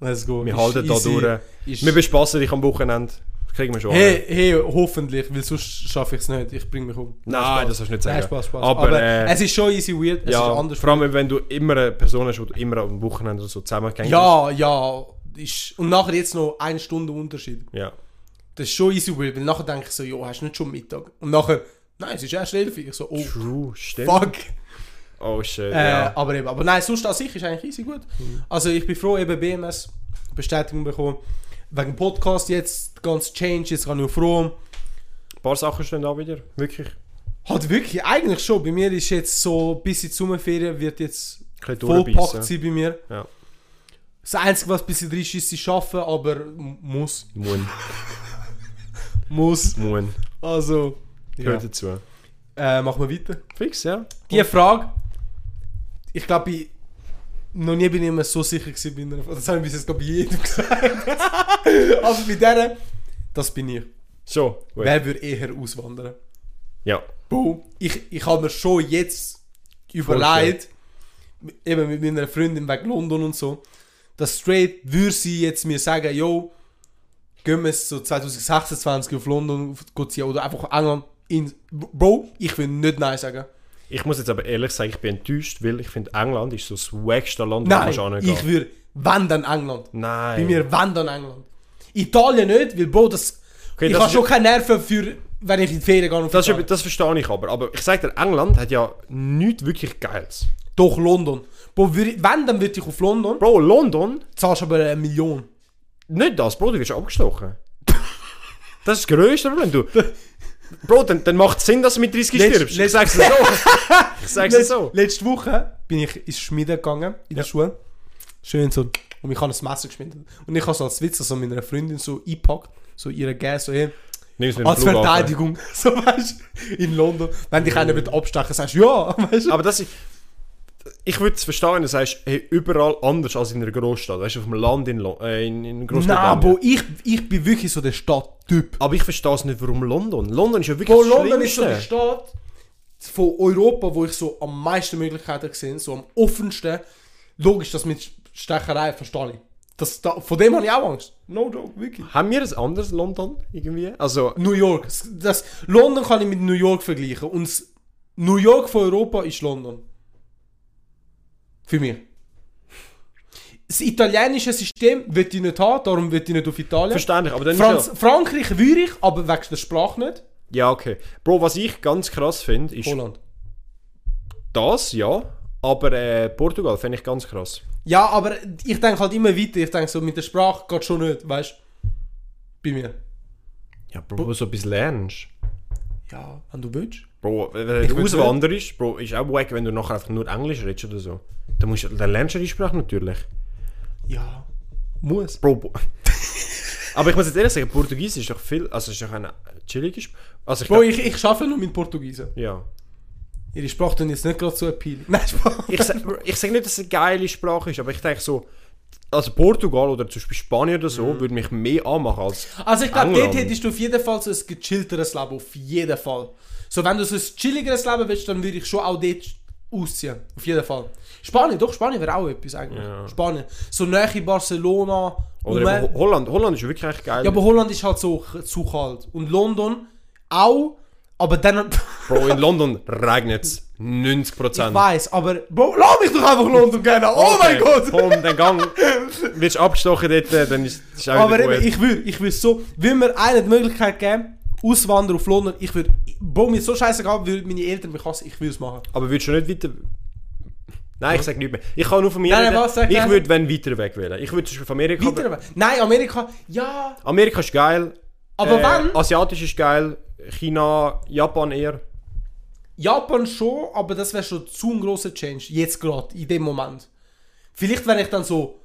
Speaker 4: Let's go.
Speaker 3: Wir halten da durch.
Speaker 4: Ist,
Speaker 3: Wir bespassen dich am Wochenende. Das kriegen wir schon. hin.
Speaker 4: hey, hey, hoffentlich, weil sonst schaffe ich es nicht. Ich bringe mich um.
Speaker 3: Nein, das hast du nicht
Speaker 4: Nein,
Speaker 3: sagen.
Speaker 4: Spaß, Spaß.
Speaker 3: Aber, äh,
Speaker 4: es ist schon easy weird, es
Speaker 3: ja,
Speaker 4: ist anders.
Speaker 3: vor allem wenn du immer eine Person hast, die du immer am Wochenende so zusammengehst.
Speaker 4: Ja, ja. Ist, und nachher jetzt noch eine Stunde Unterschied.
Speaker 3: ja.
Speaker 4: Das ist schon easy weird, weil nachher denke ich so, jo, hast du nicht schon Mittag? Und nachher, nein, es ist erst 11 Uhr. Ich so, oh,
Speaker 3: True, stimmt.
Speaker 4: fuck.
Speaker 3: Oh shit,
Speaker 4: Äh,
Speaker 3: ja. Mhm.
Speaker 4: aber, eben, aber nein, sonst an sich ist eigentlich easy gut. Also ich bin froh, eben BMS Bestätigung bekommen. Wegen Podcast jetzt, ganz Change, jetzt kann ich auf Rom.
Speaker 3: Ein paar Sachen stehen da wieder. Wirklich.
Speaker 4: Hat wirklich, eigentlich schon. Bei mir ist jetzt so, bis in die Sommerferien wird jetzt
Speaker 3: bisschen durchbeissen.
Speaker 4: vollpackt sein bei mir.
Speaker 3: Ja.
Speaker 4: Das Einzige, was ein bisschen drin ist, ist sie arbeiten, aber m- muss.
Speaker 3: Moon.
Speaker 4: Muss.
Speaker 3: Moon.
Speaker 4: Also, ja.
Speaker 3: Hört dazu.
Speaker 4: äh, machen wir weiter.
Speaker 3: Fix, ja.
Speaker 4: Die Frage, ich glaube, ich, noch nie bin ich mir so sicher gewesen bei einer Frage. Das habe ich bis jetzt glaub ich, bei jedem gesagt. aber bei dieser, das bin ich.
Speaker 3: So, wait.
Speaker 4: Wer würde eher auswandern?
Speaker 3: Ja.
Speaker 4: Boom. Ich, ich habe mir schon jetzt überlegt, eben mit meiner Freundin wegen London und so, dass straight würde sie jetzt mir sagen, yo, gehen wir so 2026 auf London auf- go ziehen oder einfach England. In, Bro, ich will nicht Nein sagen.
Speaker 3: Ich muss jetzt aber ehrlich sagen, ich bin enttäuscht, weil ich finde, England ist so das wackste Land,
Speaker 4: Nein,
Speaker 3: wo man
Speaker 4: ich
Speaker 3: hingehen
Speaker 4: würde, wenn dann England.
Speaker 3: Nein.
Speaker 4: Bei mir, wenn dann England. Italien nicht, weil Bro, das... ich
Speaker 3: das
Speaker 4: habe
Speaker 3: ist-
Speaker 4: schon keine Nerven für, wenn ich in die Ferien gehe. auf
Speaker 3: Das,
Speaker 4: Italien.
Speaker 3: ist, das verstehe ich aber. Aber ich sage dir, England hat ja nichts wirklich Geiles.
Speaker 4: Doch, London. Bro, würd ich- wenn, dann würde ich auf London,
Speaker 3: Bro, London,
Speaker 4: zahlst aber eine Million.
Speaker 3: nicht das, Bro, du wirst abgestochen. Das ist das grösste Problem. Du, Bro, dann, dann macht es Sinn, dass du mit 30
Speaker 4: Letzt-
Speaker 3: stirbst. Ich
Speaker 4: letzt-
Speaker 3: sag's dir so. Ich sag's dir
Speaker 4: Letz,
Speaker 3: so.
Speaker 4: Letzte Woche bin ich ins Schmieden gegangen, in der Schule. Schön so. Und ich habe ein Messer geschmiedet. Und ich habe so als Witz so meiner Freundin so eingepackt, so ihre Gas, so hey,
Speaker 3: Nimm's mit dem
Speaker 4: als
Speaker 3: Flug an.
Speaker 4: Verteidigung. So weißt du, in London. Wenn dich einer wird abstechen, sagst du ja, weißt du.
Speaker 3: Aber das ist... Ich würde es verstehen, wenn du sagst, hey, überall anders als in einer Großstadt. Weißt du, auf dem Land in, Lo äh, in, in
Speaker 4: Nein,
Speaker 3: Großbritannien.
Speaker 4: Bro, ich, ich bin wirklich so der Stadttyp.
Speaker 3: Aber ich verstehe es nicht, warum London. London ist ja wirklich
Speaker 4: Bro,
Speaker 3: das
Speaker 4: London ist so
Speaker 3: Schlimmste.
Speaker 4: die Stadt von Europa, wo ich so am meisten Möglichkeiten gesehen so am offensten. Logisch, das mit Stecherei verstehe ich. Das, da, von dem habe ich auch Angst. No joke, wirklich.
Speaker 3: Haben wir ein anderes London irgendwie? Also,
Speaker 4: New York. S- Das, London kann ich mit New York vergleichen. Und das New York von Europa ist London. Für mich. Das italienische System will ich nicht haben, darum will ich nicht auf Italien.
Speaker 3: verständlich, aber dann ist
Speaker 4: Franz
Speaker 3: ja...
Speaker 4: Frankreich würde ich, aber wegen der Sprache nicht.
Speaker 3: Ja, okay. Bro, was ich ganz krass finde, ist
Speaker 4: Holland.
Speaker 3: das, ja. Aber äh, Portugal finde ich ganz krass.
Speaker 4: Ja, aber ich denke halt immer weiter. Ich denke so, mit der Sprache geht schon nicht, weißt du? Bei mir.
Speaker 3: Ja, Bro, wo du so etwas lernst.
Speaker 4: Ja, wenn du willst.
Speaker 3: Bro, wenn wenn
Speaker 4: Ich
Speaker 3: du
Speaker 4: bin
Speaker 3: auswanderst, Bro, ist auch wack, wenn du nachher einfach nur Englisch redest oder so. Dann, musst, du- dann lernst du die Sprache natürlich.
Speaker 4: Ja.
Speaker 3: Muss. Bro, bo- Aber ich muss jetzt ehrlich sagen, Portugiesisch ist doch viel, also ist doch eine chillige Sprache. Also ich
Speaker 4: Bro,
Speaker 3: glaub,
Speaker 4: ich, ich arbeite nur mit Portugiesen.
Speaker 3: ja.
Speaker 4: Ihre Sprache tun jetzt nicht gerade so appealing. Nein, Spaß.
Speaker 3: Ich, sa- Bro, ich sage nicht, dass es eine geile Sprache ist, aber ich denke so, also Portugal oder zum Beispiel Spanien oder so,
Speaker 4: Mhm.
Speaker 3: würde mich mehr anmachen als
Speaker 4: Also ich glaube, dort
Speaker 3: England.
Speaker 4: hättest du auf jeden Fall so ein gechillteres Leben, auf jeden Fall. So, wenn du so ein chilligeres Leben willst, dann würde ich schon auch dort ausziehen, auf jeden Fall. Spanien, doch, Spanien wäre auch etwas eigentlich.
Speaker 3: Ja.
Speaker 4: Spanien. So nahe Barcelona.
Speaker 3: Oder
Speaker 4: rum.
Speaker 3: eben Ho- Holland. Holland ist wirklich echt geil.
Speaker 4: ja, aber Holland ist halt so zu kalt. Und London auch, aber dann...
Speaker 3: Bro, in London regnet es 90%.
Speaker 4: Ich weiß, aber Bro, lass mich doch einfach London gehen. Oh mein Gott!
Speaker 3: Komm, dann gang. Wirst du abgestochen dort, äh, dann ist es auch
Speaker 4: Aber
Speaker 3: wieder
Speaker 4: eben,
Speaker 3: gut.
Speaker 4: ich würde, ich würde so, wenn mir einer die Möglichkeit geben, auswandern auf London, ich würde, Bro, mir so scheiße gab, würden meine Eltern mich hassen, ich würde es machen.
Speaker 3: Aber würdest du nicht weiter... Nein, ich sag nicht mehr. Ich kann nur von mir
Speaker 4: Nein, nein,
Speaker 3: reden.
Speaker 4: was sag
Speaker 3: Ich
Speaker 4: nein.
Speaker 3: würde, wenn, weiter weg wählen. Ich würde zum Beispiel von dus Amerika...
Speaker 4: Weiter, nein, Amerika, ja,
Speaker 3: Amerika ist geil. Äh,
Speaker 4: aber wenn,
Speaker 3: Asiatisch ist geil. China, Japan eher.
Speaker 4: Japan schon, aber das wäre schon zu ein grosser Change, jetzt gerade, in dem Moment. Vielleicht, wenn ich dann so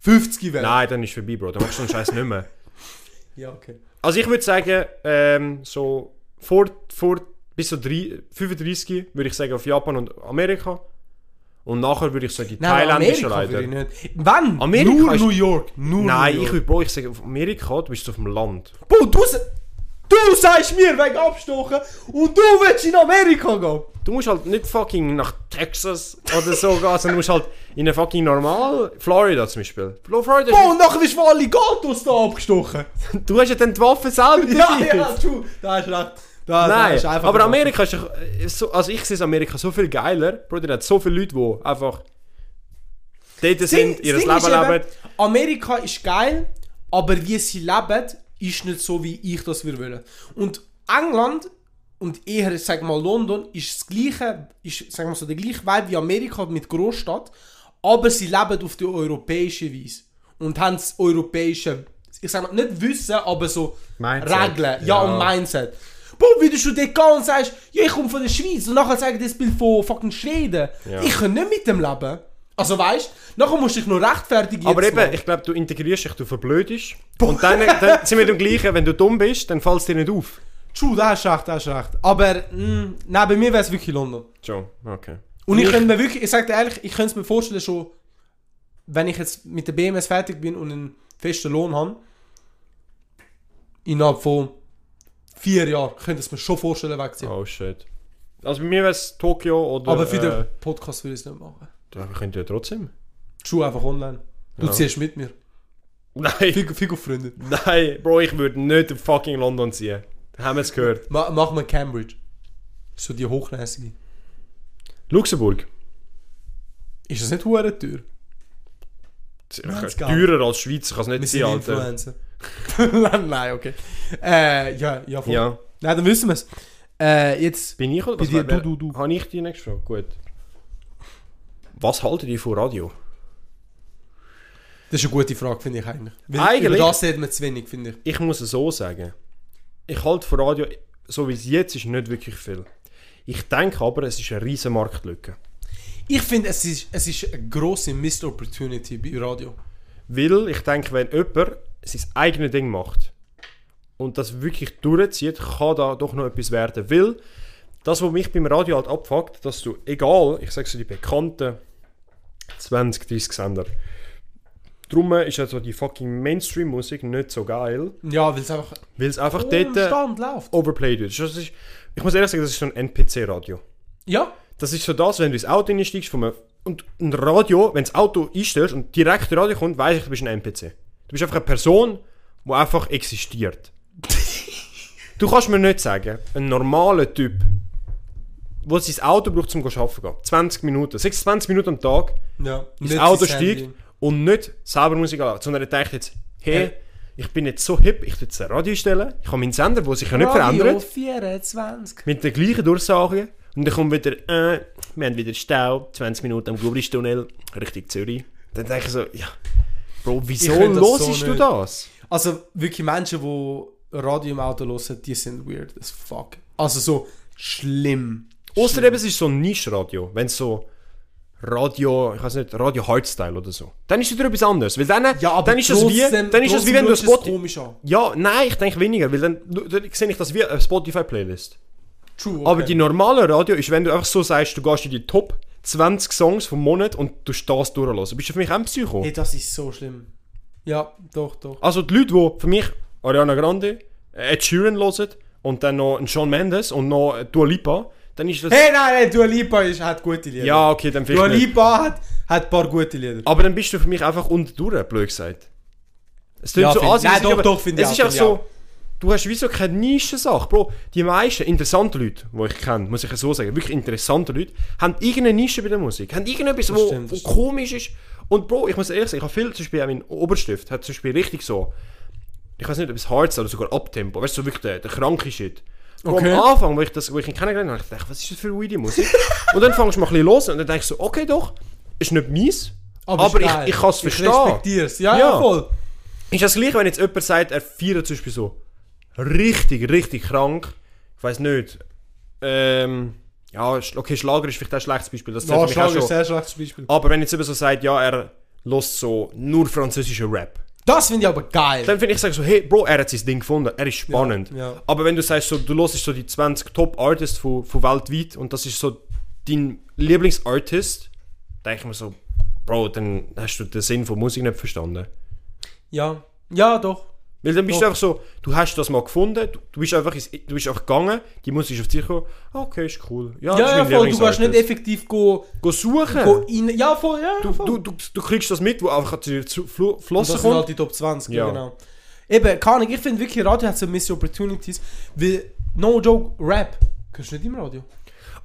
Speaker 4: 50 wäre.
Speaker 3: Nein, dann ist vorbei, Bro. Dann machst du den Scheiß nicht mehr.
Speaker 4: Ja, okay.
Speaker 3: Also ich würde sagen, ähm, so vor, vor bis so drei, 35 würde ich sagen auf Japan und Amerika. Und nachher würde ich sagen, die
Speaker 4: Nein,
Speaker 3: thailändische
Speaker 4: Nou, Amerika würde ich
Speaker 3: Leute.
Speaker 4: nicht. Wenn,
Speaker 3: Amerika Nou,
Speaker 4: nur
Speaker 3: ist-
Speaker 4: New York, nur
Speaker 3: Nein,
Speaker 4: New
Speaker 3: ich
Speaker 4: York.
Speaker 3: würde, Bro, ich sage auf Amerika, du bist auf dem Land.
Speaker 4: Bro, du, sa- du sagst mir wegen Abstochen und du willst in Amerika gehen.
Speaker 3: Du musst halt nicht fucking nach Texas oder so gehen, sondern du musst halt in eine fucking normal Florida zum Beispiel. Flo- Florida
Speaker 4: Boah,
Speaker 3: ist,
Speaker 4: und nachher bist du von Alligators da abgestochen.
Speaker 3: Du hast ja dann die Waffe selber
Speaker 4: ja,
Speaker 3: dabei.
Speaker 4: ja, true. Da hast du recht. Da, da
Speaker 3: Nein,
Speaker 4: ist einfach
Speaker 3: aber
Speaker 4: so.
Speaker 3: Amerika ist doch, äh, so, also ich sehe Amerika so viel geiler. Bruder, da hat so viele Leute, die einfach dort
Speaker 4: Ding-
Speaker 3: sind,
Speaker 4: das
Speaker 3: ihr
Speaker 4: Ding
Speaker 3: Leben
Speaker 4: ist eben,
Speaker 3: leben.
Speaker 4: Amerika ist geil, aber wie sie leben, ist nicht so, wie ich das wir wollen. Und England und eher, ich sag mal, London ist das gleiche, ist, sag mal so, der gleiche Vibe wie Amerika mit Großstadt, aber sie leben auf die europäische Weise und haben das europäische, ich sag mal, nicht Wissen, aber so
Speaker 3: Mindset.
Speaker 4: Regeln, ja,
Speaker 3: Ja.
Speaker 4: und Mindset. Bro, würdest du dort gehen und sagst, ja, ich komme von der Schweiz und nachher zeige ich dir das Bild von fucking Schweden.
Speaker 3: Ja.
Speaker 4: Ich kann nicht mit dem leben. Also weißt du, nachher musst du dich noch rechtfertigen.
Speaker 3: Aber
Speaker 4: jedes
Speaker 3: eben,
Speaker 4: Mal.
Speaker 3: ich glaube, du integrierst dich, du verblödest. Und dann, dann sind wir dem Gleichen, wenn du dumm bist, dann fällst dir nicht auf.
Speaker 4: True, da hast du recht, da hast du recht. Aber, mh, nein, bei mir wäre es wirklich London.
Speaker 3: Schon, okay.
Speaker 4: Und ich
Speaker 3: Ich-
Speaker 4: könnte mir wirklich, ich sag dir ehrlich, ich könnte es mir vorstellen schon, wenn ich jetzt mit der BMS fertig bin und einen festen Lohn habe, innerhalb von vier Jahren, könnte ich es mir schon vorstellen wegziehen.
Speaker 3: Oh shit. Also bei mir wäre es Tokio oder...
Speaker 4: Aber für
Speaker 3: äh,
Speaker 4: den Podcast würde ich es nicht machen.
Speaker 3: Ja, wir könnten ja trotzdem.
Speaker 4: True, einfach online. Du
Speaker 3: Ja.
Speaker 4: ziehst mit mir.
Speaker 3: Nein,
Speaker 4: Figur, Figur Freunde.
Speaker 3: nein, Bro, ich würde nicht in fucking London ziehen. Haben wir es gehört.
Speaker 4: Ma mach mal Cambridge. So die hochnäsige.
Speaker 3: Luxemburg.
Speaker 4: Ist das nicht hure teuer? Ganz geil.
Speaker 3: Teurer als Schweiz, ich kann es
Speaker 4: Wir
Speaker 3: nicht
Speaker 4: sind
Speaker 3: sehen, Alter.
Speaker 4: Influencer. nein, nein, okay. Äh, ja, ja, voll.
Speaker 3: Ja.
Speaker 4: Nein, dann wissen wir es. Äh, jetzt.
Speaker 3: Bin ich oder
Speaker 4: Bei
Speaker 3: was
Speaker 4: dir,
Speaker 3: wär-
Speaker 4: du, du, du.
Speaker 3: Habe ich die nächste Frage? Gut. Was haltet ihr von Radio?
Speaker 4: Das ist eine gute Frage, finde ich eigentlich. Weil
Speaker 3: Eigentlich-
Speaker 4: Über das redet man zu wenig, finde ich.
Speaker 3: Ich muss es so sagen. Ich halte von Radio, so wie es jetzt ist, nicht wirklich viel. Ich denke aber, es ist eine riesen Marktlücke.
Speaker 4: Ich finde, es ist, es ist eine grosse Missed Opportunity bei Radio.
Speaker 3: Weil ich denke, wenn jemand sein eigenes Ding macht und das wirklich durchzieht, kann da doch noch etwas werden. Weil das, was mich beim Radio halt abfuckt, dass du, egal, ich sage so die bekannten 20, 30 Sender, drum ist also die fucking Mainstream-Musik nicht so geil,
Speaker 4: Ja, weil es einfach
Speaker 3: weil es
Speaker 4: Oh,
Speaker 3: einfach dort äh,
Speaker 4: Stand läuft.
Speaker 3: overplayed wird. Das ist, ich muss ehrlich sagen, das ist so ein NPC-Radio.
Speaker 4: Ja,
Speaker 3: Das ist so das, wenn du ins Auto einsteigst vom, und ein Radio, wenn das Auto einstellst und direkt ein Radio kommt, weiß ich, du bist ein NPC. Du bist einfach eine Person, die einfach existiert. du kannst mir nicht sagen, ein normaler Typ, der sein Auto braucht, um arbeiten zu gehen, 20 Minuten, 26 Minuten am Tag,
Speaker 4: ja.
Speaker 3: ins
Speaker 4: Nicht
Speaker 3: Auto
Speaker 4: sein
Speaker 3: steigt
Speaker 4: Handy.
Speaker 3: und nicht selber Musik anlässt, sondern er denkt jetzt, hey,
Speaker 4: Hey.
Speaker 3: ich bin jetzt so hip, ich tue jetzt ein Radio stellen, ich habe meinen Sender, der sich ja nicht verändert.
Speaker 4: Radio 24.
Speaker 3: Mit der gleichen Durchsage. Und dann kommt wieder, äh, wir haben wieder Stau, 20 Minuten am Gubristunnel, Richtung Zürich. Dann denke ich so, ja, Bro, wieso
Speaker 4: Ich könnte das so
Speaker 3: hörst du
Speaker 4: nicht.
Speaker 3: das?
Speaker 4: Also wirklich Menschen, die Radio im Auto hören, die sind weird as fuck. Also so schlimm.
Speaker 3: Außer eben, es ist so ein Nischradio. Wenn es so Radio, ich weiß nicht, Radio Hardstyle oder so. Dann ist es wieder etwas anderes. Weil dann, dann ist es wie,
Speaker 4: trotzdem-
Speaker 3: dann ist es wie
Speaker 4: trotzdem
Speaker 3: wenn du
Speaker 4: schaut
Speaker 3: ein
Speaker 4: es
Speaker 3: Spotify.
Speaker 4: komisch an.
Speaker 3: Ja, nein, ich denke weniger, weil dann, dann sehe ich das wie eine Spotify-Playlist.
Speaker 4: True.
Speaker 3: Aber
Speaker 4: okay.
Speaker 3: die normale Radio ist, wenn du einfach so sagst, du gehst in die Top 20 Songs vom Monat und du das durchlässt. Bist du für mich auch ein Psycho?
Speaker 4: Hey, das ist so schlimm. Ja, doch, doch.
Speaker 3: Also die Leute, die für mich Ariana Grande, äh, Ed Sheeran hören und dann noch einen Shawn Mendes und noch äh, Dua Lipa, dann ist das...
Speaker 4: Hey, nein, nein, Dua Lipa ist, hat gute Lieder.
Speaker 3: Ja, okay, dann
Speaker 4: Dua
Speaker 3: vielleicht nicht.
Speaker 4: Lipa hat, hat ein paar gute Lieder.
Speaker 3: Aber dann bist du für mich einfach unterdurch, blöd gesagt. Es
Speaker 4: Ja, find-
Speaker 3: ansinnlich,
Speaker 4: nein, doch,
Speaker 3: aber
Speaker 4: doch, finde ich
Speaker 3: Es ist
Speaker 4: auch,
Speaker 3: einfach
Speaker 4: finde ich
Speaker 3: so... Du hast wieso keine Nischensache, Bro. Die meisten interessanten Leute, die ich kenne, muss ich so sagen, wirklich interessante Leute, haben irgendeine Nische bei der Musik. Haben irgendetwas, wo,
Speaker 4: stimmt, das
Speaker 3: wo komisch ist. Und Bro, ich muss ehrlich sagen, ich habe viel, zum Beispiel auch mein Oberstift hat zum Beispiel richtig so... ich weiß nicht, ob es Harz oder sogar Abtempo, weißt du, so wirklich der, der kranke Shit. Bro,
Speaker 4: Okay.
Speaker 3: Am Anfang, wo ich, das, wo ich ihn kennengelernt habe, ich dachte, was ist das für eine weirde Musik? und dann fangst du mal ein bisschen los und dann denkst du so, okay, doch, ist nicht meins, aber,
Speaker 4: ist geil.
Speaker 3: ich, ich kann es
Speaker 4: Ich
Speaker 3: verstehen.
Speaker 4: respektiere es. Ja, ja,
Speaker 3: Ja.
Speaker 4: voll.
Speaker 3: Ist das gleich, wenn jetzt jemand sagt, er feiert zum Beispiel so richtig, richtig krank, ich weiß nicht, ähm, ja, sch- okay, Schlager ist vielleicht auch ein schlechtes Beispiel, das zählt
Speaker 4: Ja,
Speaker 3: für mich
Speaker 4: Schlager
Speaker 3: auch
Speaker 4: ist ein
Speaker 3: schon.
Speaker 4: sehr schlechtes Beispiel.
Speaker 3: Aber wenn jetzt jemand so sagt, ja, er lässt so nur französischen Rap,
Speaker 4: Das finde ich aber geil.
Speaker 3: dann finde ich, sag so, hey, Bro, er hat sein Ding gefunden, er ist spannend.
Speaker 4: Ja, ja.
Speaker 3: Aber wenn du sagst, so, du hörst so die 20 Top-Artists von, von weltweit und das ist so dein Lieblingsartist, denke ich mir so, Bro, dann hast du den Sinn von Musik nicht verstanden.
Speaker 4: Ja, ja, doch.
Speaker 3: Weil dann bist
Speaker 4: Doch.
Speaker 3: du einfach so, du hast das mal gefunden, du, du, bist, einfach ins, du bist einfach gegangen, die Musik ist auf dich gekommen, ah, okay, ist cool. Ja, das
Speaker 4: Ja, ja,
Speaker 3: ist mein
Speaker 4: voll. Du kannst nicht
Speaker 3: Lieblingsartist.
Speaker 4: effektiv go,
Speaker 3: Go suchen.
Speaker 4: go in. Ja, voll, ja.
Speaker 3: du,
Speaker 4: voll.
Speaker 3: du, du, du kriegst das mit, wo einfach zu dir zu- flo-
Speaker 4: Und
Speaker 3: flossen
Speaker 4: das sind
Speaker 3: kommt.
Speaker 4: halt die Top 20, ja.
Speaker 3: Ja.
Speaker 4: genau. Eben, keine Ahnung, ich finde wirklich, Radio hat so Missed Opportunities, weil, no joke, Rap kannst du nicht im Radio.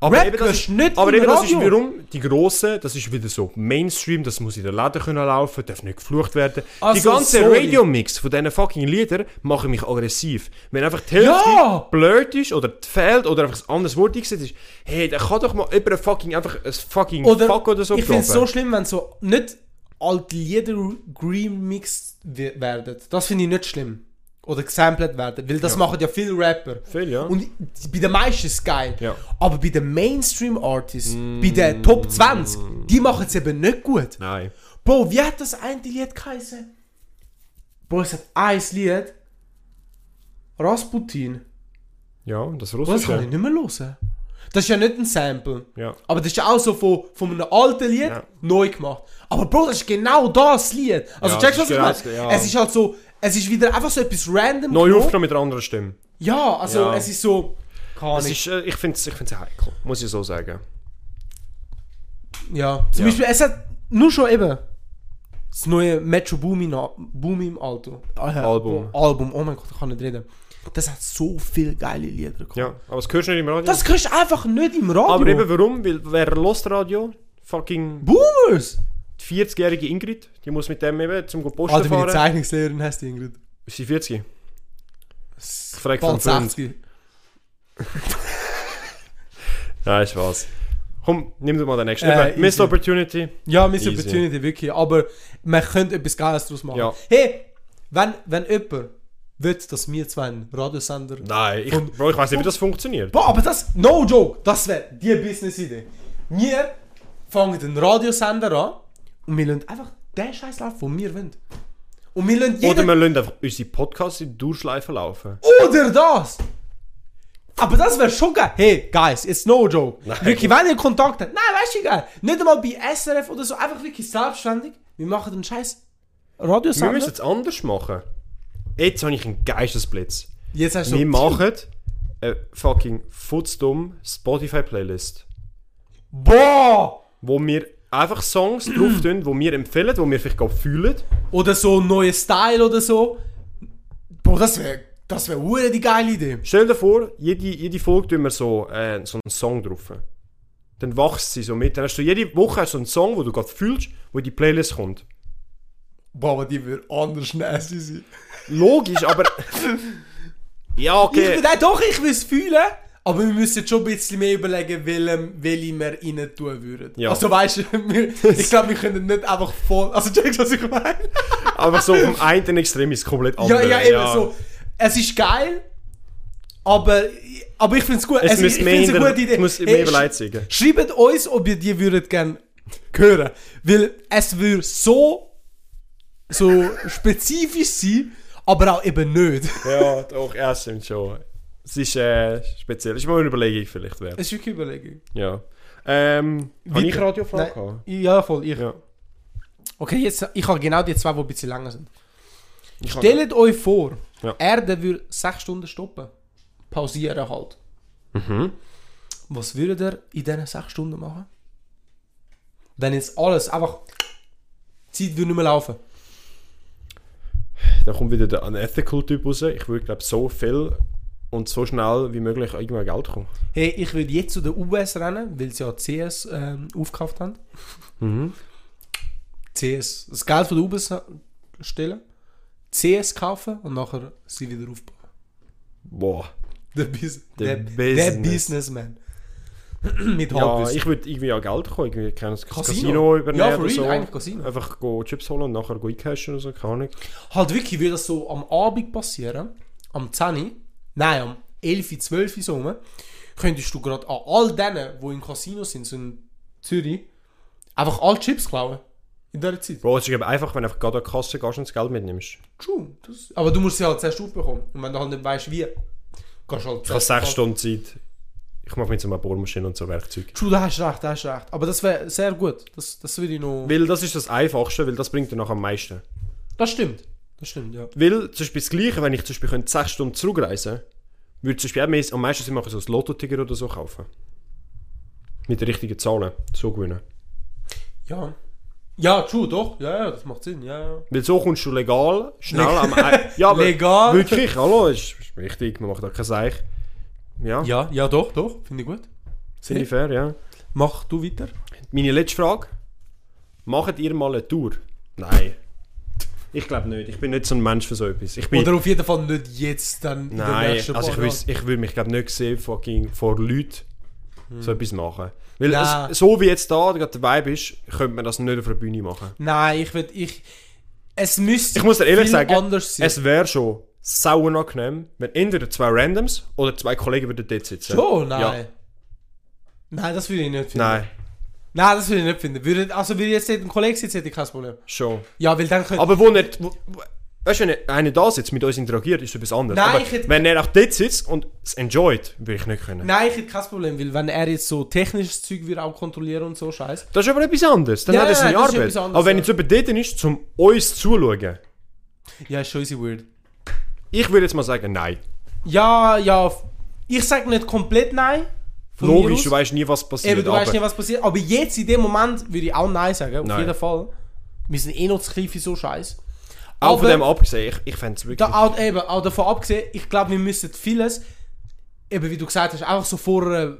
Speaker 3: Aber
Speaker 4: Rap
Speaker 3: eben, das
Speaker 4: hörst
Speaker 3: ist,
Speaker 4: du nicht
Speaker 3: aber
Speaker 4: im
Speaker 3: eben das ist
Speaker 4: Radio.
Speaker 3: wiederum die grosse, das ist wieder so Mainstream, das muss in den Läden können laufen, darf nicht geflucht werden.
Speaker 4: Also,
Speaker 3: die ganze
Speaker 4: sorry.
Speaker 3: Radio-Mix von diesen fucking Liedern machen mich aggressiv. Wenn einfach die Hälfte
Speaker 4: Ja!
Speaker 3: blöd ist oder fehlt oder einfach ein anderes Wort eingesetzt ist, hey, dann kann doch mal jemand fucking einfach ein fucking Fuck oder so
Speaker 4: ich finde es so
Speaker 3: droppen.
Speaker 4: schlimm, wenn so nicht alte Lieder remixed we- werden. Das finde ich nicht schlimm. Oder gesamplet werden, weil das machen ja viele Rapper.
Speaker 3: Viel, ja.
Speaker 4: Und bei den meisten ist es geil.
Speaker 3: Ja. Mm.
Speaker 4: Aber bei den Mainstream-Artists, bei den Top 20, die machen es eben nicht gut.
Speaker 3: Nein.
Speaker 4: Bro, wie hat das eine Lied geheißen? Bro, es hat ein Lied. Rasputin.
Speaker 3: Ja, das
Speaker 4: Bro, das
Speaker 3: Russische.
Speaker 4: kann ich nicht mehr hören. Das ist ja nicht ein Sample.
Speaker 3: Ja.
Speaker 4: Aber das ist ja auch so von, von einem alten Lied
Speaker 3: Ja.
Speaker 4: neu gemacht. Aber Bro, das ist genau das Lied. Also
Speaker 3: Ja,
Speaker 4: checkst du, was
Speaker 3: das
Speaker 4: ich meine?
Speaker 3: ist genau das, ja.
Speaker 4: Es ist halt so, es ist wieder einfach so etwas random.
Speaker 3: Neu
Speaker 4: genommen.
Speaker 3: aufgenommen mit einer anderen Stimme.
Speaker 4: Ja, also
Speaker 3: Ja.
Speaker 4: es ist so... Keine
Speaker 3: Es
Speaker 4: Ahnung.
Speaker 3: ist, äh, ich finde es ich find's heikel, muss ich so sagen.
Speaker 4: Ja, zum
Speaker 3: Ja.
Speaker 4: Beispiel, es hat nur schon eben das neue Metro Boomin, Boomin Alto.
Speaker 3: Album.
Speaker 4: Album, oh mein Gott, ich kann nicht reden. Das hat so viele geile Lieder gehabt.
Speaker 3: Ja, aber das hörst du nicht im Radio.
Speaker 4: Das kriegst du einfach nicht im Radio.
Speaker 3: aber eben, warum? Weil wer lost Radio? Fucking...
Speaker 4: Boomers!
Speaker 3: die 40-jährige Ingrid, die muss mit dem eben zum go Posten
Speaker 4: Alter, meine
Speaker 3: fahren.
Speaker 4: Zeichnungslehrerin heißt Ingrid.
Speaker 3: Ist sie 40? frag
Speaker 4: Bald
Speaker 3: vom Freund.
Speaker 4: 60.
Speaker 3: Nein, ist was. Komm, nimm du mal den nächsten.
Speaker 4: Äh,
Speaker 3: Eben, Missed
Speaker 4: easy.
Speaker 3: Opportunity.
Speaker 4: Ja, Miss
Speaker 3: Easy.
Speaker 4: Opportunity, wirklich. Aber man könnte etwas Geiles daraus machen.
Speaker 3: Ja.
Speaker 4: Hey, wenn, wenn jemand will, dass wir zwei einen Radiosender...
Speaker 3: Nein, ich,
Speaker 4: Und-
Speaker 3: Bro, ich weiß nicht, wie das funktioniert.
Speaker 4: Boah, aber das, no joke, das wäre die Business-Idee. Wir fangen den Radiosender an und wir lassen einfach den Scheiß laufen, den wir wollen. Und wir lassen
Speaker 3: Oder
Speaker 4: jeden...
Speaker 3: wir lassen einfach unsere Podcasts in Durchschleifen laufen.
Speaker 4: Oder das! Aber das wäre schon geil. Hey, guys, it's no joke.
Speaker 3: Nein.
Speaker 4: Wirklich, wenn ihr Kontakt habt. Nein, weißt du, geil. Nicht einmal bei SRF oder so, einfach wirklich selbstständig. Wir machen den Scheiß
Speaker 3: Wir müssen
Speaker 4: Radiosender.
Speaker 3: es anders machen. Jetzt habe ich einen Geistesblitz.
Speaker 4: Jetzt hast
Speaker 3: Wir machen eine fucking futzdumm Spotify-Playlist,
Speaker 4: Boah!
Speaker 3: wo wir einfach Songs drauf tun, die wir empfehlen, die wir vielleicht gerade fühlen.
Speaker 4: Oder so ein neuer Style oder so. Boah, das wäre... Das wäre hure die geile Idee.
Speaker 3: Stell dir vor, jede, jede Folge tun wir so, äh, so einen Song drauf. Dann wächst sie so mit. Dann hast du jede Woche hast du einen Song, wo du gerade fühlst, wo in die Playlist kommt.
Speaker 4: Boah, aber die würde anders nasty sein.
Speaker 3: Logisch, aber. ja,
Speaker 4: Ich
Speaker 3: okay.
Speaker 4: bin auch doch, ich will es fühlen, aber wir müssen jetzt schon ein bisschen mehr überlegen, welchen, welchen wir rein tun würden.
Speaker 3: Ja.
Speaker 4: Also weißt du, wir, ich glaube, wir können nicht einfach voll. Also checkst du, was ich meine?
Speaker 3: Einfach so vom einen Extrem ist komplett anders.
Speaker 4: ja, ja, eben so. Es ist geil, Aber, aber ich finde es gut.
Speaker 3: Es
Speaker 4: Also,
Speaker 3: muss
Speaker 4: ich
Speaker 3: mehr
Speaker 4: find's eine
Speaker 3: hinter-
Speaker 4: gute Idee.
Speaker 3: es muss
Speaker 4: Hey,
Speaker 3: mehr
Speaker 4: sch-
Speaker 3: Beleidigungen.
Speaker 4: Schreibt uns, ob ihr die würdet gerne hören. Weil es würde so, so spezifisch sein, aber auch eben nicht.
Speaker 3: Ja, doch, ja, stimmt schon. Es ist äh, speziell. Es ist mal eine Überlegung vielleicht wert.
Speaker 4: Es ist wirklich Überlegung.
Speaker 3: Ja. Ähm, habe
Speaker 4: Weiter.
Speaker 3: ich Radiofrage
Speaker 4: Nein.
Speaker 3: gehabt?
Speaker 4: Ja, voll, ich.
Speaker 3: Ja.
Speaker 4: Okay, jetzt, ich habe genau die zwei, die ein bisschen länger sind.
Speaker 3: Ich habe-
Speaker 4: Stellt euch vor,
Speaker 3: Ja.
Speaker 4: Erde würde sechs Stunden stoppen. Pausieren halt.
Speaker 3: Mhm.
Speaker 4: Was würdet ihr in diesen sechs Stunden machen? Wenn jetzt alles einfach. Die Zeit würde nicht mehr laufen.
Speaker 3: Da kommt wieder der Unethical-Typ raus. Ich würde, glaube so viel und so schnell wie möglich irgendwo an Geld kommen.
Speaker 4: Hey, ich würde jetzt zu den US rennen, weil sie ja CS ähm, aufgekauft haben.
Speaker 3: Mhm.
Speaker 4: CS. Das Geld von der US stellen. CS kaufen und nachher sie wieder aufbauen.
Speaker 3: Boah.
Speaker 4: Der, Bus
Speaker 3: Der
Speaker 4: der, der
Speaker 3: Business.
Speaker 4: Businessman. Mit
Speaker 3: Ja,
Speaker 4: Halbwissen.
Speaker 3: ich würde irgendwie an Geld kommen. Irgendwie kann das Casino,
Speaker 4: Casino.
Speaker 3: Casino übernehmen
Speaker 4: Ja, for
Speaker 3: oder
Speaker 4: real,
Speaker 3: so.
Speaker 4: eigentlich Casino.
Speaker 3: Einfach go Chips holen und nachher go eincashen oder so. Keine Ahnung.
Speaker 4: Halt wirklich würde das so am Abend passieren, am 10 Uhr, nein, am 11, Uhr, 12 Uhr so rum, könntest du gerade an all denen, die im Casino sind, so in Zürich, einfach alle Chips klauen. In dieser Zeit.
Speaker 3: Bro, es ist eben einfach, wenn du einfach gerade an die Kasse gehst und das Geld mitnimmst.
Speaker 4: True. Das, aber du musst sie halt zuerst aufbekommen. Und wenn du halt nicht weißt, wie, gehst du halt
Speaker 3: Ich habe sechs Stunden Zeit. Ich mache mir jetzt mal eine Bohrmaschine und so Werkzeug.
Speaker 4: True, da hast du recht, da hast du recht. Aber das wäre sehr gut. Das, das würde ich noch.
Speaker 3: Weil das ist das Einfachste, weil das bringt dir noch am meisten.
Speaker 4: Das stimmt. Das stimmt, ja.
Speaker 3: Weil, zum Beispiel das Gleiche, wenn ich zum Beispiel könnte sechs Stunden zurückreisen würde ich zum Beispiel auch mehr, am meisten Sinn machen, so ein Lotto-Ticket oder so kaufen. Mit den richtigen Zahlen. So gewinnen.
Speaker 4: Ja. Ja, true, doch. Ja, ja, das macht Sinn. Ja, ja.
Speaker 3: Weil so kommst du legal, schnell am Ei. Ja, aber
Speaker 4: Legal.
Speaker 3: Wirklich, hallo, ist, ist wichtig, man macht da kein Seich. Ja,
Speaker 4: Ja, ja, doch, doch. Finde ich gut.
Speaker 3: sind die fair, ja.
Speaker 4: Mach du weiter.
Speaker 3: Meine letzte Frage. Macht ihr mal eine Tour? Nein. Ich glaube nicht. Ich bin nicht so ein Mensch für so etwas. Ich bin,
Speaker 4: Oder auf jeden Fall nicht jetzt, dann in den
Speaker 3: Nein,
Speaker 4: nächsten
Speaker 3: also ich,
Speaker 4: paar
Speaker 3: wüs- ich würde mich glaub, nicht sehen, fucking vor Leuten
Speaker 4: Hm.
Speaker 3: so etwas machen. Weil
Speaker 4: Nein.
Speaker 3: es, so wie jetzt da gerade der Vibe ist, könnte man das nicht auf der Bühne machen.
Speaker 4: Jahren. Nein, ich würde, ich... Es müsste
Speaker 3: Ich muss dir ehrlich
Speaker 4: viel
Speaker 3: sagen,
Speaker 4: anders sein.
Speaker 3: es wäre schon sau angenehm, wenn entweder zwei Randoms oder zwei Kollegen würden dort sitzen.
Speaker 4: Schon? Nein.
Speaker 3: Ja.
Speaker 4: Nein, das würde ich nicht finden.
Speaker 3: Nein,
Speaker 4: Nein, das würde ich nicht finden. Würde, also würde jetzt ein Kollege sitzen, hätte ich kein Problem.
Speaker 3: schon.
Speaker 4: Ja, weil dann könnte...
Speaker 3: Aber wo nicht... Wo, wo- weißt du, wenn einer da sitzt, mit uns interagiert, ist etwas anderes.
Speaker 4: Nein,
Speaker 3: Aber
Speaker 4: ich hätte-
Speaker 3: wenn er auch dort sitzt und es enjoyt, würde ich nicht können.
Speaker 4: Nein, ich hätte kein Problem, weil wenn er jetzt so technisches Zeug würde auch kontrollieren und so Scheiß.
Speaker 3: Das ist aber etwas anderes. Dann
Speaker 4: Ja,
Speaker 3: hat er seine
Speaker 4: das ist
Speaker 3: Arbeit.
Speaker 4: etwas anderes,
Speaker 3: aber wenn
Speaker 4: ja.
Speaker 3: jetzt jemand dort ist, um uns zuzuschauen,
Speaker 4: Ja, ist schon easy weird.
Speaker 3: ich würde jetzt mal sagen, nein.
Speaker 4: Ja, ja, f- ich sage nicht komplett nein. von mir
Speaker 3: Logisch,
Speaker 4: aus.
Speaker 3: du weißt nie, was passiert.
Speaker 4: Eben, du
Speaker 3: aber
Speaker 4: weißt nicht, was passiert. Aber jetzt in dem Moment würde ich auch Nein sagen, auf
Speaker 3: Nein.
Speaker 4: jeden Fall. Wir sind eh noch zu klein für so Scheiß.
Speaker 3: auch von
Speaker 4: aber-
Speaker 3: dem abgesehen, ich, ich fände es wirklich.
Speaker 4: Da, auch, eben, auch davon abgesehen, ich glaube, wir müssen vieles, eben wie du gesagt hast, einfach so vor äh,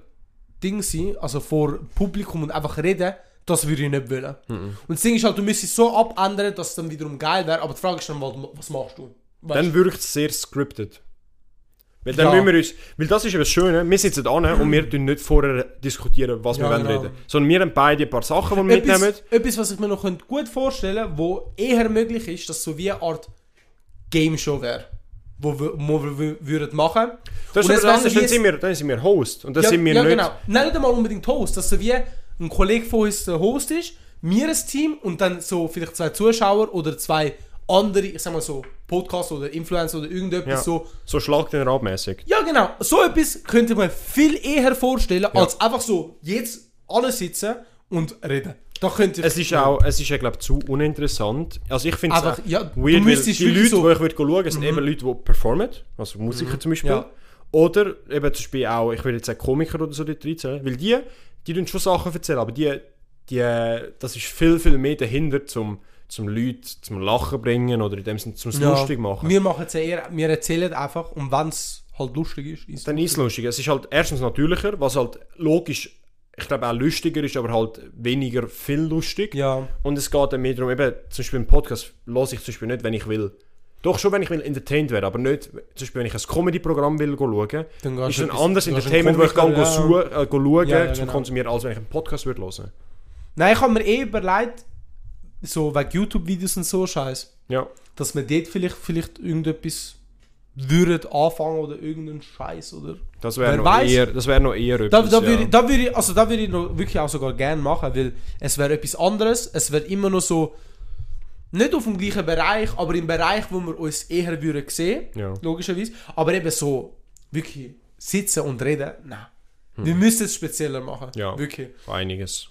Speaker 4: Ding sein, also vor Publikum und einfach reden, das würde ich nicht wollen. Und das Ding ist halt, du müsstest so abändern, dass es dann wiederum geil wäre, aber die Frage ist dann, was, was machst du? Weißt
Speaker 3: dann wirkt es sehr scripted. Weil
Speaker 4: Ja.
Speaker 3: dann müssen wir uns. Weil das ist eben das Schöne, wir sitzen an und wir tun nicht vorher diskutieren, was
Speaker 4: Ja,
Speaker 3: wir wollen
Speaker 4: genau.
Speaker 3: reden. Sondern wir haben beide ein paar Sachen, die wir mitnehmen.
Speaker 4: etwas, etwas, was ich mir noch könnte gut vorstellen könnte, wo eher möglich ist, dass so wie eine Art Game Show wäre, wo wir, wo wir wü- würden machen.
Speaker 3: Das
Speaker 4: Und
Speaker 3: ist
Speaker 4: es
Speaker 3: aber
Speaker 4: wäre
Speaker 3: anders,
Speaker 4: so wie
Speaker 3: dann sind, wir, dann sind wir Host. Und dann sind wir nicht.
Speaker 4: genau. Nein, nicht einmal unbedingt Host, dass so wie ein Kollege von uns der Host ist, wir ein Team und dann so vielleicht zwei Zuschauer oder zwei andere, ich sag mal so, Podcasts oder Influencer oder irgendetwas
Speaker 3: Ja.
Speaker 4: so.
Speaker 3: So, schlag den Radmäßig.
Speaker 4: Ja, genau. So etwas könnte man viel eher vorstellen, als einfach so jetzt alle sitzen und reden. Da könnte
Speaker 3: Es ist auch, es ist ja, glaube ich, zu uninteressant. Also ich finde es
Speaker 4: Einfach, ja, du
Speaker 3: weird, weil
Speaker 4: müsstest
Speaker 3: die Leute,
Speaker 4: wirklich
Speaker 3: die
Speaker 4: so- Mhm.
Speaker 3: ich würde schauen, sind eben Leute, die performen, also Musiker zum Beispiel.
Speaker 4: Ja.
Speaker 3: Oder eben zum Beispiel auch, ich würde jetzt sagen Komiker oder so dort reinzählen, weil die, die tun schon Sachen erzählen, aber die, die, das ist viel, viel mehr dahinter, zum, zum Leute zum Lachen bringen oder in dem Sinne zum
Speaker 4: Ja.
Speaker 3: lustig machen.
Speaker 4: Wir machen es eher, wir erzählen einfach und wenn es halt lustig ist, ist
Speaker 3: Dann ist es lustig. Es ist halt erstens natürlicher, was halt logisch, ich glaube auch lustiger ist, aber halt weniger viel lustig.
Speaker 4: Ja.
Speaker 3: Und es geht dann mehr darum, eben, zum Beispiel einen Podcast lasse ich zum Beispiel nicht, wenn ich will. Doch schon, wenn ich will, entertained werden, aber nicht, zum Beispiel, wenn ich ein Comedy-Programm will go schauen,
Speaker 4: Dann gehst
Speaker 3: ist
Speaker 4: du
Speaker 3: ein
Speaker 4: etwas-
Speaker 3: anderes
Speaker 4: gehst einen
Speaker 3: Entertainment, wo ich kann
Speaker 4: Komiker,
Speaker 3: go
Speaker 4: ja.
Speaker 3: suchen, äh, go schauen,
Speaker 4: Ja, ja,
Speaker 3: zum
Speaker 4: genau.
Speaker 3: Konsumieren, als wenn ich einen Podcast würde hören.
Speaker 4: Nein, ich habe mir eh überlegt, so wegen YouTube-Videos und so Scheiß,
Speaker 3: Ja.
Speaker 4: dass man dort vielleicht, vielleicht irgendetwas würdet anfangen oder irgendeinen Scheiß oder.
Speaker 3: Das wäre
Speaker 4: Wer
Speaker 3: noch,
Speaker 4: weiß?
Speaker 3: eher- das wär noch eher
Speaker 4: Da,
Speaker 3: etwas.
Speaker 4: da würde
Speaker 3: ja.
Speaker 4: ich, da würde ich, also da würde ich noch wirklich auch sogar gerne machen, weil es wäre etwas anderes. Es wäre immer noch so, nicht auf dem gleichen Bereich, aber im Bereich, wo wir uns eher würden sehen,
Speaker 3: Ja.
Speaker 4: logischerweise. Aber eben so, wirklich sitzen und reden, nein. Wir müssen es spezieller machen,
Speaker 3: Hm. Ja.
Speaker 4: wirklich.
Speaker 3: Einiges.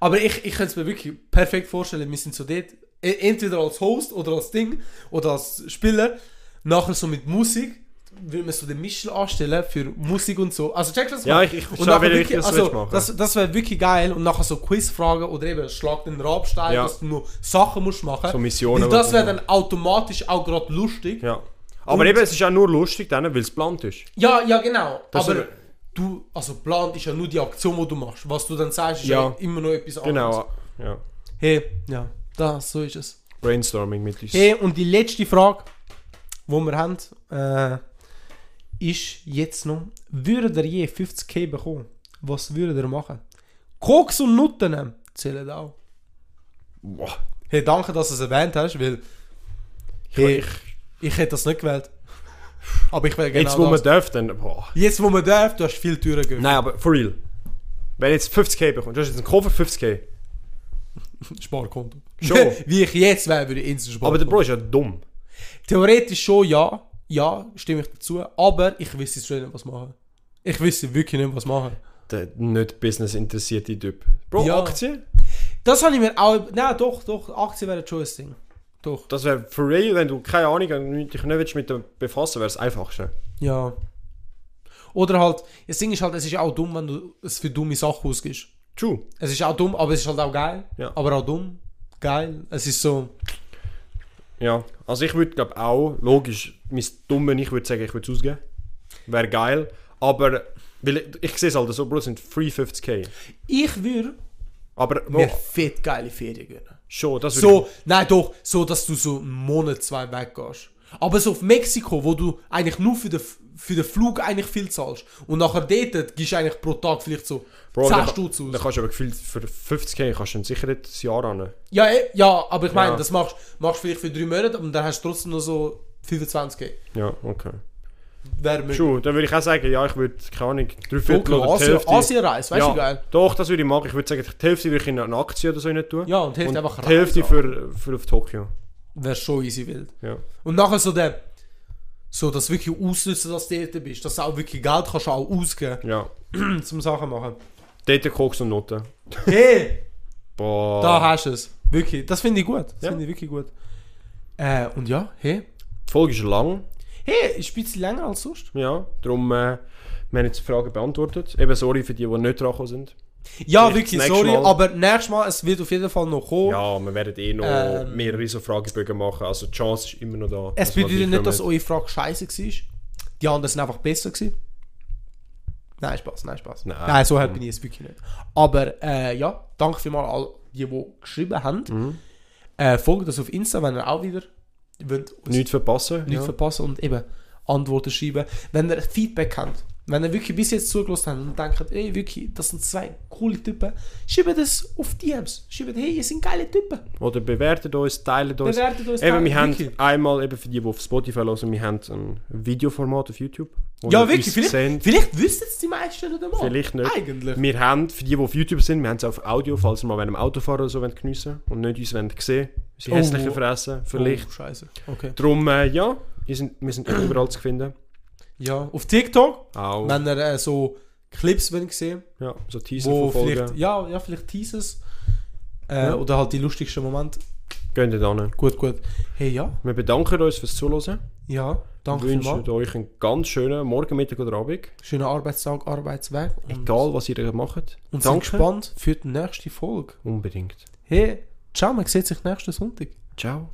Speaker 4: Aber ich, ich könnte es mir wirklich perfekt vorstellen, wir sind so dort, e- entweder als Host oder als Ding oder als Spieler, nachher so mit Musik, würde man so den Mischel anstellen für Musik und so. Also checkst du was?
Speaker 3: Ja,
Speaker 4: meine?
Speaker 3: ich- ich
Speaker 4: Und
Speaker 3: verstehe,
Speaker 4: nachher
Speaker 3: wie du
Speaker 4: wirklich-
Speaker 3: das
Speaker 4: also,
Speaker 3: willst machen.
Speaker 4: Das, das wäre wirklich geil und nachher so Quizfragen oder eben schlag den Rabstein,
Speaker 3: Ja.
Speaker 4: dass du nur Sachen musst machen.
Speaker 3: So Missionen,
Speaker 4: Weil das
Speaker 3: die
Speaker 4: wäre
Speaker 3: du-
Speaker 4: dann automatisch auch gerade lustig.
Speaker 3: Ja. Aber
Speaker 4: Und-
Speaker 3: eben, es ist auch nur lustig, dann, weil es geplant ist.
Speaker 4: Ja, ja, genau.
Speaker 3: Das
Speaker 4: aber
Speaker 3: wär-
Speaker 4: du, also plant ist ja nur die Aktion, die du machst. Was du dann sagst, ist ja,
Speaker 3: Ja.
Speaker 4: immer noch etwas anderes.
Speaker 3: Genau. Ja.
Speaker 4: Hey, ja, das, so ist es.
Speaker 3: Brainstorming mit uns.
Speaker 4: Hey, Eh, und die letzte Frage, die wir haben, äh, ist jetzt noch: Würdet ihr je 50k bekommen? Was würdet ihr machen? Koks und Nutten zählen auch. Genau
Speaker 3: Boah.
Speaker 4: Hey, danke, dass du es erwähnt hast, weil hey, ich, ich hätte das nicht gewählt. Aber ich wäre genau
Speaker 3: Jetzt, wo man
Speaker 4: das.
Speaker 3: darf, dann. Boah.
Speaker 4: jetzt, wo man darf, du hast viele Türen geöffnet.
Speaker 3: Nein, aber for real. Wenn jetzt 50k bekommst, du hast jetzt einen Koffer 50k.
Speaker 4: Sparkonto.
Speaker 3: Schon.
Speaker 4: Wie ich jetzt wäre, würde ich instant
Speaker 3: Aber der
Speaker 4: Sparkonto.
Speaker 3: Bro ist ja dumm.
Speaker 4: Theoretisch schon ja. Ja, stimme ich dazu. Aber ich wüsste jetzt schon nicht, was machen. Ich wüsste wirklich nicht, was machen.
Speaker 3: Der nicht business interessierte Typ. Bro,
Speaker 4: Ja.
Speaker 3: Aktien?
Speaker 4: Das habe ich mir auch. Nein, doch, doch, Aktien wären schon ein Ding. Doch.
Speaker 3: Das wäre for real, wenn du keine Ahnung und dich nicht willst mit dem befassen, wäre es einfachste.
Speaker 4: Ja. Oder halt, das Ding ist halt, es ist auch dumm, wenn du es für dumme Sachen ausgibst.
Speaker 3: True.
Speaker 4: Es ist auch dumm, aber es ist halt auch geil.
Speaker 3: Ja.
Speaker 4: Aber auch dumm. Geil. Es ist so.
Speaker 3: Ja. Also ich würde glaube auch, logisch, mein Dumme, ich würde sagen, ich würde es ausgeben. Wäre geil. Aber weil ich, ich sehe es halt so, Bro, es sind 350k.
Speaker 4: Ich würde
Speaker 3: Aber
Speaker 4: mir
Speaker 3: Bro,
Speaker 4: fett geile Ferien gönnen.
Speaker 3: schon, das würde
Speaker 4: So, nein, doch, so, dass du so einen Monat, zwei weggehst. Aber so auf Mexiko, wo du eigentlich nur für den, für den Flug eigentlich viel zahlst. Und nachher dort gibst du eigentlich pro Tag vielleicht so
Speaker 3: Bro,
Speaker 4: 10
Speaker 3: dann-
Speaker 4: Stutz aus.
Speaker 3: Dann kannst du aber gefühlt für 50k kannst du ein sicheres Jahr ran.
Speaker 4: Ja, eh, ja, aber ich meine,
Speaker 3: Ja.
Speaker 4: das machst du vielleicht für drei Monate und dann hast du trotzdem noch so 25
Speaker 3: Ja, okay.
Speaker 4: Wäre möglich.
Speaker 3: True, dann würde ich auch sagen, ja, ich würde, keine Ahnung, drei Viertel
Speaker 4: Dunkel,
Speaker 3: oder die
Speaker 4: Asien,
Speaker 3: Hälfte.
Speaker 4: Asienreise, weißt
Speaker 3: ja,
Speaker 4: du geil?
Speaker 3: Doch, das würde ich machen. Ich würde sagen, die Hälfte würde ich in eine Aktie oder so rein tun.
Speaker 4: Ja, und die Hälfte
Speaker 3: und
Speaker 4: einfach
Speaker 3: Die Hälfte
Speaker 4: rein, so.
Speaker 3: für, für auf Tokio.
Speaker 4: Wäre schon easy wild.
Speaker 3: Ja.
Speaker 4: Und nachher so der, so das wirklich ausnutzen, dass du dort bist, dass du auch wirklich Geld kannst auch ausgeben,
Speaker 3: ja.
Speaker 4: Hm, zum Sachen machen.
Speaker 3: Dort Koks und Noten.
Speaker 4: Hey!
Speaker 3: Boah.
Speaker 4: Da hast du es. Wirklich. Das finde ich gut. Das
Speaker 3: Ja.
Speaker 4: finde ich wirklich gut. Äh, und ja, hey.
Speaker 3: Die Folge ist lang.
Speaker 4: Hey, ist ein bisschen länger als sonst.
Speaker 3: Ja. Darum, äh, wir haben jetzt die Fragen beantwortet. Eben sorry für die, die nicht dran sind.
Speaker 4: Ja,
Speaker 3: Vielleicht
Speaker 4: wirklich,
Speaker 3: das nächste
Speaker 4: sorry.
Speaker 3: Mal.
Speaker 4: Aber nächstes Mal, es wird auf jeden Fall noch kommen.
Speaker 3: Ja, wir werden eh noch
Speaker 4: Ähm.
Speaker 3: mehrere so Fragebögen machen. Also die Chance ist immer noch da.
Speaker 4: Es
Speaker 3: dass wir
Speaker 4: bedeutet nicht, dass
Speaker 3: reinkommen.
Speaker 4: eure Frage scheiße war. Die anderen sind einfach besser gewesen. Nein, Spaß, nein, Spaß.
Speaker 3: Nein.
Speaker 4: nein so halt bin ich es wirklich nicht. Aber äh, ja, danke vielmals all die, die geschrieben haben.
Speaker 3: Mhm.
Speaker 4: Äh, folgt uns auf Insta, wenn ihr auch wieder wollt, uns
Speaker 3: Nichts verpassen.
Speaker 4: nicht
Speaker 3: ja.
Speaker 4: verpassen und eben Antworten schreiben. Wenn ihr Feedback habt, wenn ihr wirklich bis jetzt zugelassen habt und denkt, ey, wirklich, das sind zwei coole Typen, schreibt das auf DMs. Schreibt, hey, ihr sind geile Typen.
Speaker 3: Oder bewertet uns, teilt uns.
Speaker 4: Bewertet uns,
Speaker 3: Eben,
Speaker 4: teilt-
Speaker 3: wir haben
Speaker 4: wirklich.
Speaker 3: einmal, eben für die, die auf Spotify hören, wir haben ein Videoformat auf YouTube. wo
Speaker 4: ja,
Speaker 3: ihr
Speaker 4: wirklich,
Speaker 3: uns
Speaker 4: vielleicht,
Speaker 3: seht.
Speaker 4: vielleicht wüssten es die meisten nicht einmal.
Speaker 3: Vielleicht nicht.
Speaker 4: Ah, Eigentlich.
Speaker 3: Wir haben, für die, die auf YouTube sind, wir haben es auf Audio, falls ihr mal beim Autofahren oder so wollt geniessen wollt und nicht uns wollt sehen Sie
Speaker 4: Oh.
Speaker 3: hässliche Fressen, vielleicht.
Speaker 4: Oh, scheiße. Okay.
Speaker 3: Drum, äh, ja, wir sind, wir sind überall zu finden.
Speaker 4: Ja, auf TikTok,
Speaker 3: Auch.
Speaker 4: wenn ihr äh, so Clips wollt sehen
Speaker 3: Ja, so Teaser
Speaker 4: wo
Speaker 3: verfolgen.
Speaker 4: vielleicht, ja, ja, vielleicht Teasers äh,
Speaker 3: Ja.
Speaker 4: oder halt die lustigsten Momente.
Speaker 3: Geht dann.
Speaker 4: Gut, gut. Hey, ja,
Speaker 3: Wir bedanken uns fürs Zuhören.
Speaker 4: ja, danke
Speaker 3: Wünschen
Speaker 4: vielmals.
Speaker 3: euch einen ganz schönen Morgen, Mittag oder Abend.
Speaker 4: Schönen Arbeitstag, Arbeitsweg. Und
Speaker 3: Egal, was ihr macht.
Speaker 4: Und sind gespannt für die nächste Folge.
Speaker 3: Unbedingt.
Speaker 4: Hey, ciao, man sieht sich nächsten Sonntag.
Speaker 3: Ciao.